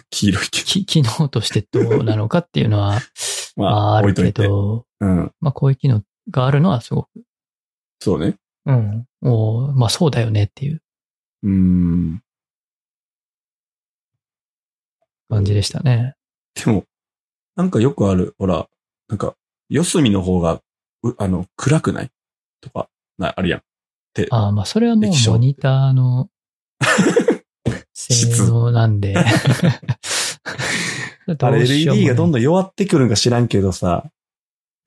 Speaker 2: 黄色いけ
Speaker 1: き <laughs> 機能としてどうなのかっていうのは、
Speaker 2: ど。
Speaker 1: まあ、
Speaker 2: <laughs> ま
Speaker 1: あ
Speaker 2: あ、置
Speaker 1: る
Speaker 2: いと
Speaker 1: け
Speaker 2: いて。
Speaker 1: ど、
Speaker 2: うん。
Speaker 1: まあ、こういう機能があるのはすごく、
Speaker 2: そうね。
Speaker 1: うん。おーまあ、そうだよねっていう
Speaker 2: うーん。
Speaker 1: 感じでしたね。
Speaker 2: でも、なんかよくある、ほら、なんか、四隅の方が、うあの、暗くないとか、な、あるやん。
Speaker 1: ああ、まあ、それはも
Speaker 2: 液晶
Speaker 1: うモニター
Speaker 2: <laughs>
Speaker 1: の性能なんで。
Speaker 2: あれ LED がどん
Speaker 1: ど
Speaker 2: どん弱ってくるんか知らんけどさ、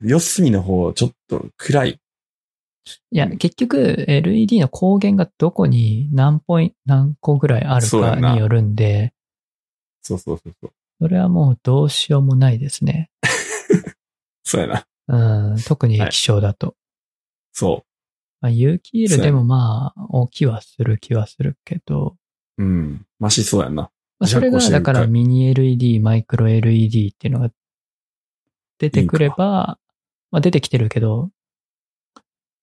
Speaker 2: 四隅の方、ちょっと暗い。
Speaker 1: いや、結局、LED の光源がどこに何ポイント、何個ぐらいある
Speaker 2: そうや
Speaker 1: か
Speaker 2: な
Speaker 1: によるんで、
Speaker 2: そうそうそうそう。
Speaker 1: それはもうどうしようもないですね。
Speaker 2: そうやな。
Speaker 1: うん、特に液晶だと。
Speaker 2: そ
Speaker 1: まあ、有機 EL でもまあ、大きいはする気はするけど、
Speaker 2: う。うん。マシそうやんな。
Speaker 1: まあ、それが
Speaker 2: じゃ
Speaker 1: だ
Speaker 2: あこうして
Speaker 1: からミニ LED、マイクロ LED っていうのが出てくれば、まあ出てきてるけど、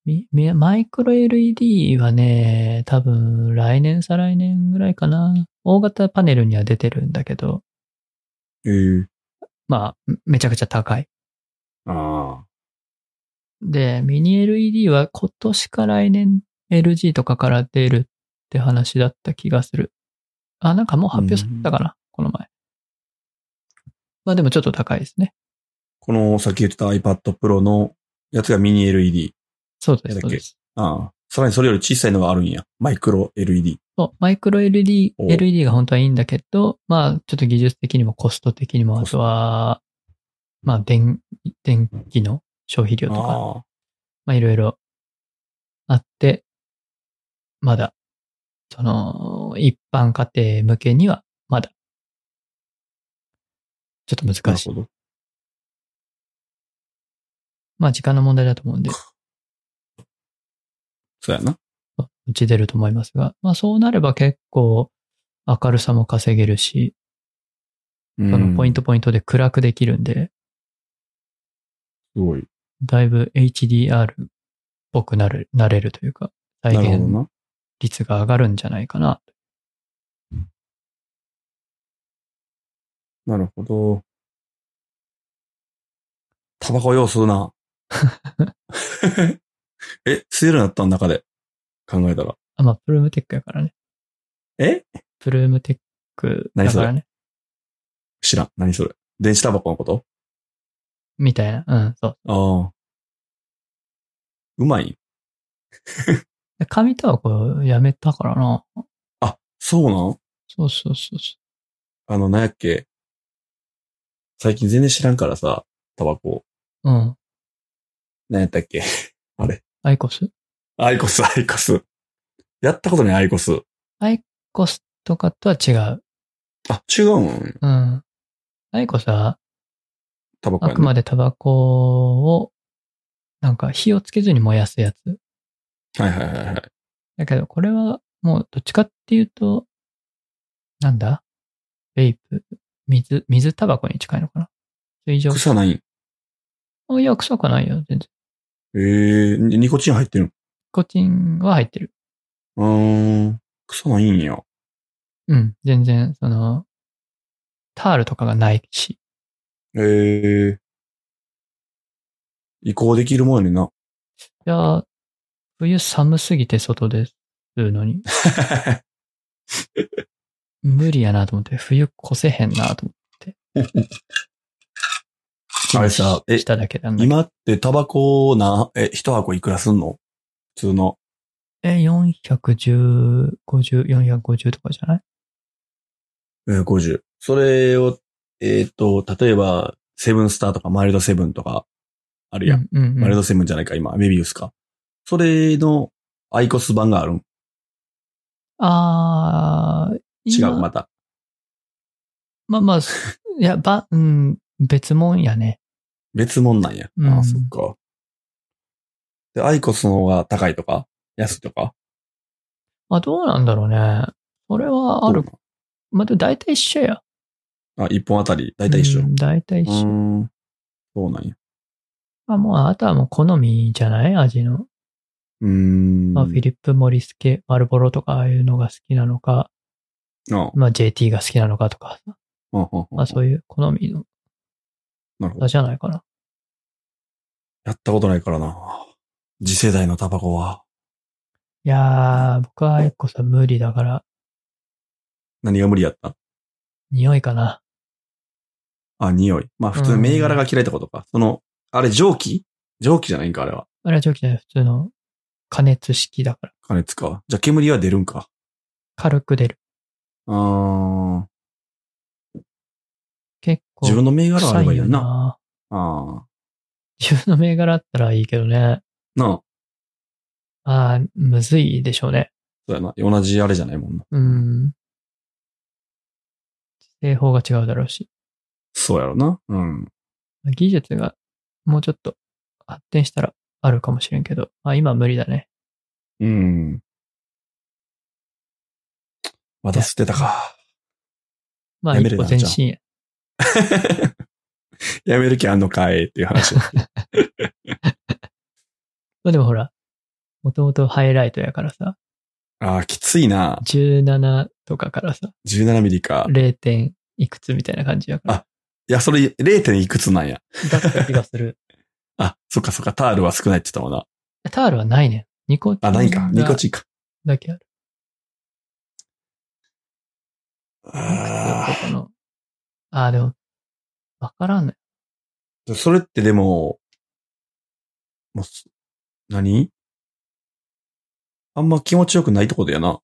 Speaker 1: みみマイクロ LED はね、多分来年再来年ぐらいかな。大型パネルには出てるんだけど、
Speaker 2: ええ
Speaker 1: まあ、めちゃくちゃ高い。
Speaker 2: ああ。
Speaker 1: で、ミニ LED は今年か来年 LG とかから出るって話だった気がする。あ、なんかもう発表されたかな、この前。まあでもちょっと高いですね。
Speaker 2: この、さっき言ってた iPad Pro のやつがミニ LED。
Speaker 1: そうです、
Speaker 2: な
Speaker 1: そ
Speaker 2: んだ
Speaker 1: う
Speaker 2: っけ
Speaker 1: です。
Speaker 2: ああ。さらにそれより小さいのがあるんや。マイクロ LED。
Speaker 1: そう、マイクロ LED、
Speaker 2: お
Speaker 1: LED が本当はいいんだけど、まあちょっと技術的にもコスト的にも、あ
Speaker 2: コスト
Speaker 1: とは、まあ電、電気の消費量とか、
Speaker 2: ああ。
Speaker 1: まあいろいろあって、まだ、その、一般家庭向けには、まだ、ちょっと
Speaker 2: な
Speaker 1: 難
Speaker 2: る
Speaker 1: しい
Speaker 2: ほ。ど。
Speaker 1: まあ時間の問題だと思うん
Speaker 2: <laughs>
Speaker 1: で、
Speaker 2: そうやな。
Speaker 1: 打ち出ると思いますが、まあそうなれば結構明るさも稼げるし、
Speaker 2: う
Speaker 1: そのポイン
Speaker 2: ト。
Speaker 1: トポイントで暗くできるんで、
Speaker 2: すごい。
Speaker 1: だいぶ HDR っぽくなる、なれるというか、再
Speaker 2: なるほど
Speaker 1: 現
Speaker 2: な。
Speaker 1: 率が上がるんじゃないかな。
Speaker 2: なるほど。タバコ用吸う
Speaker 1: <laughs>
Speaker 2: な。え、吸えるようになったん中で。考えたら。
Speaker 1: あ、まあプルームテックやからね。
Speaker 2: え
Speaker 1: プルームテックだからね。
Speaker 2: 知らん。何それ。電子タバコのこと
Speaker 1: みたいな。うん、そう。
Speaker 2: ああ。うまい
Speaker 1: 紙タバコやめたからな。
Speaker 2: あ、そうなん
Speaker 1: そうそうそうそ
Speaker 2: あの、なんやっけ最近全然知らんからさ、タバコ。
Speaker 1: う。うん。
Speaker 2: なんやったっけあれ。
Speaker 1: アイコス
Speaker 2: アイコス、アイコス。やったことない、アイコス。
Speaker 1: コスとかとは違う。
Speaker 2: あ、違うん
Speaker 1: うん。アイコスは、
Speaker 2: タバコ
Speaker 1: あ
Speaker 2: や
Speaker 1: く
Speaker 2: ね。
Speaker 1: までタバコを、なんか火をつけずに燃やすやつ。
Speaker 2: はいはいはいはい。
Speaker 1: だけど、これはもうどっちかっていうと、なんだベイプ、水、水タバコに近いのかな水上。
Speaker 2: 草ないん
Speaker 1: あいや、臭くはないよ、全然。
Speaker 2: ええにニコチン入ってるん
Speaker 1: コチンは入ってる。
Speaker 2: うーん。草ないんや。
Speaker 1: うん、全然、その、タールとかがないし。
Speaker 2: ええ移行できるもんやねんな。
Speaker 1: いやー、冬寒すぎて外でするの
Speaker 2: <laughs>
Speaker 1: に、無理やなと思って、冬越せへんなと思って。
Speaker 2: あれさえ
Speaker 1: しただけなんだけど。
Speaker 2: 今ってタバコな、え、一箱いくらすんの普通の。
Speaker 1: え、410、50、450とかじゃない
Speaker 2: えー、50。それを、えっ、と、例えば、セブンスターとかマイルドセブンとか、あるやん。
Speaker 1: うんうんうん
Speaker 2: マイルドセブンじゃないか、今、メビウスか。それの、アイコス版があるん
Speaker 1: あー、
Speaker 2: 違
Speaker 1: 今
Speaker 2: う、また。
Speaker 1: まあまあ、すいや、ば、うん、別もんやね。
Speaker 2: 別物なんや。
Speaker 1: うん
Speaker 2: ああ、そっか。で、アイコスの方が高いとか、安いとか。
Speaker 1: あ、どうなんだろうね。それはある。まあ、でも大体一緒や。
Speaker 2: あ、一本あたり、だいたい一緒
Speaker 1: う。ん大体一
Speaker 2: うー
Speaker 1: 緒。
Speaker 2: ん。そうなんや。
Speaker 1: あ、もう、あとはもう好みじゃない味の。
Speaker 2: うーん。
Speaker 1: まあ、フィリップ・モリス系、マルボロとか、ああいうのが好きなのか、
Speaker 2: あ
Speaker 1: まあ、JT が好きなのかとか、
Speaker 2: あ、ああ、
Speaker 1: まあ、そういう好みの
Speaker 2: なるほど
Speaker 1: 差。じゃないかな。
Speaker 2: やったことないからな。次世代のタバコは、
Speaker 1: いやー、僕はアイコさん無理だから、
Speaker 2: 何が無理やった
Speaker 1: 匂いかな。
Speaker 2: あ、匂い。まあ普
Speaker 1: う
Speaker 2: 通
Speaker 1: ん
Speaker 2: 銘柄が嫌いってことか。その、あれ蒸気蒸気じゃないんか、あれは。
Speaker 1: あれは蒸気じゃない、普通の加熱式だから。
Speaker 2: 加熱か。じゃあ煙は出るんか。
Speaker 1: 軽く出る。
Speaker 2: あー
Speaker 1: 結構。
Speaker 2: 自分の銘柄はあ
Speaker 1: 臭
Speaker 2: れば
Speaker 1: い
Speaker 2: いい
Speaker 1: よ
Speaker 2: のにな。
Speaker 1: な。
Speaker 2: ああ。
Speaker 1: 自分の銘柄あったらいいけどね。
Speaker 2: なあ、
Speaker 1: ああ、むずいでしょうね。
Speaker 2: そうやな。同じあれじゃないもんな。
Speaker 1: うん。製法が違うだろうし。
Speaker 2: そうやろな。うん。
Speaker 1: 技術がもうちょっと発展したらあるかもしれんけど、まあ今は無理だね。
Speaker 2: うん。また吸ってたか。
Speaker 1: まあ
Speaker 2: やめる
Speaker 1: 一歩
Speaker 2: な
Speaker 1: 前進や。
Speaker 2: やめる気あんのかいっていう話。
Speaker 1: まあでもほら、もともとハイライトやからさ、
Speaker 2: ああ、きついな。
Speaker 1: 17とかからさ、
Speaker 2: 17ミリか。
Speaker 1: 0. 点いくつみたいな感じやから。
Speaker 2: いや、それ 0. 点いくつなんや。
Speaker 1: だった気がする。 <laughs>
Speaker 2: あ、そっかそっか。タールは少ないって言ったもんな。
Speaker 1: タールはないね。ニコチン。
Speaker 2: あ、ないか。ニコチンか。
Speaker 1: ン。だけある。
Speaker 2: あ
Speaker 1: いくつだったかなああ、でも、わからんね。
Speaker 2: あ。それってでも、もうす、何あんま気持ちよくないってことやな。だ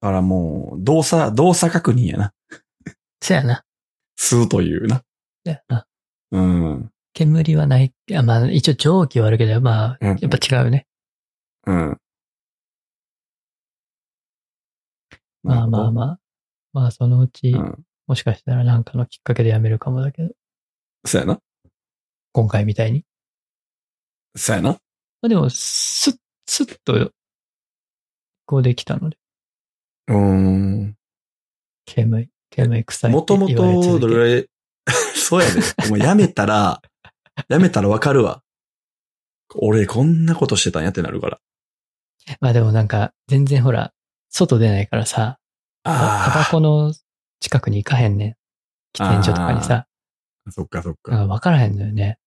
Speaker 2: からもう、動作、動作確認やな。
Speaker 1: そやな。
Speaker 2: 吸うというな。
Speaker 1: そやな。
Speaker 2: うん。
Speaker 1: 煙はない。あまあ、一応蒸気はあるけど、まあ、
Speaker 2: うん
Speaker 1: やっぱ違うね。
Speaker 2: うん。
Speaker 1: まあまあまあ。まあ、そのうち、
Speaker 2: うん。
Speaker 1: もしかしたらなんかのきっかけでやめるかもだけど、
Speaker 2: そうやな。
Speaker 1: 今回みたいに。
Speaker 2: そうやな。
Speaker 1: まあでも、スッ、スッと、こうできたので、
Speaker 2: うーん。
Speaker 1: 煙、煙臭い
Speaker 2: も
Speaker 1: って
Speaker 2: とも
Speaker 1: 言われ
Speaker 2: と、
Speaker 1: 続
Speaker 2: ど
Speaker 1: ける。
Speaker 2: れ、 <laughs> そうやね。もうやめたら、やめたらわかるわ。俺、こんなことしてたんやってなるから。
Speaker 1: まあでもなんか、全然ほら、外出ないからさ、タバ
Speaker 2: あ
Speaker 1: コの近くに行かへんねん。喫煙所とかにさ、
Speaker 2: あ。そっかそっ
Speaker 1: なん
Speaker 2: か。
Speaker 1: か分からへんのよね。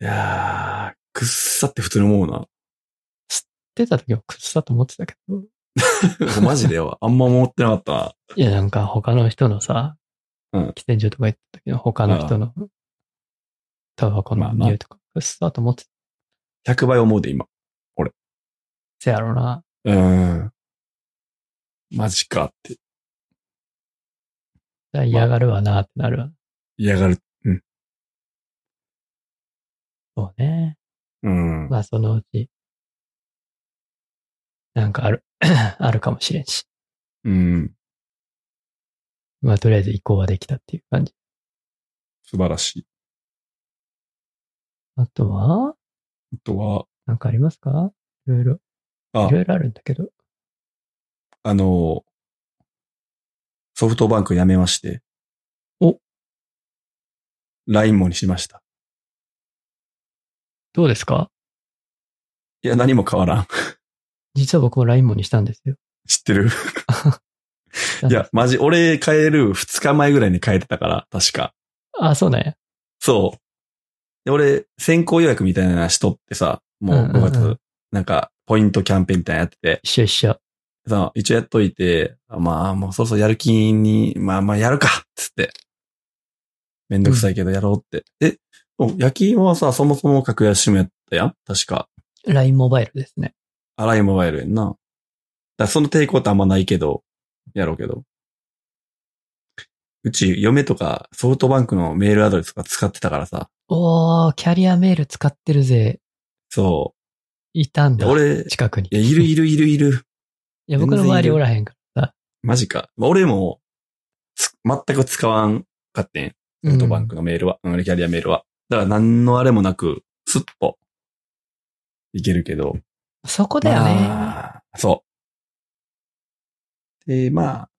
Speaker 2: いやー、くっさって普通に思う
Speaker 1: 出た時はくっさと思ってたけど、
Speaker 2: な。マジでよ。あんま思ってなかったわ。
Speaker 1: いやなんか他の人のさ、
Speaker 2: うん
Speaker 1: 喫煙所とか行った時の他の人のタバコ
Speaker 2: ま
Speaker 1: の
Speaker 2: あまあ
Speaker 1: 匂いとか、くっさと思って
Speaker 2: 100倍思うで、今。
Speaker 1: たやろな。
Speaker 2: うーん。マジかって。
Speaker 1: だから嫌がるわなってなるわ。
Speaker 2: 嫌がる。
Speaker 1: そうね。
Speaker 2: うん。
Speaker 1: まあそのうち、なんかある、 <coughs> あるかもしれんし。
Speaker 2: うん。
Speaker 1: まあとりあえず移行はできたっていう感じ。
Speaker 2: 素晴らしい。
Speaker 1: あとは、
Speaker 2: あとは、
Speaker 1: なんかありますかいろいろ、
Speaker 2: あ
Speaker 1: い、ろいろあるんだけど。
Speaker 2: あの、ソフトバンク辞めまして。
Speaker 1: お
Speaker 2: ?LINE もにしました。
Speaker 1: どうですか
Speaker 2: いや、何も変わらん。 <laughs>
Speaker 1: 実は僕も LINE もにしたんですよ。
Speaker 2: 知って <laughs> るいや、マジ、俺帰る2日前ぐらいに帰ってたから、確か。
Speaker 1: あ、そうなんや。
Speaker 2: そう。で、俺、先行予約みたいなのしとってさ、もう5
Speaker 1: うんうんう
Speaker 2: 月、なんか、ポイントキャンペーンみたいなのやってて、
Speaker 1: 一緒一緒。
Speaker 2: さ、一応やっといて、あまあ、もうそろそろやる気に、まあまあやるかっつって。めんどくさいけどやろうって。え、お夜勤はさ、そもそも格安締めやったやん確か。
Speaker 1: LINE モバイルですね。
Speaker 2: アライモバイルやんな。だからその抵抗ってあんまないけど、やろうけど。うち、嫁とかソフトバンクのメールアドレスとか使ってたからさ。
Speaker 1: おー、キャリアメール使ってるぜ。
Speaker 2: そ
Speaker 1: いたん
Speaker 2: う。で
Speaker 1: だ。
Speaker 2: 俺、い
Speaker 1: 近くに。
Speaker 2: や、いるいるいるいる。
Speaker 1: いや、僕の
Speaker 2: 全然
Speaker 1: 周
Speaker 2: いる
Speaker 1: りおらへんか
Speaker 2: マジか。まあ俺も、つ全く使わんかってん。
Speaker 1: ら。
Speaker 2: ソフトバンクのメールは、うん、キャリアメールは。だから何のあれもなく、すっといけるけど。
Speaker 1: そこだよね。
Speaker 2: まあそう。で、まあ、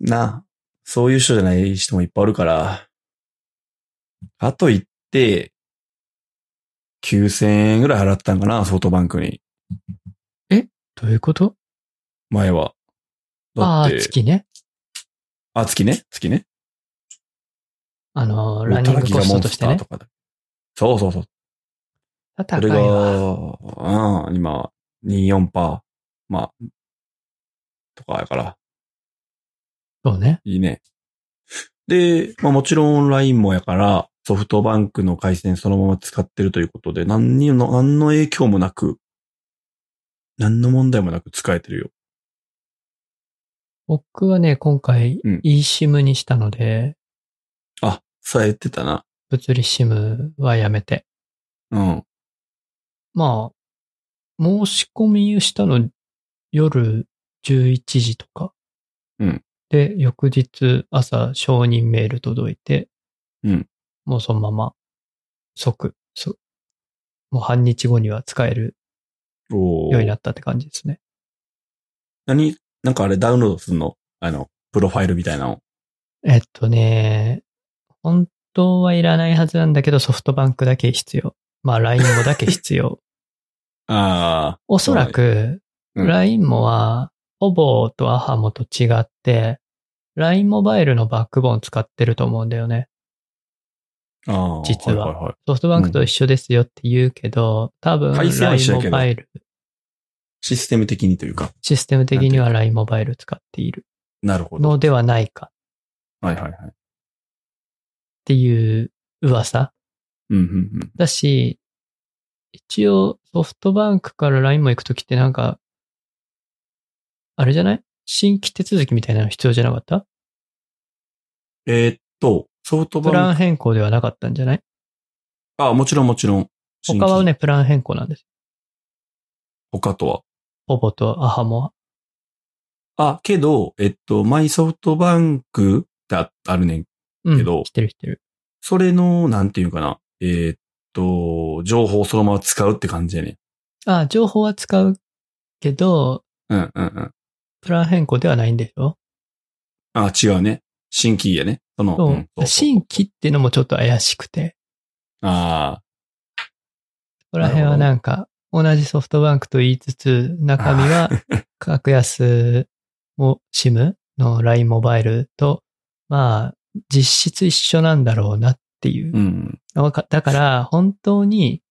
Speaker 2: なあ、そういう人じゃない人もいっぱいおるから、あと言って、9000円ぐらい払ったんかな、ソフトバンクに、
Speaker 1: どういうこと
Speaker 2: 前は。
Speaker 1: あ
Speaker 2: だっ
Speaker 1: あ、
Speaker 2: て、
Speaker 1: 月ね。
Speaker 2: あ、月ね、月ね。
Speaker 1: あのー、ランニングコストとしてね
Speaker 2: たらきがモンスター。とかだそうそうそう。
Speaker 1: 高
Speaker 2: それ
Speaker 1: い
Speaker 2: が、
Speaker 1: わ。
Speaker 2: うん、今、24%、まあ、とかやから、
Speaker 1: そうね。
Speaker 2: いいね。で、まあもちろん LINE もやから、ソフトバンクの回線そのまま使ってるということで、何にの、何の影響もなく、何の問題もなく使えてるよ。
Speaker 1: 僕はね、今回
Speaker 2: うん、
Speaker 1: eSIM にしたので、
Speaker 2: あ、さえてたな。
Speaker 1: 物理 SIM はやめて。
Speaker 2: うん。
Speaker 1: まあ、申し込みしたの夜11時とか。
Speaker 2: うん
Speaker 1: で、翌日朝承認メール届いて、
Speaker 2: うん
Speaker 1: もうそのまま即、そもう半日後には使える
Speaker 2: お
Speaker 1: ようにな
Speaker 2: ー
Speaker 1: ったって感じですね。
Speaker 2: 何なんかあれダウンロードすんのあの、プロファイルみたいなの。
Speaker 1: えっとね、本当はいらないはずなんだけどソフトバンクだけ必要。まあ LINE もだけ必要。
Speaker 2: ああ、
Speaker 1: おそらく、
Speaker 2: うん
Speaker 1: LINE もは、ほぼとアハモと違って、LINE モバイルのバックボーン使ってると思うんだよね。
Speaker 2: ああ、
Speaker 1: 実はい
Speaker 2: いい
Speaker 1: ソフトバンクと一緒ですよって言うけど、多分
Speaker 2: 回線は
Speaker 1: LINE
Speaker 2: 一緒や
Speaker 1: モ
Speaker 2: けど
Speaker 1: バイル、
Speaker 2: システム的にというか。
Speaker 1: システム的には LINE モバイル使っている
Speaker 2: なるほど。
Speaker 1: のではないかっ
Speaker 2: はいはいはい。
Speaker 1: ていう噂
Speaker 2: うんうんうん。
Speaker 1: だし、一応ソフトバンクから LINE も行くときってなんか、あれじゃない新規手続きみたいなの必要じゃなかった
Speaker 2: えーっと、ソフト
Speaker 1: プラ
Speaker 2: バ
Speaker 1: ン
Speaker 2: ンク。
Speaker 1: 変更ではなかったんじゃない
Speaker 2: あ、もちろんもちろん。新
Speaker 1: 他
Speaker 2: 規
Speaker 1: はね、。プラン変更なんです。
Speaker 2: 他とは。
Speaker 1: ポポとアハモは。
Speaker 2: あ、けど、えっと、マイソフトバンクだあるねん。
Speaker 1: うん。
Speaker 2: けど
Speaker 1: 知ってる知ってる。
Speaker 2: それの、なんていうかな。えーっと、情報をそのまま使うって感じやねん。
Speaker 1: あ、情報は使うけど、
Speaker 2: うんうんうん。
Speaker 1: プラン変更ではないんでしょ
Speaker 2: あ、違うね。新規やね。その、
Speaker 1: そう。
Speaker 2: んそう
Speaker 1: 新規っていうのもちょっと怪しくて。
Speaker 2: あ
Speaker 1: そこら辺はなんか、同じソフトバンクと言いつつ、中身
Speaker 2: <laughs>
Speaker 1: は、格安も、SIM の LINE モバイルと、まあ、実質一緒なんだろうなっていう
Speaker 2: あ、うん。
Speaker 1: わかだから、本当に、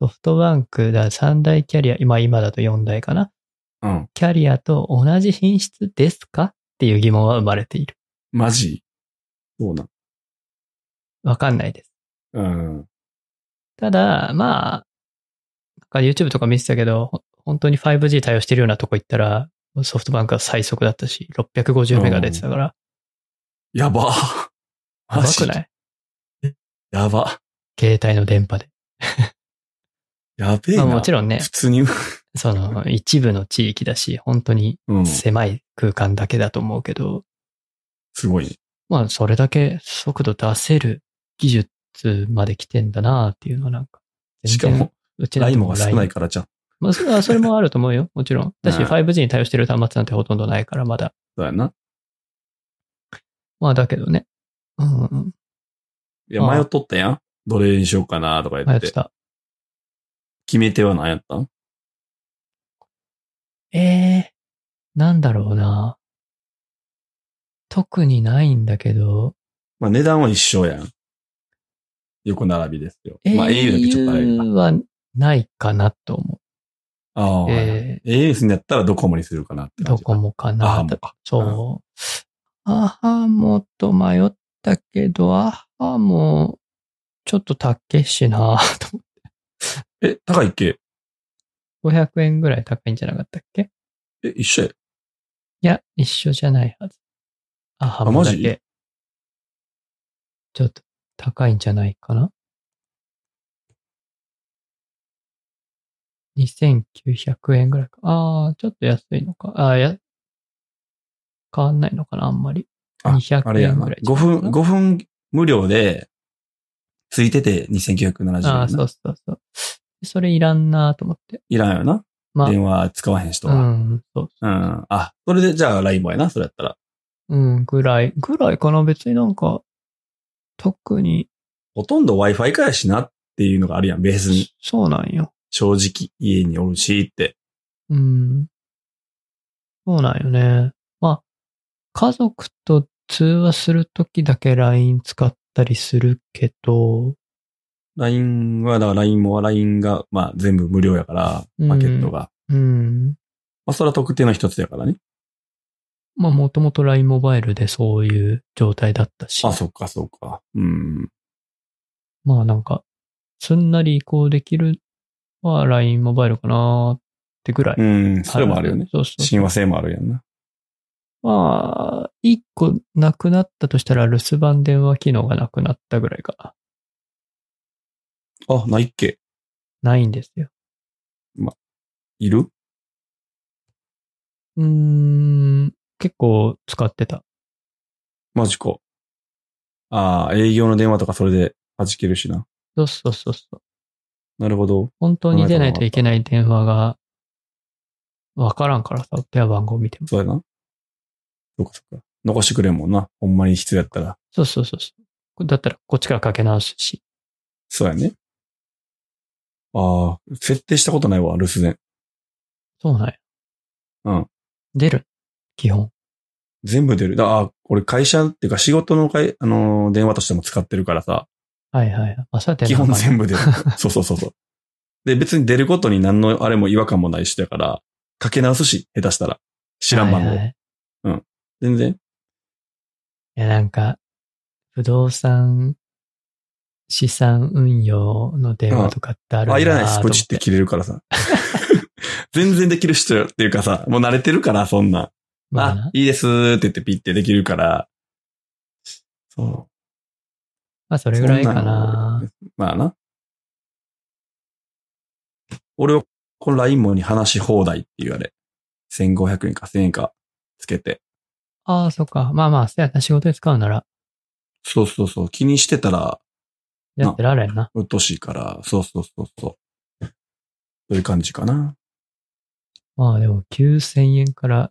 Speaker 1: ソフトバンクだ、三大キャリア、今、今だと四大かな。
Speaker 2: うん。
Speaker 1: キャリアと同じ品質ですかっていう疑問は生まれている。
Speaker 2: マジそうなん。
Speaker 1: わかんないです。
Speaker 2: うん。
Speaker 1: ただ、まあ、なんか YouTube とか見てたけど、ほ本当に 5G 対応してるようなとこ行ったら、ソフトバンクは最速だったし、650メガ出てたから、
Speaker 2: やば。 <laughs>
Speaker 1: やばくないい
Speaker 2: やば。
Speaker 1: 携帯の電波で。
Speaker 2: やべえ
Speaker 1: ま
Speaker 2: な。
Speaker 1: あもちろんね、
Speaker 2: 普通に、
Speaker 1: その一部の地域だし、本当に
Speaker 2: うん。す
Speaker 1: 狭い空間だけだと思うけど、
Speaker 2: ごいね。
Speaker 1: まあそれだけ速度出せる技術まで来てんだなっていうのはなんか、
Speaker 2: しかも、、
Speaker 1: うちの
Speaker 2: ライ
Speaker 1: と
Speaker 2: モ
Speaker 1: こ
Speaker 2: が
Speaker 1: ラ
Speaker 2: 少
Speaker 1: イン
Speaker 2: ないからじゃん。
Speaker 1: まあ、そあそれもあると思うよ。 <laughs> もちろん。だし、
Speaker 2: うん
Speaker 1: 5G に対応してる端末なんてほとんどないから、まだ。
Speaker 2: そうやな。
Speaker 1: まあ、だけどね。うんうん。
Speaker 2: いや、
Speaker 1: ああ
Speaker 2: 迷っとったやん。どれにしようかなとか
Speaker 1: 迷
Speaker 2: 言
Speaker 1: っ
Speaker 2: ってて。
Speaker 1: た。
Speaker 2: 決め手は何やったん
Speaker 1: ええー、なんだろうな。特にないんだけど、
Speaker 2: まあ、値段は一緒やん。横並びですよ。まあ、au だけちょっとあれやな
Speaker 1: au はないかなと思
Speaker 2: ああ、
Speaker 1: う。えー
Speaker 2: au にすんだったらドコモにするかなって感
Speaker 1: ど
Speaker 2: じ。
Speaker 1: こもか
Speaker 2: アハ
Speaker 1: な
Speaker 2: モ。か。
Speaker 1: そう。アハモと迷ったけど、アハモ、ちょっと高えしなと <laughs> 思
Speaker 2: え、高いっけ
Speaker 1: って。500円ぐらい高いんじゃなかったっけ
Speaker 2: え、一緒や。
Speaker 1: いや、一緒じゃないはず。アハ
Speaker 2: あ
Speaker 1: モ
Speaker 2: マ
Speaker 1: だ
Speaker 2: ジ
Speaker 1: け。ちょっと高いんじゃないかな ?2900 円ぐらいか。ああ、ちょっと安いのか。ああ、や、変わんないのかなあんまり。
Speaker 2: あ
Speaker 1: 200
Speaker 2: あれや
Speaker 1: 円
Speaker 2: な。
Speaker 1: ぐらい
Speaker 2: 5分、5分無料で、ついてて2970円。
Speaker 1: ああ、そうそうそう。それいらんなと思って。
Speaker 2: いらんよな。
Speaker 1: まあ、
Speaker 2: 電話使わへん人
Speaker 1: う
Speaker 2: は。
Speaker 1: ん、そう
Speaker 2: うん。あ、それでじゃあ LINE もやな、それやったら。
Speaker 1: うん、ぐらい、ぐらいかな。別になんか、特に、
Speaker 2: ほとんど Wi-Fi かやしなっていうのがあるやん、ベースに。
Speaker 1: そうなんよ。
Speaker 2: 正直家におるしって。
Speaker 1: うん。そうなんよね。まあ、家族と通話するときだけ LINE 使ったりするけど、
Speaker 2: LINE は、だから LINE も LINE が、まあ全部無料やから、
Speaker 1: うん
Speaker 2: パケットが。
Speaker 1: うん。
Speaker 2: まあそれは特定の一つやからね。
Speaker 1: まあ、もともと LINE モバイルでそういう状態だったし
Speaker 2: あ、、そっかそっか。うん。
Speaker 1: まあなんか、すんなり移行できるは LINE モバイルかなーってぐらい。
Speaker 2: うん、それもあるよね。。
Speaker 1: そうそう。
Speaker 2: 親和性もあるやんな。
Speaker 1: まあ、一個なくなったとしたら留守番電話機能がなくなったぐらいか。
Speaker 2: あ、ないっけ
Speaker 1: ないんですよ。
Speaker 2: いる
Speaker 1: うーん、結構使ってた。
Speaker 2: マジか。ああ、営業の電話とかそれで弾けるしな。
Speaker 1: そうそうそうそう。
Speaker 2: なるほど。
Speaker 1: 本当に出ないといけない電話が、わからんからさ、電話番号見ても。
Speaker 2: そうやな。そっかそっか。残してくれんもんな。ほんまに必要やったら。
Speaker 1: そうそうそうそう。だったらこっちからかけ直すし。
Speaker 2: そうやね。ああ、設定したことないわ、留守電。
Speaker 1: そうなんや。
Speaker 2: うん。
Speaker 1: 出る基本。
Speaker 2: 全部出る。だああ、俺会社っていうか仕事の会、あのー電話としても使ってるからさ、
Speaker 1: はいはいはい。まあ、さて、
Speaker 2: 基本全部出る。 <laughs> そうそうそうそう。で、別に出ることに何のあれも違和感もないしだから、かけ直すし、下手したら。知らん番号。
Speaker 1: はいはい
Speaker 2: 全然。
Speaker 1: いや、なんか、不動産、資産運用の電話とかってある
Speaker 2: あ、いらないで
Speaker 1: と
Speaker 2: す。
Speaker 1: 思
Speaker 2: ポチって切れるからさ。 <laughs> 全然できる人よっていうかさ、もう慣れてるから、そんなん。
Speaker 1: まあ
Speaker 2: あ、
Speaker 1: な、
Speaker 2: いいですって言ってピッてできるから。そ。
Speaker 1: まあ、そうれぐらいか
Speaker 2: そん
Speaker 1: な。
Speaker 2: ん。まあな。俺は、この LINE もに話し放題って言われ。1500円か1000円かつけて。
Speaker 1: ああ、そっか。まあまあ、そうやな。仕事で使うなら、
Speaker 2: そうそうそう。気にしてたら、
Speaker 1: やってられんな。
Speaker 2: うっとうしいから、そうそうそうそう。そういう感じかな。
Speaker 1: まあでも、9000円から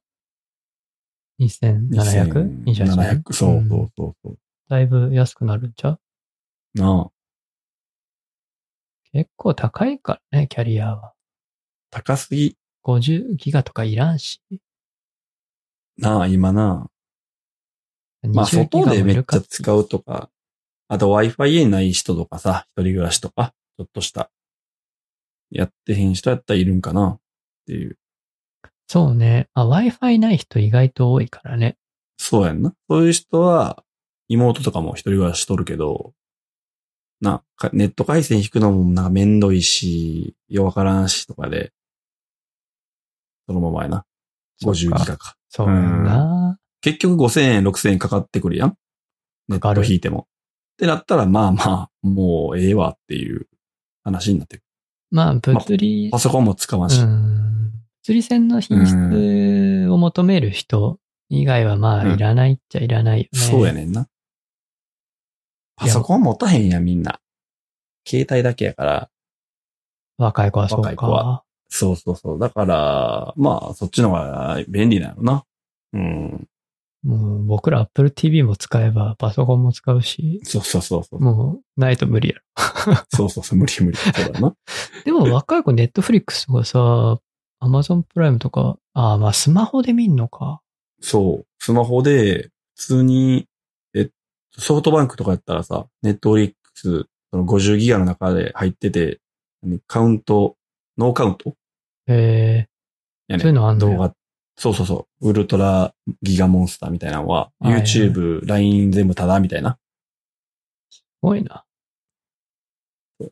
Speaker 2: 2700
Speaker 1: 2700?2800 円。
Speaker 2: 700そうそ
Speaker 1: ん
Speaker 2: うそうそう。
Speaker 1: だいぶ安くなるんちゃう
Speaker 2: なあ。
Speaker 1: 結構高いからね、キャリアは。
Speaker 2: 高すぎ。
Speaker 1: 50ギガとかいらんし。
Speaker 2: なあ、今な。まあ、
Speaker 1: 20ギ
Speaker 2: 外
Speaker 1: ガもい
Speaker 2: でめっ
Speaker 1: る
Speaker 2: ち
Speaker 1: か
Speaker 2: ゃ使うとか、あと Wi-Fi 家ない人とかさ、一人暮らしとか、ちょっとした、やってへん人やったらいるんかなっていう。
Speaker 1: そうね。あ、Wi-Fi ない人意外と多いからね。
Speaker 2: そうやんな。そういう人は、妹とかも一人暮らししとるけど、な、かネット回線引くのもなんかめんどいし、ようわからんしとかで、そのままやな。50
Speaker 1: そ
Speaker 2: ギ
Speaker 1: っか
Speaker 2: ガか。
Speaker 1: そうやんな。
Speaker 2: 結局5000円、6000円かかってくるやん。ネ
Speaker 1: か
Speaker 2: ッ
Speaker 1: かる
Speaker 2: ト引いても。ってなったら、まあまあ、もうええわっていう話になってくる。
Speaker 1: まあ、物理、
Speaker 2: パソコンも使わん
Speaker 1: う
Speaker 2: し。
Speaker 1: ん。物理線の品質を求める人以外はまあ、
Speaker 2: うん
Speaker 1: いらないっちゃいらないよね。
Speaker 2: そうやねんな。パソコン持たへんやん、みんな。携帯だけやから。
Speaker 1: 若い子はそうか。
Speaker 2: 若い子はそうそうそう。だから、まあ、そっちの方が便利なのな。うん。
Speaker 1: もう僕ら Apple TV も使えばパソコンも使うし、
Speaker 2: そうそうそうそう。
Speaker 1: もうないと無理やろ。
Speaker 2: そうそうそう。無理無理。そうだな。
Speaker 1: で
Speaker 2: <laughs>
Speaker 1: も若い子 Netflix とかさ、Amazon プライムとか、ああまあスマホで見んのか。
Speaker 2: そう。スマホで、普通に、えっと、ソフトバンクとかやったらさ、ネットフリックス、その50ギガの中で入ってて、カウント、ノーカウント
Speaker 1: へえ
Speaker 2: やね
Speaker 1: そういうのあんの
Speaker 2: 動
Speaker 1: よ
Speaker 2: 画、そうそうそう、ウルトラギガモンスターみたいなのは、
Speaker 1: はいはい
Speaker 2: YouTube、LINE 全部タダみたいな。
Speaker 1: すごいな。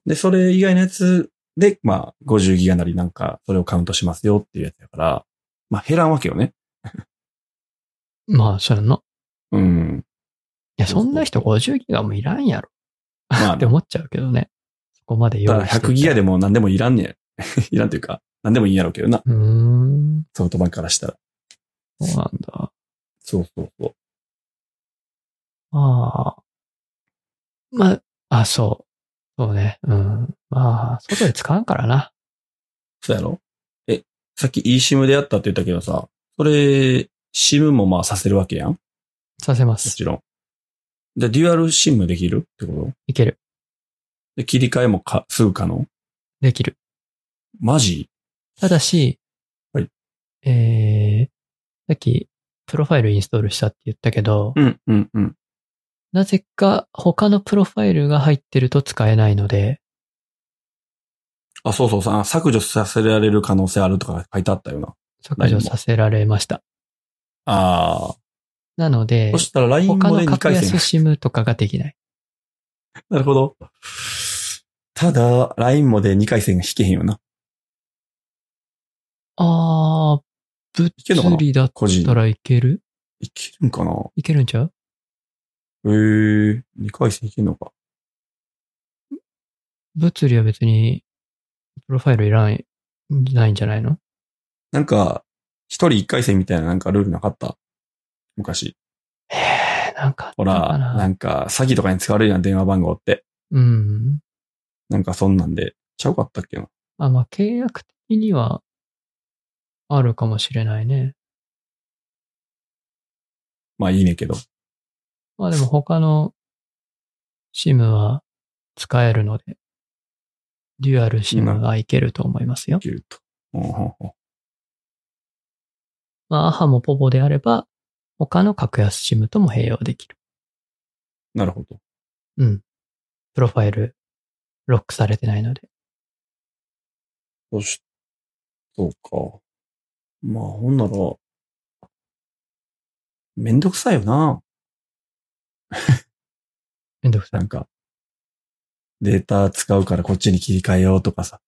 Speaker 2: で、それ以外のやつで、まあ、50ギガなりなんか、それをカウントしますよっていうやつだから、まあ、減らんわけよね。
Speaker 1: まあ、それの。
Speaker 2: うん。
Speaker 1: いや、そんな人50ギガもいらんやろ <laughs>
Speaker 2: まあ、
Speaker 1: って思っちゃうけどね。そこまで
Speaker 2: だ
Speaker 1: 用
Speaker 2: か
Speaker 1: 意
Speaker 2: ら
Speaker 1: してた
Speaker 2: 100ギガでも何でもいらんね <laughs> や。いらんというか、何でもいいんやろうけどな。
Speaker 1: うーん。
Speaker 2: ソフトバンクからしたら。
Speaker 1: そうなんだ。
Speaker 2: そうそうそう。
Speaker 1: ああ。まあ、あ、そう。そうね。うん。まあ、外で使わんからな。
Speaker 2: そうやろえ、さっき eSIM でやったって言ったけどさ、それ、SIM もまあさせるわけやんも
Speaker 1: させます。
Speaker 2: ちろん。で、デュアル SIM できるってこと
Speaker 1: いける。
Speaker 2: で、切り替えもか、すぐ可能
Speaker 1: できる。
Speaker 2: マジ
Speaker 1: ただし、
Speaker 2: はい。
Speaker 1: えー、さっき、プロファイルインストールしたって言ったけど、
Speaker 2: うん、うん、うん。
Speaker 1: なぜか他のプロファイルが入ってると使えないので、
Speaker 2: あ、そうそうさ、削除させられる可能性あるとか書いてあったよな。
Speaker 1: 削除させられました。
Speaker 2: ああ。
Speaker 1: なので
Speaker 2: そ、したら LINE
Speaker 1: 他
Speaker 2: もで
Speaker 1: の
Speaker 2: 2
Speaker 1: 格
Speaker 2: 回
Speaker 1: 安
Speaker 2: 戦。
Speaker 1: SIM とかができない。
Speaker 2: なるほど。ただ、LINE もで2回戦が引けへんよな。
Speaker 1: あー、
Speaker 2: けんのかな
Speaker 1: 物理だっ
Speaker 2: 個人
Speaker 1: た。らいける
Speaker 2: いけるんかな
Speaker 1: けるいけるんちゃう
Speaker 2: へえー、2回戦いけんのか。
Speaker 1: 物理は別に、プロファイルいらない、ないんじゃないの
Speaker 2: なんか、一人一回戦みたいななんかルールなかった昔。
Speaker 1: えー、なんかあった
Speaker 2: ほ、
Speaker 1: からな
Speaker 2: なんか、詐欺とかに使われるやん、電話番号って。
Speaker 1: うん。
Speaker 2: なんかそんなんで。ちゃうかったっけな。
Speaker 1: あ、まあ、契約的には、あるかもしれないね。
Speaker 2: まあいいねんけど。
Speaker 1: まあでも他の SIM は使えるので、デュアル SIM はいけると思いますよ
Speaker 2: い。けると。うんうんうん
Speaker 1: まあ、アハもポポであれば、他の格安 SIM とも併用できる。
Speaker 2: なるほど。
Speaker 1: うん。プロファイル、ロックされてないので。
Speaker 2: そし、そうか。まあほんなら、めんどくさいよな。
Speaker 1: めんどくさい
Speaker 2: な。んか、データ使うからこっちに切り替えようとかさ。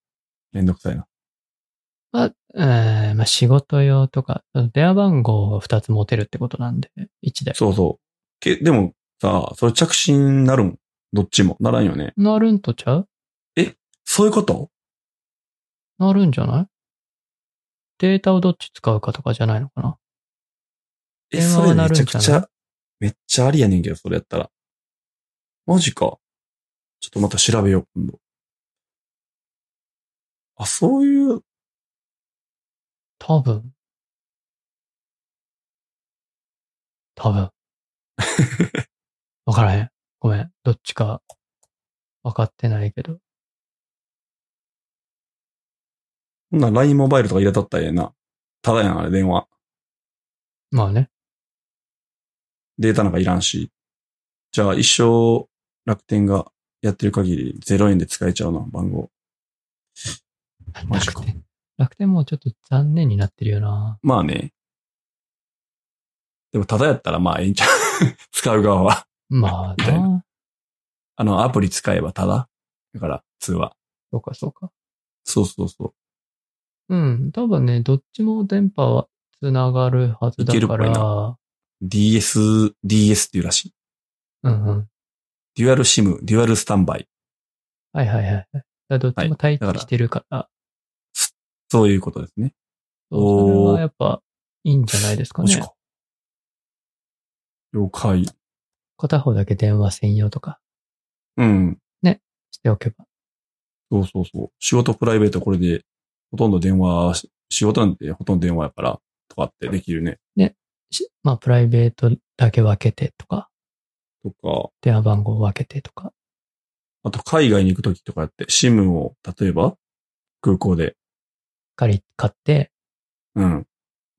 Speaker 2: めんどくさいな。
Speaker 1: まあ、えーまあ、仕事用とか、電話番号を2つ持てるってことなんで、1台。
Speaker 2: そうそう。け、でもさ、それ着信なるんどっちも。ならんよね。
Speaker 1: なるんとちゃう
Speaker 2: そういうこと
Speaker 1: なるんじゃないデータをどっち使うかとかじゃないのかな
Speaker 2: え、
Speaker 1: 電話
Speaker 2: そ
Speaker 1: は
Speaker 2: れ
Speaker 1: な
Speaker 2: め
Speaker 1: るん
Speaker 2: ち
Speaker 1: じゃ
Speaker 2: ゃ
Speaker 1: ない
Speaker 2: くちゃ、めっちゃありやねんけど、それやったら。マジか。ちょっとまた調べよう、今度。あ、そういう、
Speaker 1: 多分。多
Speaker 2: <laughs>
Speaker 1: 分。わからへん。ごめん。どっちか、わかってないけど。
Speaker 2: こんなん LINE モバイルとか入れとったらええな。ただやん、あれ、電話。
Speaker 1: まあね。
Speaker 2: データなんかいらんし。じゃあ、一生、楽天がやってる限り、0円で使えちゃうな、番号。マジか
Speaker 1: 楽天。楽天もちょっと残念になってるよな。
Speaker 2: まあね。でも、ただやったら、まあ、ええんちゃう。 <laughs> 使う側は。
Speaker 1: まあ
Speaker 2: みたい
Speaker 1: な。
Speaker 2: あの、アプリ使えばただ。だから、通話。
Speaker 1: そうかそうか。
Speaker 2: そうそうそう。
Speaker 1: うん。多分ね、どっちも電波は繋がるはずだ
Speaker 2: いけるっ
Speaker 1: か
Speaker 2: ぽい
Speaker 1: ら。
Speaker 2: DS、DS っていうらしい。
Speaker 1: うんうん。
Speaker 2: デュアルシム、デュアルスタンバイ。
Speaker 1: はいはいはいはい。だからどっちも待機
Speaker 2: はいだから
Speaker 1: してるから。
Speaker 2: そういうことですね。
Speaker 1: そうそれ
Speaker 2: お
Speaker 1: は
Speaker 2: ー
Speaker 1: やっぱいいんじゃないですか
Speaker 2: マジ
Speaker 1: ね。
Speaker 2: か。了解。
Speaker 1: 片方だけ電話専用とか
Speaker 2: うん。
Speaker 1: しておけば。
Speaker 2: そうそうそう。仕事、プライベート、これで、ほとんど電話し、仕事なんてほとんど電話やから、とかってできるね。
Speaker 1: しまあ、プライベートだけ分けてとか、
Speaker 2: とか、
Speaker 1: 電話番号分けてとか。
Speaker 2: あと海外に行くときとかやって、シムを、例えば、空港で、
Speaker 1: 借り、買って、
Speaker 2: うん。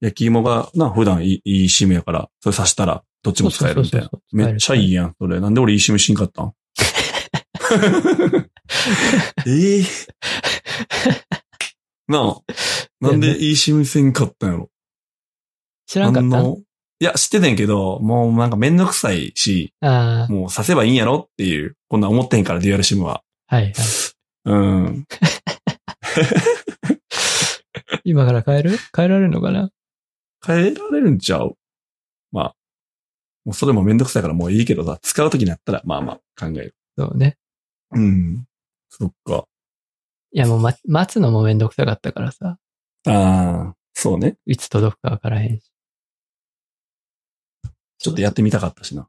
Speaker 2: 焼き芋が、な、普段いい、いいシムやから、それ刺したら、どっちも使えるみたいな
Speaker 1: そうそうそう。そう使える
Speaker 2: めっちゃいいやん、それ。なんで俺いいシムしん
Speaker 1: <laughs>
Speaker 2: かったんええ
Speaker 1: <laughs>
Speaker 2: なあ。なんでいいシムせんかったんやろ。
Speaker 1: 知らんかっ
Speaker 2: あ
Speaker 1: た
Speaker 2: のいや、知ってたんやけど、もうなんかめんどくさいし、
Speaker 1: あ
Speaker 2: もう刺せばいいんやろっていう、こんなん思ってへんから、デュアルシムは。
Speaker 1: あ、はいはい。
Speaker 2: うん。
Speaker 1: 今から変える変えられるのかな
Speaker 2: 変えられるんちゃうまあ。もうそれもめんどくさいからもういいけどさ、使うときになったら、まあまあ、考える。
Speaker 1: そうね。
Speaker 2: うん。そっか。
Speaker 1: いやもう、ま、待つのもめんどくさかったからさ、
Speaker 2: ああ、そうね。
Speaker 1: いつ届くか分からへんし。
Speaker 2: ちょっとやってみたかったしな。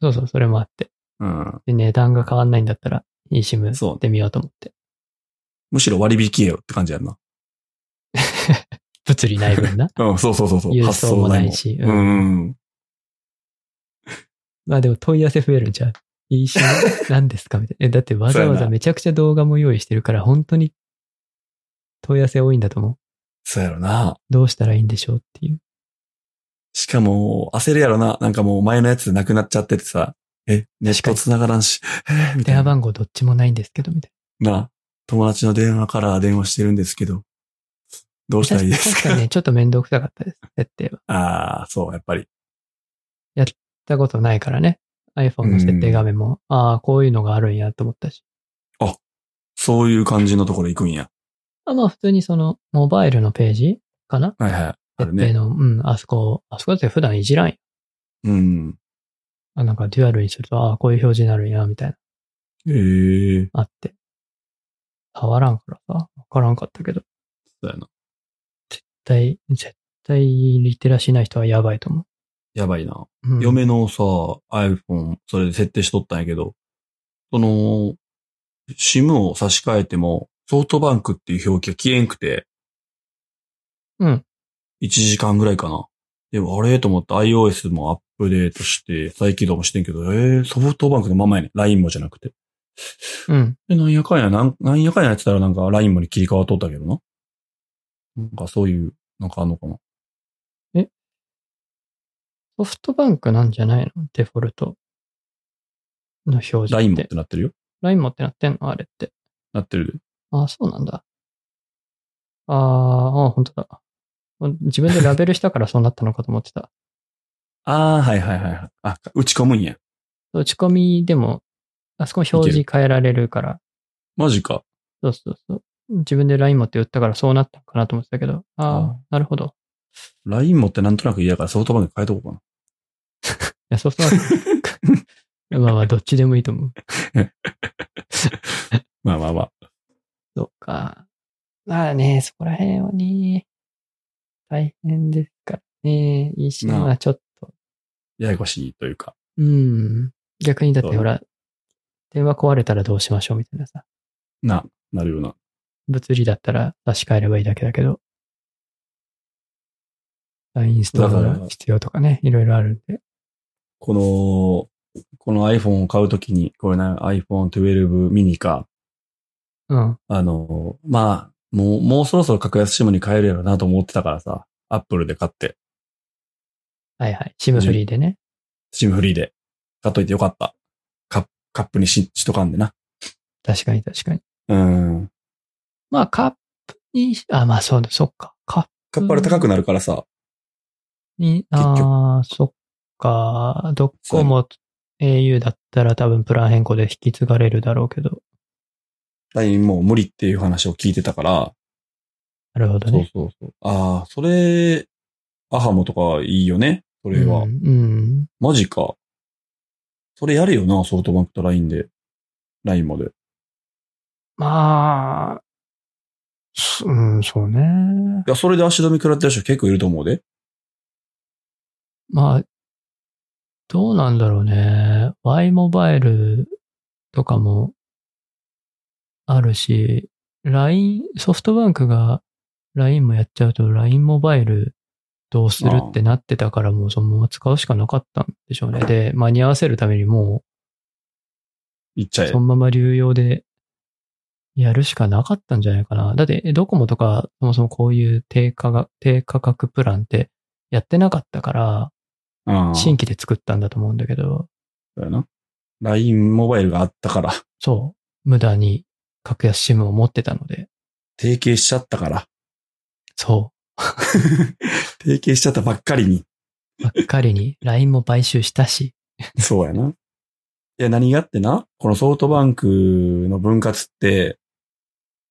Speaker 1: そうそう、それもあって。
Speaker 2: うん。
Speaker 1: で、値段が変わんないんだったら、 eSIM
Speaker 2: そう
Speaker 1: やってみようと思って。
Speaker 2: むしろ割引よって感じやんな。
Speaker 1: 物理ない分な。
Speaker 2: うん、そうそう <laughs> そうそう。
Speaker 1: 郵送もないし。
Speaker 2: 発想ないもん。うん。
Speaker 1: まあでも問い合わせ増えるんちゃう ?eSIM 何ですかみたいな。え、だってわざ
Speaker 2: そう
Speaker 1: わ
Speaker 2: や
Speaker 1: ざ
Speaker 2: な
Speaker 1: めちゃくちゃ動画も用意してるから、本当に問い合わせ多いんだと思う。
Speaker 2: そうやろな。
Speaker 1: どうしたらいいんでしょうっていう。
Speaker 2: しかも、焦るやろな。なんかもう前のやつなくなっちゃっててさ。え、ネット繋がらんし。えーみた
Speaker 1: 電話
Speaker 2: いな。
Speaker 1: 番号どっちもないんですけど、みたい
Speaker 2: な、友達の電話から電話してるんですけど、どう
Speaker 1: な。
Speaker 2: したらいい
Speaker 1: 確
Speaker 2: で
Speaker 1: か
Speaker 2: す
Speaker 1: 確
Speaker 2: か
Speaker 1: かにね、ちょっとめんどくさかったです。設定は。やっ
Speaker 2: <laughs> ああ、そう、やっぱり。
Speaker 1: たことないからね。iPhone の設定画面も、ああ、こういうのがあるんやと思ったし。
Speaker 2: そういう感じのところ行くんや。
Speaker 1: あまあ普通にその、モバイルのページかな
Speaker 2: はいはい。ある
Speaker 1: 設定
Speaker 2: ね。
Speaker 1: の、うん、あそこ、あそこだって普段いじらんよ
Speaker 2: うん。
Speaker 1: あ、なんかデュアルにすると、ああ、こういう表示になるんや、みたいな、
Speaker 2: ええー、
Speaker 1: あって。触らんからさ、わからんかったけど。
Speaker 2: そうやな。
Speaker 1: 絶対、絶対リテラシーない人はやばいと思
Speaker 2: やばいな。
Speaker 1: う。うん、
Speaker 2: 嫁のさ、iPhone、それで設定しとったんやけど、その、SIM を差し替えても、ソフトバンクっていう表記が消えんくて、
Speaker 1: うん。
Speaker 2: 1時間ぐらいかな。でも、あれと思って iOS もアップデートして、再起動もしてんけど、えー、ソフトバンクのままやね。LINE もじゃなくて。
Speaker 1: うん。
Speaker 2: で、なんやかんや、なんなんやかんややってたらなんか LINE もに切り替わっとったけどな。なんかそういう、なんかあんのかな。
Speaker 1: ソフトバンクなんじゃないのデフォルトの表示って。
Speaker 2: LINE もってなってるよ。
Speaker 1: ライン持ってなってんのあれって。
Speaker 2: なってる。
Speaker 1: ああ、そうなんだ。ああ、ああ、本当だ。自分でラベルしたからそうなったのかと思ってた。
Speaker 2: ああ、はいはいはいはい。あ、打ち込むんや。
Speaker 1: 打ち込みでも、あそこ表示変えられるから、
Speaker 2: マジか。
Speaker 1: そうそうそう。自分で LINE 持って打ったからそうなったのかなと思ってたけど、あ
Speaker 2: あ
Speaker 1: あ、なるほど。
Speaker 2: LINE もってなんとなく嫌やからソフトバンク変えとこうか
Speaker 1: いや、そうそう <laughs> まあまあ、どっちでもいいと思う。
Speaker 2: な。まあまあまあ。
Speaker 1: そうか。まあね、そこら辺はね、大変ですからね。いいし、
Speaker 2: なあ
Speaker 1: まあちょっと。
Speaker 2: ややこしいというか。
Speaker 1: うん。逆にだって
Speaker 2: そう
Speaker 1: ほら、電話壊れたらどうしましょうみたいなさ。
Speaker 2: な、なるような。
Speaker 1: 物理だったら差し替えればいいだけだけど。LINE インストー
Speaker 2: だ
Speaker 1: ル
Speaker 2: から
Speaker 1: が必要とかね、いろいろあるんで。
Speaker 2: この、この iPhone を買うときに、これな、iPhone 12 mini か、
Speaker 1: うん。
Speaker 2: あの、まあ、もう、もうそろそろ格安 SIM に変えるやろなと思ってたからさ、Apple で買って、
Speaker 1: はいはい。シムフリーでね。
Speaker 2: SIM フリーで買っといてよかった。カップカップにししとかんでな。
Speaker 1: 確かに確かに。
Speaker 2: うん。
Speaker 1: まあ、カップに、あ、まあそうだ、そっか。カッ
Speaker 2: カップあれ高くなるからさ、
Speaker 1: プに、
Speaker 2: 結局
Speaker 1: ああ、そっか。ドコモ、au だったら多分プラン変更で引き継がれるだろうけど。
Speaker 2: LINE もう無理っていう話を聞いてたから、
Speaker 1: なるほど
Speaker 2: そう
Speaker 1: ね。
Speaker 2: そうそう。ああ、それ、アハモとかいいよね。それは。
Speaker 1: うん。うん
Speaker 2: マジか。それやるよな、ソフトバンクと LINE で。LINE まで。
Speaker 1: まあ、すうん、そうね。
Speaker 2: いや、それで足止め食らってる人結構いると思うで。
Speaker 1: まあ、どうなんだろうね。Y モバイルとかもあるし、LINE、ソフトバンクが LINE もやっちゃうと LINE モバイルどうするってなってたからもうそのまま使うしかなかったんでしょうね。で、間に合わせるためにも
Speaker 2: 行っちゃ
Speaker 1: う
Speaker 2: え
Speaker 1: そ。のまま流用でやるしかなかったんじゃないかな。だって、ドコモとかそもそもこういう低価が低価格プランってやってなかったから、
Speaker 2: う
Speaker 1: 新
Speaker 2: ん。そ
Speaker 1: 規で作ったんだと思うんだけど、
Speaker 2: うやな。LINE モバイルがあったから。
Speaker 1: そう、無駄に格安 SIM を持ってたので、
Speaker 2: 提携しちゃったから。 <laughs>
Speaker 1: そ
Speaker 2: 提携しちゃったばっかりに。
Speaker 1: う、ばっかりに <laughs> LINE も買収したし、
Speaker 2: <laughs> そうやな。いや、何があってな、このソフトバンクの分割って、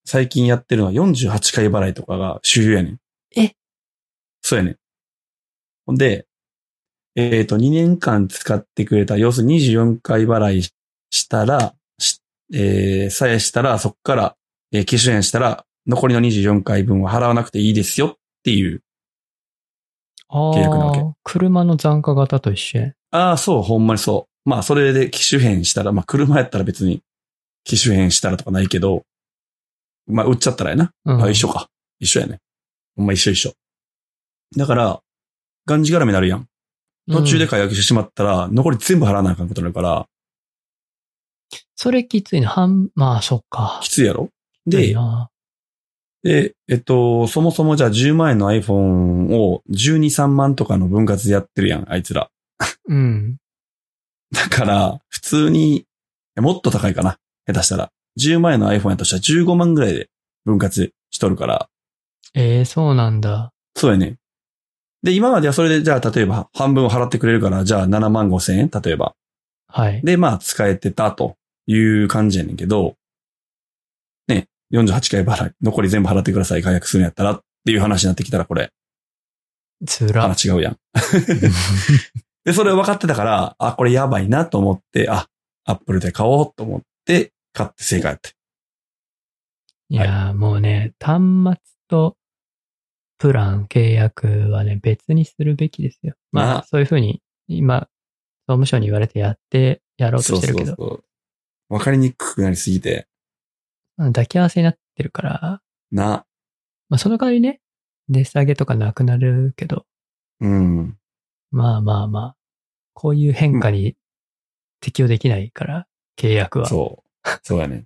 Speaker 2: 最近やってるのは48回払いとかが主流やねん。
Speaker 1: え
Speaker 2: そうやねん。ほんで、えっ、と、2年間使ってくれた、要するに24回払いしたら、しえー、さえしたら、そっから、えー、機種変したら、残りの24回分は払わなくていいですよっていう。
Speaker 1: あ
Speaker 2: 契約なわけ
Speaker 1: あ、車の残価型と一緒やん
Speaker 2: ああ、そう、ほんまにそう。まあ、それで機種変したら、まあ、車やったら別に、機種変したらとかないけど、まあ、売っちゃったらやな。
Speaker 1: うん。
Speaker 2: あ、一緒か。一緒やね。ほんま一緒一緒。だから、がんじがらめになるやん。
Speaker 1: うん。
Speaker 2: 途中で解約してしまったら、残り全部払わなあかんことになるから、
Speaker 1: それきついな。半、まあ、そっか。
Speaker 2: きついやろ
Speaker 1: いい
Speaker 2: で、
Speaker 1: な
Speaker 2: で、えっと、そもそもじゃあ10万円の iPhone を12、3万とかの分割でやってるやん、あいつら。
Speaker 1: うん。
Speaker 2: だから、普通に、えもっと高いかな。下手したら。10万円の iPhone やとしたら15万ぐらいで分割しとるから。
Speaker 1: ええそうなんだ。
Speaker 2: そうやね。で、今まではそれで、じゃあ、例えば、半分払ってくれるから、じゃあ、7万5千円例えば。
Speaker 1: はい。
Speaker 2: で、まあ、使えてたという感じやねんけど、ね、48回払い、残り全部払ってください、解約するんやったらっていう話になってきたら、これ、
Speaker 1: つ <laughs> ら。
Speaker 2: 話違うやん。で、それを分かってたから、あ、これやばいなと思って、あ、アップルで買おうと思って、買って正解やって。
Speaker 1: いやー、もうね、端末とプラン、契約はね、別にするべきですよ。ま
Speaker 2: な
Speaker 1: あ、そういうふうに、今、総務省に言われてやって、やろうとしてるけど、
Speaker 2: う。分かりにくくなりすぎて、
Speaker 1: 抱き合わせになってるから、
Speaker 2: な、
Speaker 1: まあ、その代わりね、値下げとかなくなるけど、
Speaker 2: うん。
Speaker 1: まあまあまあ、こういう変化に適用できないから、契約は。
Speaker 2: そう。そうやね。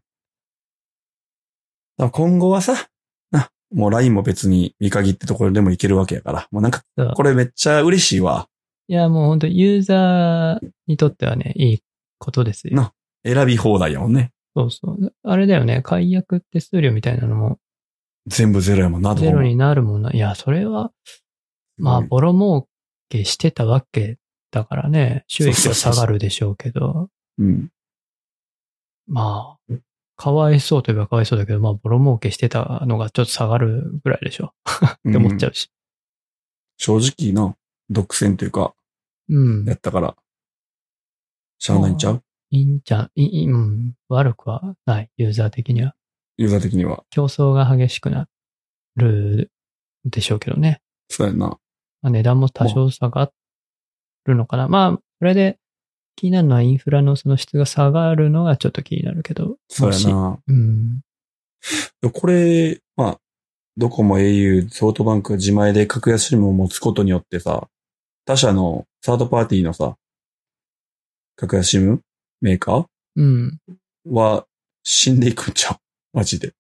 Speaker 2: だから今後はさ、な、もう LINE も別に見限ってところでもいけるわけやから。もうなんか
Speaker 1: そう、
Speaker 2: これめっちゃ嬉しいわ。
Speaker 1: いや、もう本当ユーザーにとってはね、いいことですよ。
Speaker 2: な選び放題やもんね。
Speaker 1: そうそう。あれだよね、解約手数料みたいなのも、
Speaker 2: 全部ゼロやもんな、と
Speaker 1: ゼ
Speaker 2: 思う
Speaker 1: ロになるもんな。いや、それは、まあ、
Speaker 2: うん
Speaker 1: ボロ儲けしてたわけだからね、収益は下がるでしょうけど、
Speaker 2: うん。
Speaker 1: まあ、かわいそうといえばかわいそうだけど、まあ、ボロ儲けしてたのがちょっと下がるぐらいでしょ。って思っちゃ
Speaker 2: うん
Speaker 1: うし。
Speaker 2: 正直な、独占というか、
Speaker 1: うん。
Speaker 2: やったから、しゃあないんちゃう
Speaker 1: いいんちゃう、いい、うん。悪くはない、ユーザー的には。
Speaker 2: ユーザー的には。
Speaker 1: 競争が激しくなるでしょうけどね。
Speaker 2: そうやな。
Speaker 1: まあ、値段も多少下がるのかな。まあ、これで気になるのはインフラのその質が下がるのがちょっと気になるけど。
Speaker 2: そうや
Speaker 1: もし。
Speaker 2: な。
Speaker 1: うん。
Speaker 2: でこれ、まあ、ドコモ au、ソフトバンクが自前で格安 SIM を持つことによってさ、他社のサードパーティーのさ、格安 SIM メーカ
Speaker 1: うん。
Speaker 2: ーは死んでいくんちゃうマジで。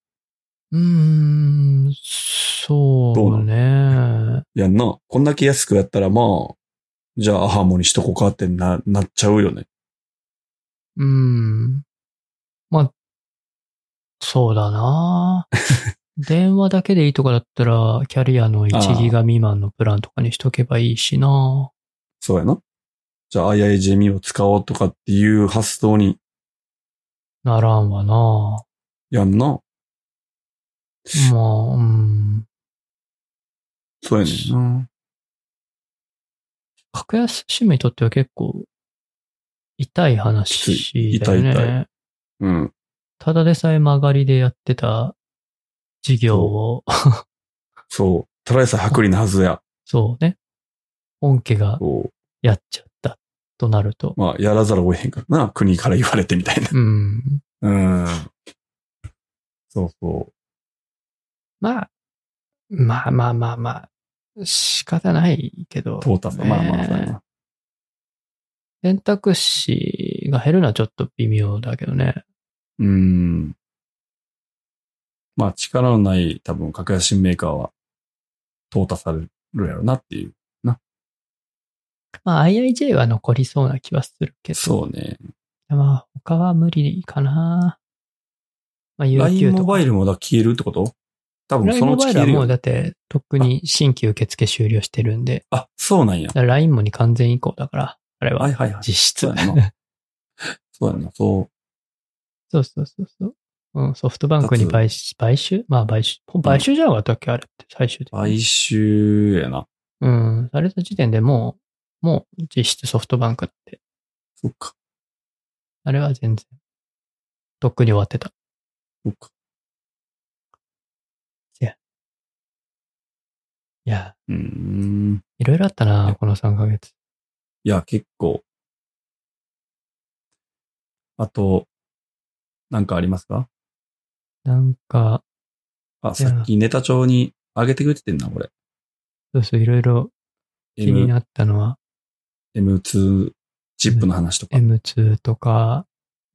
Speaker 1: うーん、そうね。
Speaker 2: やんな。こんだけ安くやったらまあ、じゃあアハモにしとこうかってな、なっちゃうよね。
Speaker 1: うん。まあ、そうだ <laughs> な。電話だけでいいとかだったら、キャリアの1ギガ未満のプランとかにしとけばいいしな。
Speaker 2: そうやな。じゃあ IIJME を使おうとかっていう発想に、
Speaker 1: ならんわな。 <laughs>
Speaker 2: やんな。
Speaker 1: まあ、うん。
Speaker 2: そうやねんな。
Speaker 1: 格安シムにとっては結構、痛い
Speaker 2: きつ
Speaker 1: 話
Speaker 2: い
Speaker 1: だよね。
Speaker 2: 痛い痛うん。
Speaker 1: ただでさえ曲がりでやってた事業を、
Speaker 2: そう。ただでさえ薄利なはずや。
Speaker 1: そうね。本家が
Speaker 2: そう。
Speaker 1: やっちゃったとなると。
Speaker 2: まあ、やらざるを得へんからな。国から言われてみたいな。
Speaker 1: うん。
Speaker 2: <laughs> うん。そうそ
Speaker 1: まあ、まあまあまあまあ、仕方ないけど
Speaker 2: う。、トータス、まあまあ、そうや
Speaker 1: ね
Speaker 2: な。
Speaker 1: 選択肢が減るのはちょっと微妙だけどね。
Speaker 2: うん。まあ、力のない多分、格安新メーカーは、淘汰されるやろなっていう。
Speaker 1: まあ IIJ は残りそうな気はするけど。
Speaker 2: そうね。
Speaker 1: まあ他は無理かな。まあ
Speaker 2: LINE
Speaker 1: UQ
Speaker 2: モ
Speaker 1: とか
Speaker 2: バイ。ルもだ消えるってこと多分、
Speaker 1: LINE
Speaker 2: その
Speaker 1: モ
Speaker 2: うち
Speaker 1: バイル
Speaker 2: 消
Speaker 1: は
Speaker 2: える
Speaker 1: もう
Speaker 2: よ。
Speaker 1: だって、とっくに新規受付終了してるんで、
Speaker 2: あ、そうなんや
Speaker 1: だ。から LINE もに完全移行だから、あれ
Speaker 2: は。
Speaker 1: はい
Speaker 2: はいはい。
Speaker 1: 実質。
Speaker 2: そ
Speaker 1: そう
Speaker 2: やんな。 <laughs> そうやんな。そう
Speaker 1: そうそうそう。うん、ソフトバンクに買収、買収まあ買収。買収じゃなかったっけ、あれって最終的
Speaker 2: う。
Speaker 1: に。
Speaker 2: 買収やな。
Speaker 1: うん、された時点でもう、もう実質ソフトバンクって、
Speaker 2: そっか。
Speaker 1: あれは全然、とっくに終わってた。
Speaker 2: そっか。
Speaker 1: いや、
Speaker 2: うーん。
Speaker 1: いろいろあったな、この3ヶ月。
Speaker 2: いや、結構。あと、なんかありますか
Speaker 1: なんか、
Speaker 2: あ、さっきネタ帳に上げてくれてんな、これ。
Speaker 1: そうそう、いろいろ気になったのは、
Speaker 2: M、M2 チップの話とか。
Speaker 1: M2 とか、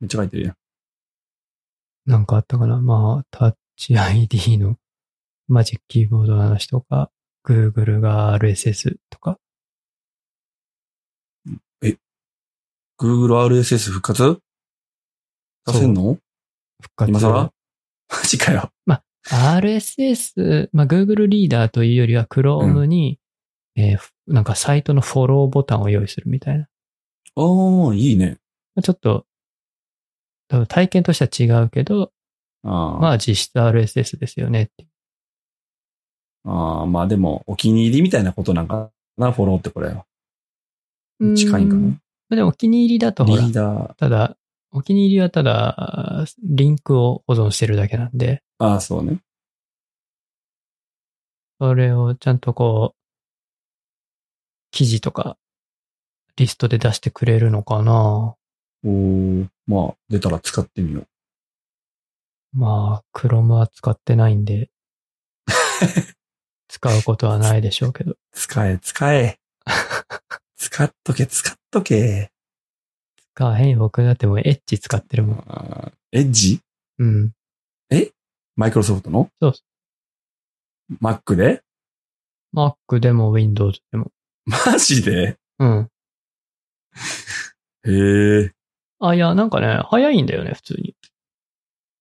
Speaker 2: めっちゃ書いてるやん。
Speaker 1: なんかあったかなまあ、タッチ ID のマジックキーボードの話とか、Google が RSS とか、
Speaker 2: Google RSS 復活出せんの
Speaker 1: 復活。
Speaker 2: 今更マジかよ。
Speaker 1: RSS、まあ、Google リーダーというよりは Chrome に、えーふなんかサイトのフォローボタンを用意するみたいな。
Speaker 2: ああ、いいね。
Speaker 1: まあちょっと、多分体験としては違うけど、
Speaker 2: ああ、
Speaker 1: まあ実質 RSS ですよねっていう。
Speaker 2: ああ、まあでも、お気に入りみたいなことなんかな、フォローってこれは。近いんか
Speaker 1: う
Speaker 2: な
Speaker 1: ま。あでもお気に入りだとほら
Speaker 2: リー、ダー。
Speaker 1: ただ、お気に入りはただ、リンクを保存してるだけなんで、
Speaker 2: ああ、そうね。
Speaker 1: それをちゃんとこう、記事とか、リストで出してくれるのかな
Speaker 2: おーまあ、出たら使ってみよう。
Speaker 1: まあ、Chrome は使ってないん
Speaker 2: <laughs>
Speaker 1: で、使うことはないでしょうけど。
Speaker 2: 使え、使え。使っとけ、使っとけ。
Speaker 1: 使わへんよ僕だってもうエッジ使ってるもん。
Speaker 2: あーエッジ
Speaker 1: うん。
Speaker 2: マイクロソフトの
Speaker 1: そうそ
Speaker 2: マックで
Speaker 1: Mac でも Windows でも。
Speaker 2: マジで
Speaker 1: うん。
Speaker 2: へえ。へ
Speaker 1: あ、いや、なんかね、早いんだよね、普通に。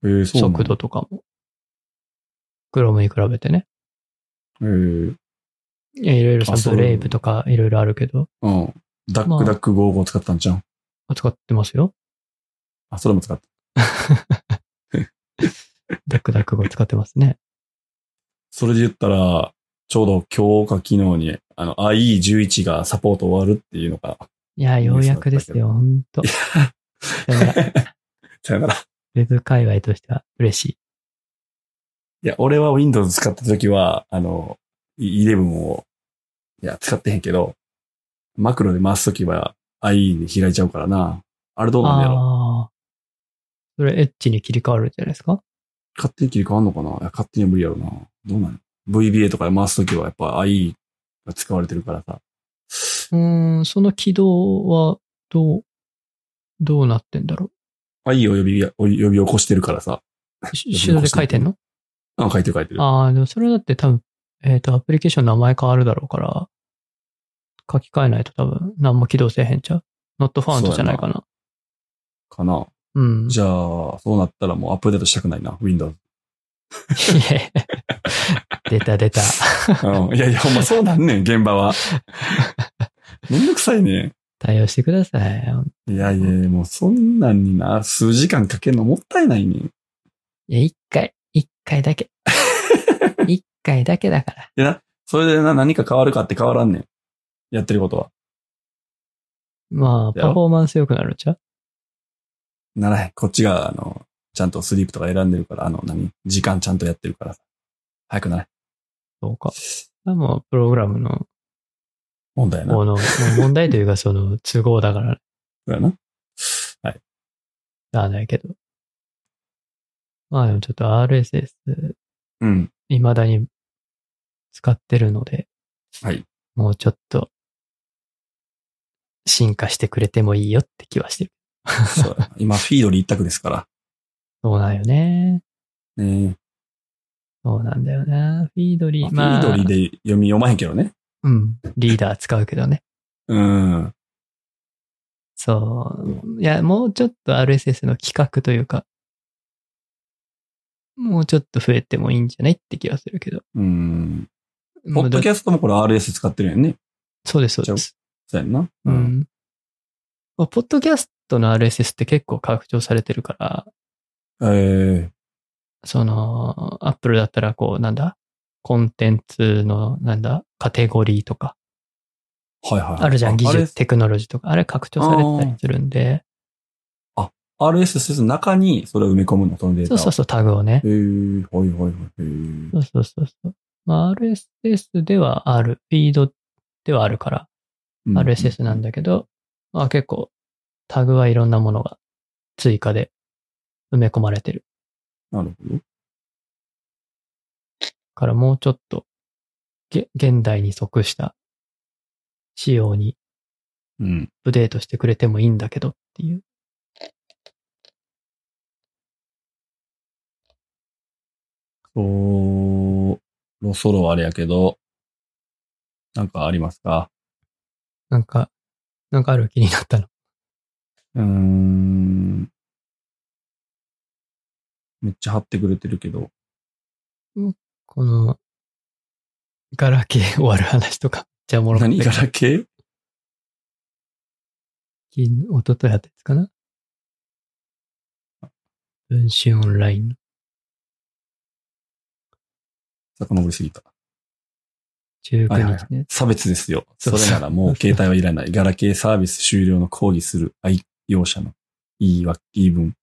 Speaker 2: え、そうなんだ
Speaker 1: 速度とかも。Chrome に比べてね。
Speaker 2: へえ。
Speaker 1: いやいろいろ
Speaker 2: あ
Speaker 1: さ、
Speaker 2: そう
Speaker 1: ブレイブとかいろいろあるけど、
Speaker 2: うん。ダックダック55使ったんじゃん。
Speaker 1: 扱ってますよ。
Speaker 2: あ、それも使った。
Speaker 1: ダックダック語使ってますね。
Speaker 2: それで言ったら、ちょうど今日か昨日に、あの、IE11 がサポート終わるっていうのが、
Speaker 1: いや、ようやくですよ、ほんと。だから
Speaker 2: さよなら。
Speaker 1: ウェブ界隈としては嬉しい。
Speaker 2: いや、俺は Windows 使った時は、あの、い11を、いや、使ってへんけど、マクロで回す時は IE に開いちゃうからな。あれどうなんだやろ
Speaker 1: ああ。それエッジに切り替わるんじゃないですか
Speaker 2: 勝手に切り替わんのかないや、勝手には無理やろな。どうなんや ?VBA とかで回す時はやっぱ IE が使われてるからさ。
Speaker 1: うーん、その起動はどう、どうなってんだろ
Speaker 2: IE を呼びや、呼び起こしてるからさ。
Speaker 1: う。し手動で書いてんの
Speaker 2: あ、書いてる書いてる。
Speaker 1: ああ、でもそれだって多分、えっ、と、アプリケーションの名前変わるだろうから、書き換えないと多分、何も起動せえへんちゃう ?not found じゃないかな。
Speaker 2: かな。
Speaker 1: うん。
Speaker 2: じゃあ、そうなったらもうアップデートしたくないな、Windows。
Speaker 1: いえ。 <laughs> 出た出た。
Speaker 2: うんいやいや、ほんまそうなんねん、現
Speaker 1: <laughs>
Speaker 2: 場は。めんどくさいね
Speaker 1: 対応してください。
Speaker 2: ん。いやいや、もうそんなんにな、数時間かけるのもったいないねん。い
Speaker 1: いや、一回、一回だ
Speaker 2: <laughs>
Speaker 1: け。一回だけだから。
Speaker 2: やな、それでな、何か変わるかって変わらんねん。やってることは。
Speaker 1: まあ、
Speaker 2: だよ
Speaker 1: パフォーマンス良くなるんちゃう
Speaker 2: ならへん。こっちが、あの、ちゃんとスリープとか選んでるから、あの、何時間ちゃんとやってるから。早くなれ。
Speaker 1: そうか。あもう、プログラムの、
Speaker 2: 問題やな。そ
Speaker 1: この、
Speaker 2: <laughs>
Speaker 1: もう問題というか、その、都合だから、
Speaker 2: うやな。はい。
Speaker 1: ならないけど。まあ、でもちょっと RSS、
Speaker 2: うん。
Speaker 1: 未だに使ってるので、
Speaker 2: はい。
Speaker 1: もうちょっと、進化してくれてもいいよって気はしてる。
Speaker 2: そ
Speaker 1: <laughs>
Speaker 2: うやな今、フィードリー一択ですから。
Speaker 1: そうなんよね。
Speaker 2: ね
Speaker 1: そうなんだよな。フィード
Speaker 2: え
Speaker 1: リー。
Speaker 2: ま
Speaker 1: ま
Speaker 2: あ
Speaker 1: あ、
Speaker 2: フィードリーで読み読まへんけどね。
Speaker 1: うん。リーダー使うけどね。
Speaker 2: うん。
Speaker 1: そう。いや、もうちょっと RSS の企画というか、もうちょっと増えてもいいんじゃないって気はするけど。
Speaker 2: うん。ポ
Speaker 1: も
Speaker 2: ッ
Speaker 1: うだ
Speaker 2: ドキャストもこれ RS 使ってるやんね。
Speaker 1: そうです、そうです。
Speaker 2: そうやんな。
Speaker 1: う。ん。まあポッドキャストの RSS って結構拡張されてるから、
Speaker 2: えー、
Speaker 1: その、Apple だったらこう、なんだコンテンツの、なんだカテゴリーとか、
Speaker 2: はいはいはい。
Speaker 1: あるじゃん、技術、
Speaker 2: て。
Speaker 1: テクノロジーとか、あれ拡張されてたりするんで、
Speaker 2: RSS の中にそれを埋め込むの、そのデータ
Speaker 1: そう
Speaker 2: を。
Speaker 1: そうそう、タグをね。
Speaker 2: へえー、はいはいはい。えー、
Speaker 1: そうそうそうそう。まあ、RSS ではある、フィードではあるから、
Speaker 2: うん。
Speaker 1: RSS なんだけど、まあ結構タグはいろんなものが追加で埋め込まれてる。
Speaker 2: なるほど。
Speaker 1: からもうちょっと、げ、現代に即した仕様に
Speaker 2: うん。
Speaker 1: アップデートしてくれてもいいんだけどっていう。
Speaker 2: そろそろあれやけど、なんかありますか
Speaker 1: なんか、なんかある気になったの。
Speaker 2: うーん。めっちゃ貼ってくれてるけど。
Speaker 1: この、ガラケー終わる話とか、めっちゃおもろかった
Speaker 2: 何
Speaker 1: け
Speaker 2: ガ
Speaker 1: ど。
Speaker 2: ラケー
Speaker 1: 昨日、おとといあったやつかな文春オンラインの。
Speaker 2: 遡りすぎた。
Speaker 1: 19日ね。
Speaker 2: はいはいは差別ですよ。それならも
Speaker 1: <laughs>
Speaker 2: う携帯はいらない。ガラケーサービス終了の抗議する愛用者の言い訳、言い分。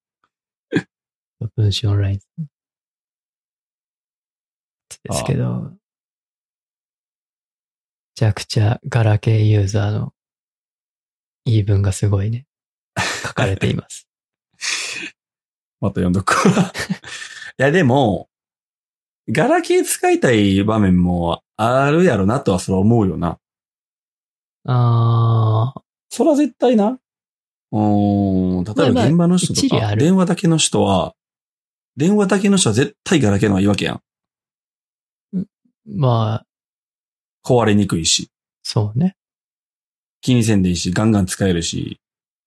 Speaker 1: 文春オンライン。ですけど、めちゃくちゃガラケーユーザーの言い分がすごいね、書かれてい
Speaker 2: <laughs>
Speaker 1: ます。
Speaker 2: また読んど <laughs> くわいや、でも、ガラケー使いたい場面もあるやろなとはそれは思うよな。
Speaker 1: あー、
Speaker 2: それは絶対な。うーん、例え
Speaker 1: まあま
Speaker 2: ば
Speaker 1: あ
Speaker 2: 現場の人
Speaker 1: 一
Speaker 2: と
Speaker 1: 理あ
Speaker 2: か、
Speaker 1: る
Speaker 2: 電話だけの人は、電話だけの人は絶対ガラケーの方がいいわけやん。
Speaker 1: まあ、
Speaker 2: 壊れにくいし、
Speaker 1: そうね。
Speaker 2: 気にせんでいいし、ガンガン使えるし。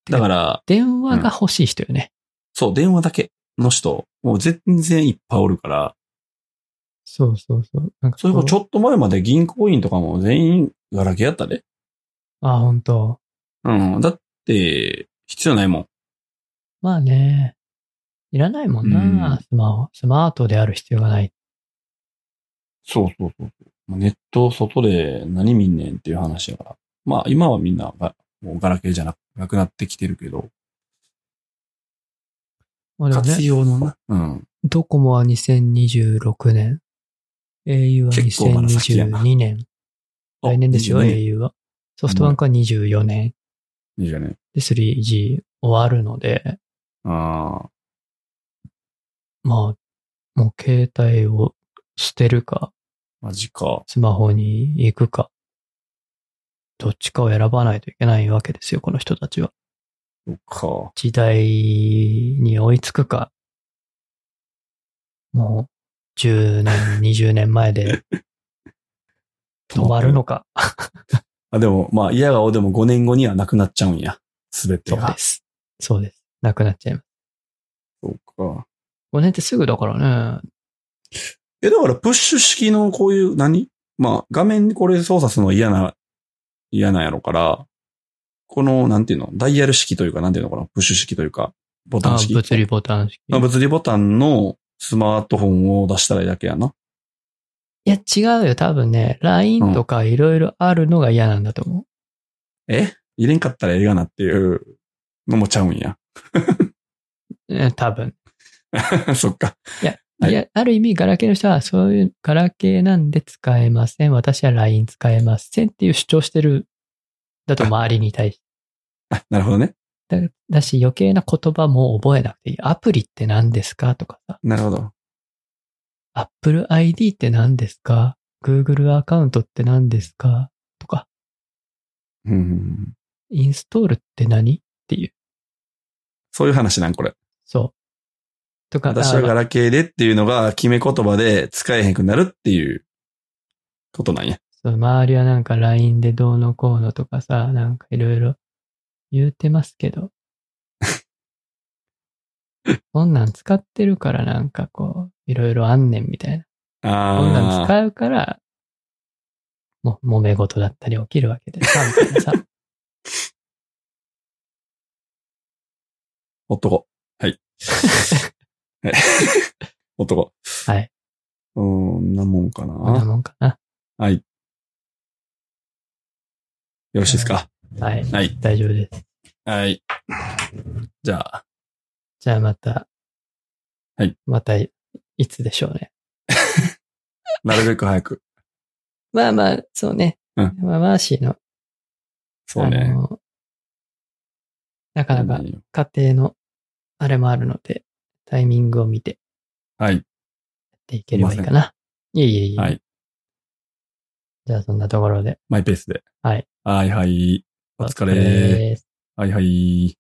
Speaker 2: だから、
Speaker 1: 電話が欲しい人よね。
Speaker 2: そう、電話だけの人、もう全然いっぱいおるから、
Speaker 1: そうそうそう。なんか
Speaker 2: それこそち
Speaker 1: っ
Speaker 2: ょっと前まで銀行員とかも全員ガラケーやったで。
Speaker 1: と。あー、本当
Speaker 2: うん。だって、必要ないもん。
Speaker 1: まあね。いらないもんな、
Speaker 2: うん
Speaker 1: スマホ。スマートである必要がない。
Speaker 2: そうそうそうそう。まあネット外で何見んねんっていう話やから。まあ今はみんなが、もうガラケーじゃななくなってきてるけど、
Speaker 1: まあでもね
Speaker 2: 活用のな。うん。
Speaker 1: ドコモは2026年。au は
Speaker 2: 結構まだ先やな
Speaker 1: 2022年。
Speaker 2: あ
Speaker 1: 来年ですよ、
Speaker 2: 22
Speaker 1: au は。ソフトバンクは24年
Speaker 2: いいじゃね。
Speaker 1: で 3G 終わるので、
Speaker 2: ああ。
Speaker 1: まあ、もう携帯を捨てるか、
Speaker 2: マジか。
Speaker 1: スマホに行くか、どっちかを選ばないといけないわけですよ、この人たちは。
Speaker 2: そっか。
Speaker 1: 時代に追いつくか、もう10年、20年
Speaker 2: <laughs>
Speaker 1: 前で止まるの
Speaker 2: <laughs>
Speaker 1: か、
Speaker 2: あ、でも、まあ嫌顔でも5年後にはなくなっちゃうんや。すべて
Speaker 1: そう
Speaker 2: が
Speaker 1: で。す。そうです。なくなっちゃいます。
Speaker 2: そうか。
Speaker 1: 5年ってすぐだからね。
Speaker 2: え、だからプッシュ式のこういう何、まあ、画面にこれ操作するのは嫌な、嫌なんやろから、この、なんていうの、ダイヤル式というか、なんていうのかな、プッシュ式というか、ボタ
Speaker 1: あ
Speaker 2: ン式。
Speaker 1: 物理ボタン式。
Speaker 2: まあ物理ボタンのスマートフォンを出したらいいだけやな。
Speaker 1: いや、違うよ。多分ね、LINE とかいろいろあるのが嫌なんだと思う。
Speaker 2: え入れんかったらええがなっていうのもちゃうんや。 <laughs>
Speaker 1: え多分。
Speaker 2: そっか。はい
Speaker 1: いや、ある意味、ガラケーの人は、そういう、ガラケーなんで使えません。私は LINE 使えませんっていう主張してる、だと周りに対して。
Speaker 2: あ、なるほどね。
Speaker 1: だだし、余計な言葉も覚えなくていい。アプリって何ですかとかさ。
Speaker 2: なるほど。
Speaker 1: Apple ID って何ですか ?Google アカウントって何ですかとか。
Speaker 2: うんうんうん。
Speaker 1: インストールって何
Speaker 2: そういう話なん、これ。
Speaker 1: そう。とか、
Speaker 2: 私はガラケーでっていうのが決め言葉で使えへんくなるっていうことなんや。
Speaker 1: そう周りはなんか LINE でどうのこうのとかさ、なんかいろいろ言うてますけど。こんなん使ってるからなんかこう、いろいろあんねんみたいな。
Speaker 2: ああ。
Speaker 1: こんなん使うから、も、揉め事だったり起きるわ
Speaker 2: <laughs>
Speaker 1: けでさ、みたいなさ。
Speaker 2: 男。
Speaker 1: <laughs>
Speaker 2: はい。はい <laughs> 男。
Speaker 1: はい。
Speaker 2: うーん、なもんか
Speaker 1: こんな
Speaker 2: な。
Speaker 1: もんかな。
Speaker 2: はい。よろしいですか
Speaker 1: はい。
Speaker 2: はい。
Speaker 1: 大丈夫です。
Speaker 2: はい。じゃあ、
Speaker 1: じゃあまた。
Speaker 2: はい。
Speaker 1: またい、いつでしょうね。
Speaker 2: なるべく早く。
Speaker 1: まあまあ、そうね。
Speaker 2: うん
Speaker 1: まあ、マーシーの
Speaker 2: そう
Speaker 1: あ
Speaker 2: ね。
Speaker 1: のなかなか
Speaker 2: いいよ
Speaker 1: 家庭のあれもあるので、タイミングを見てや
Speaker 2: はい。
Speaker 1: っていければいいかな。いえいえいえ。
Speaker 2: はい。
Speaker 1: じゃあそんなところで。
Speaker 2: マイペースで。
Speaker 1: はい。
Speaker 2: はいはい。お疲
Speaker 1: お疲
Speaker 2: れ。
Speaker 1: です
Speaker 2: はいはい。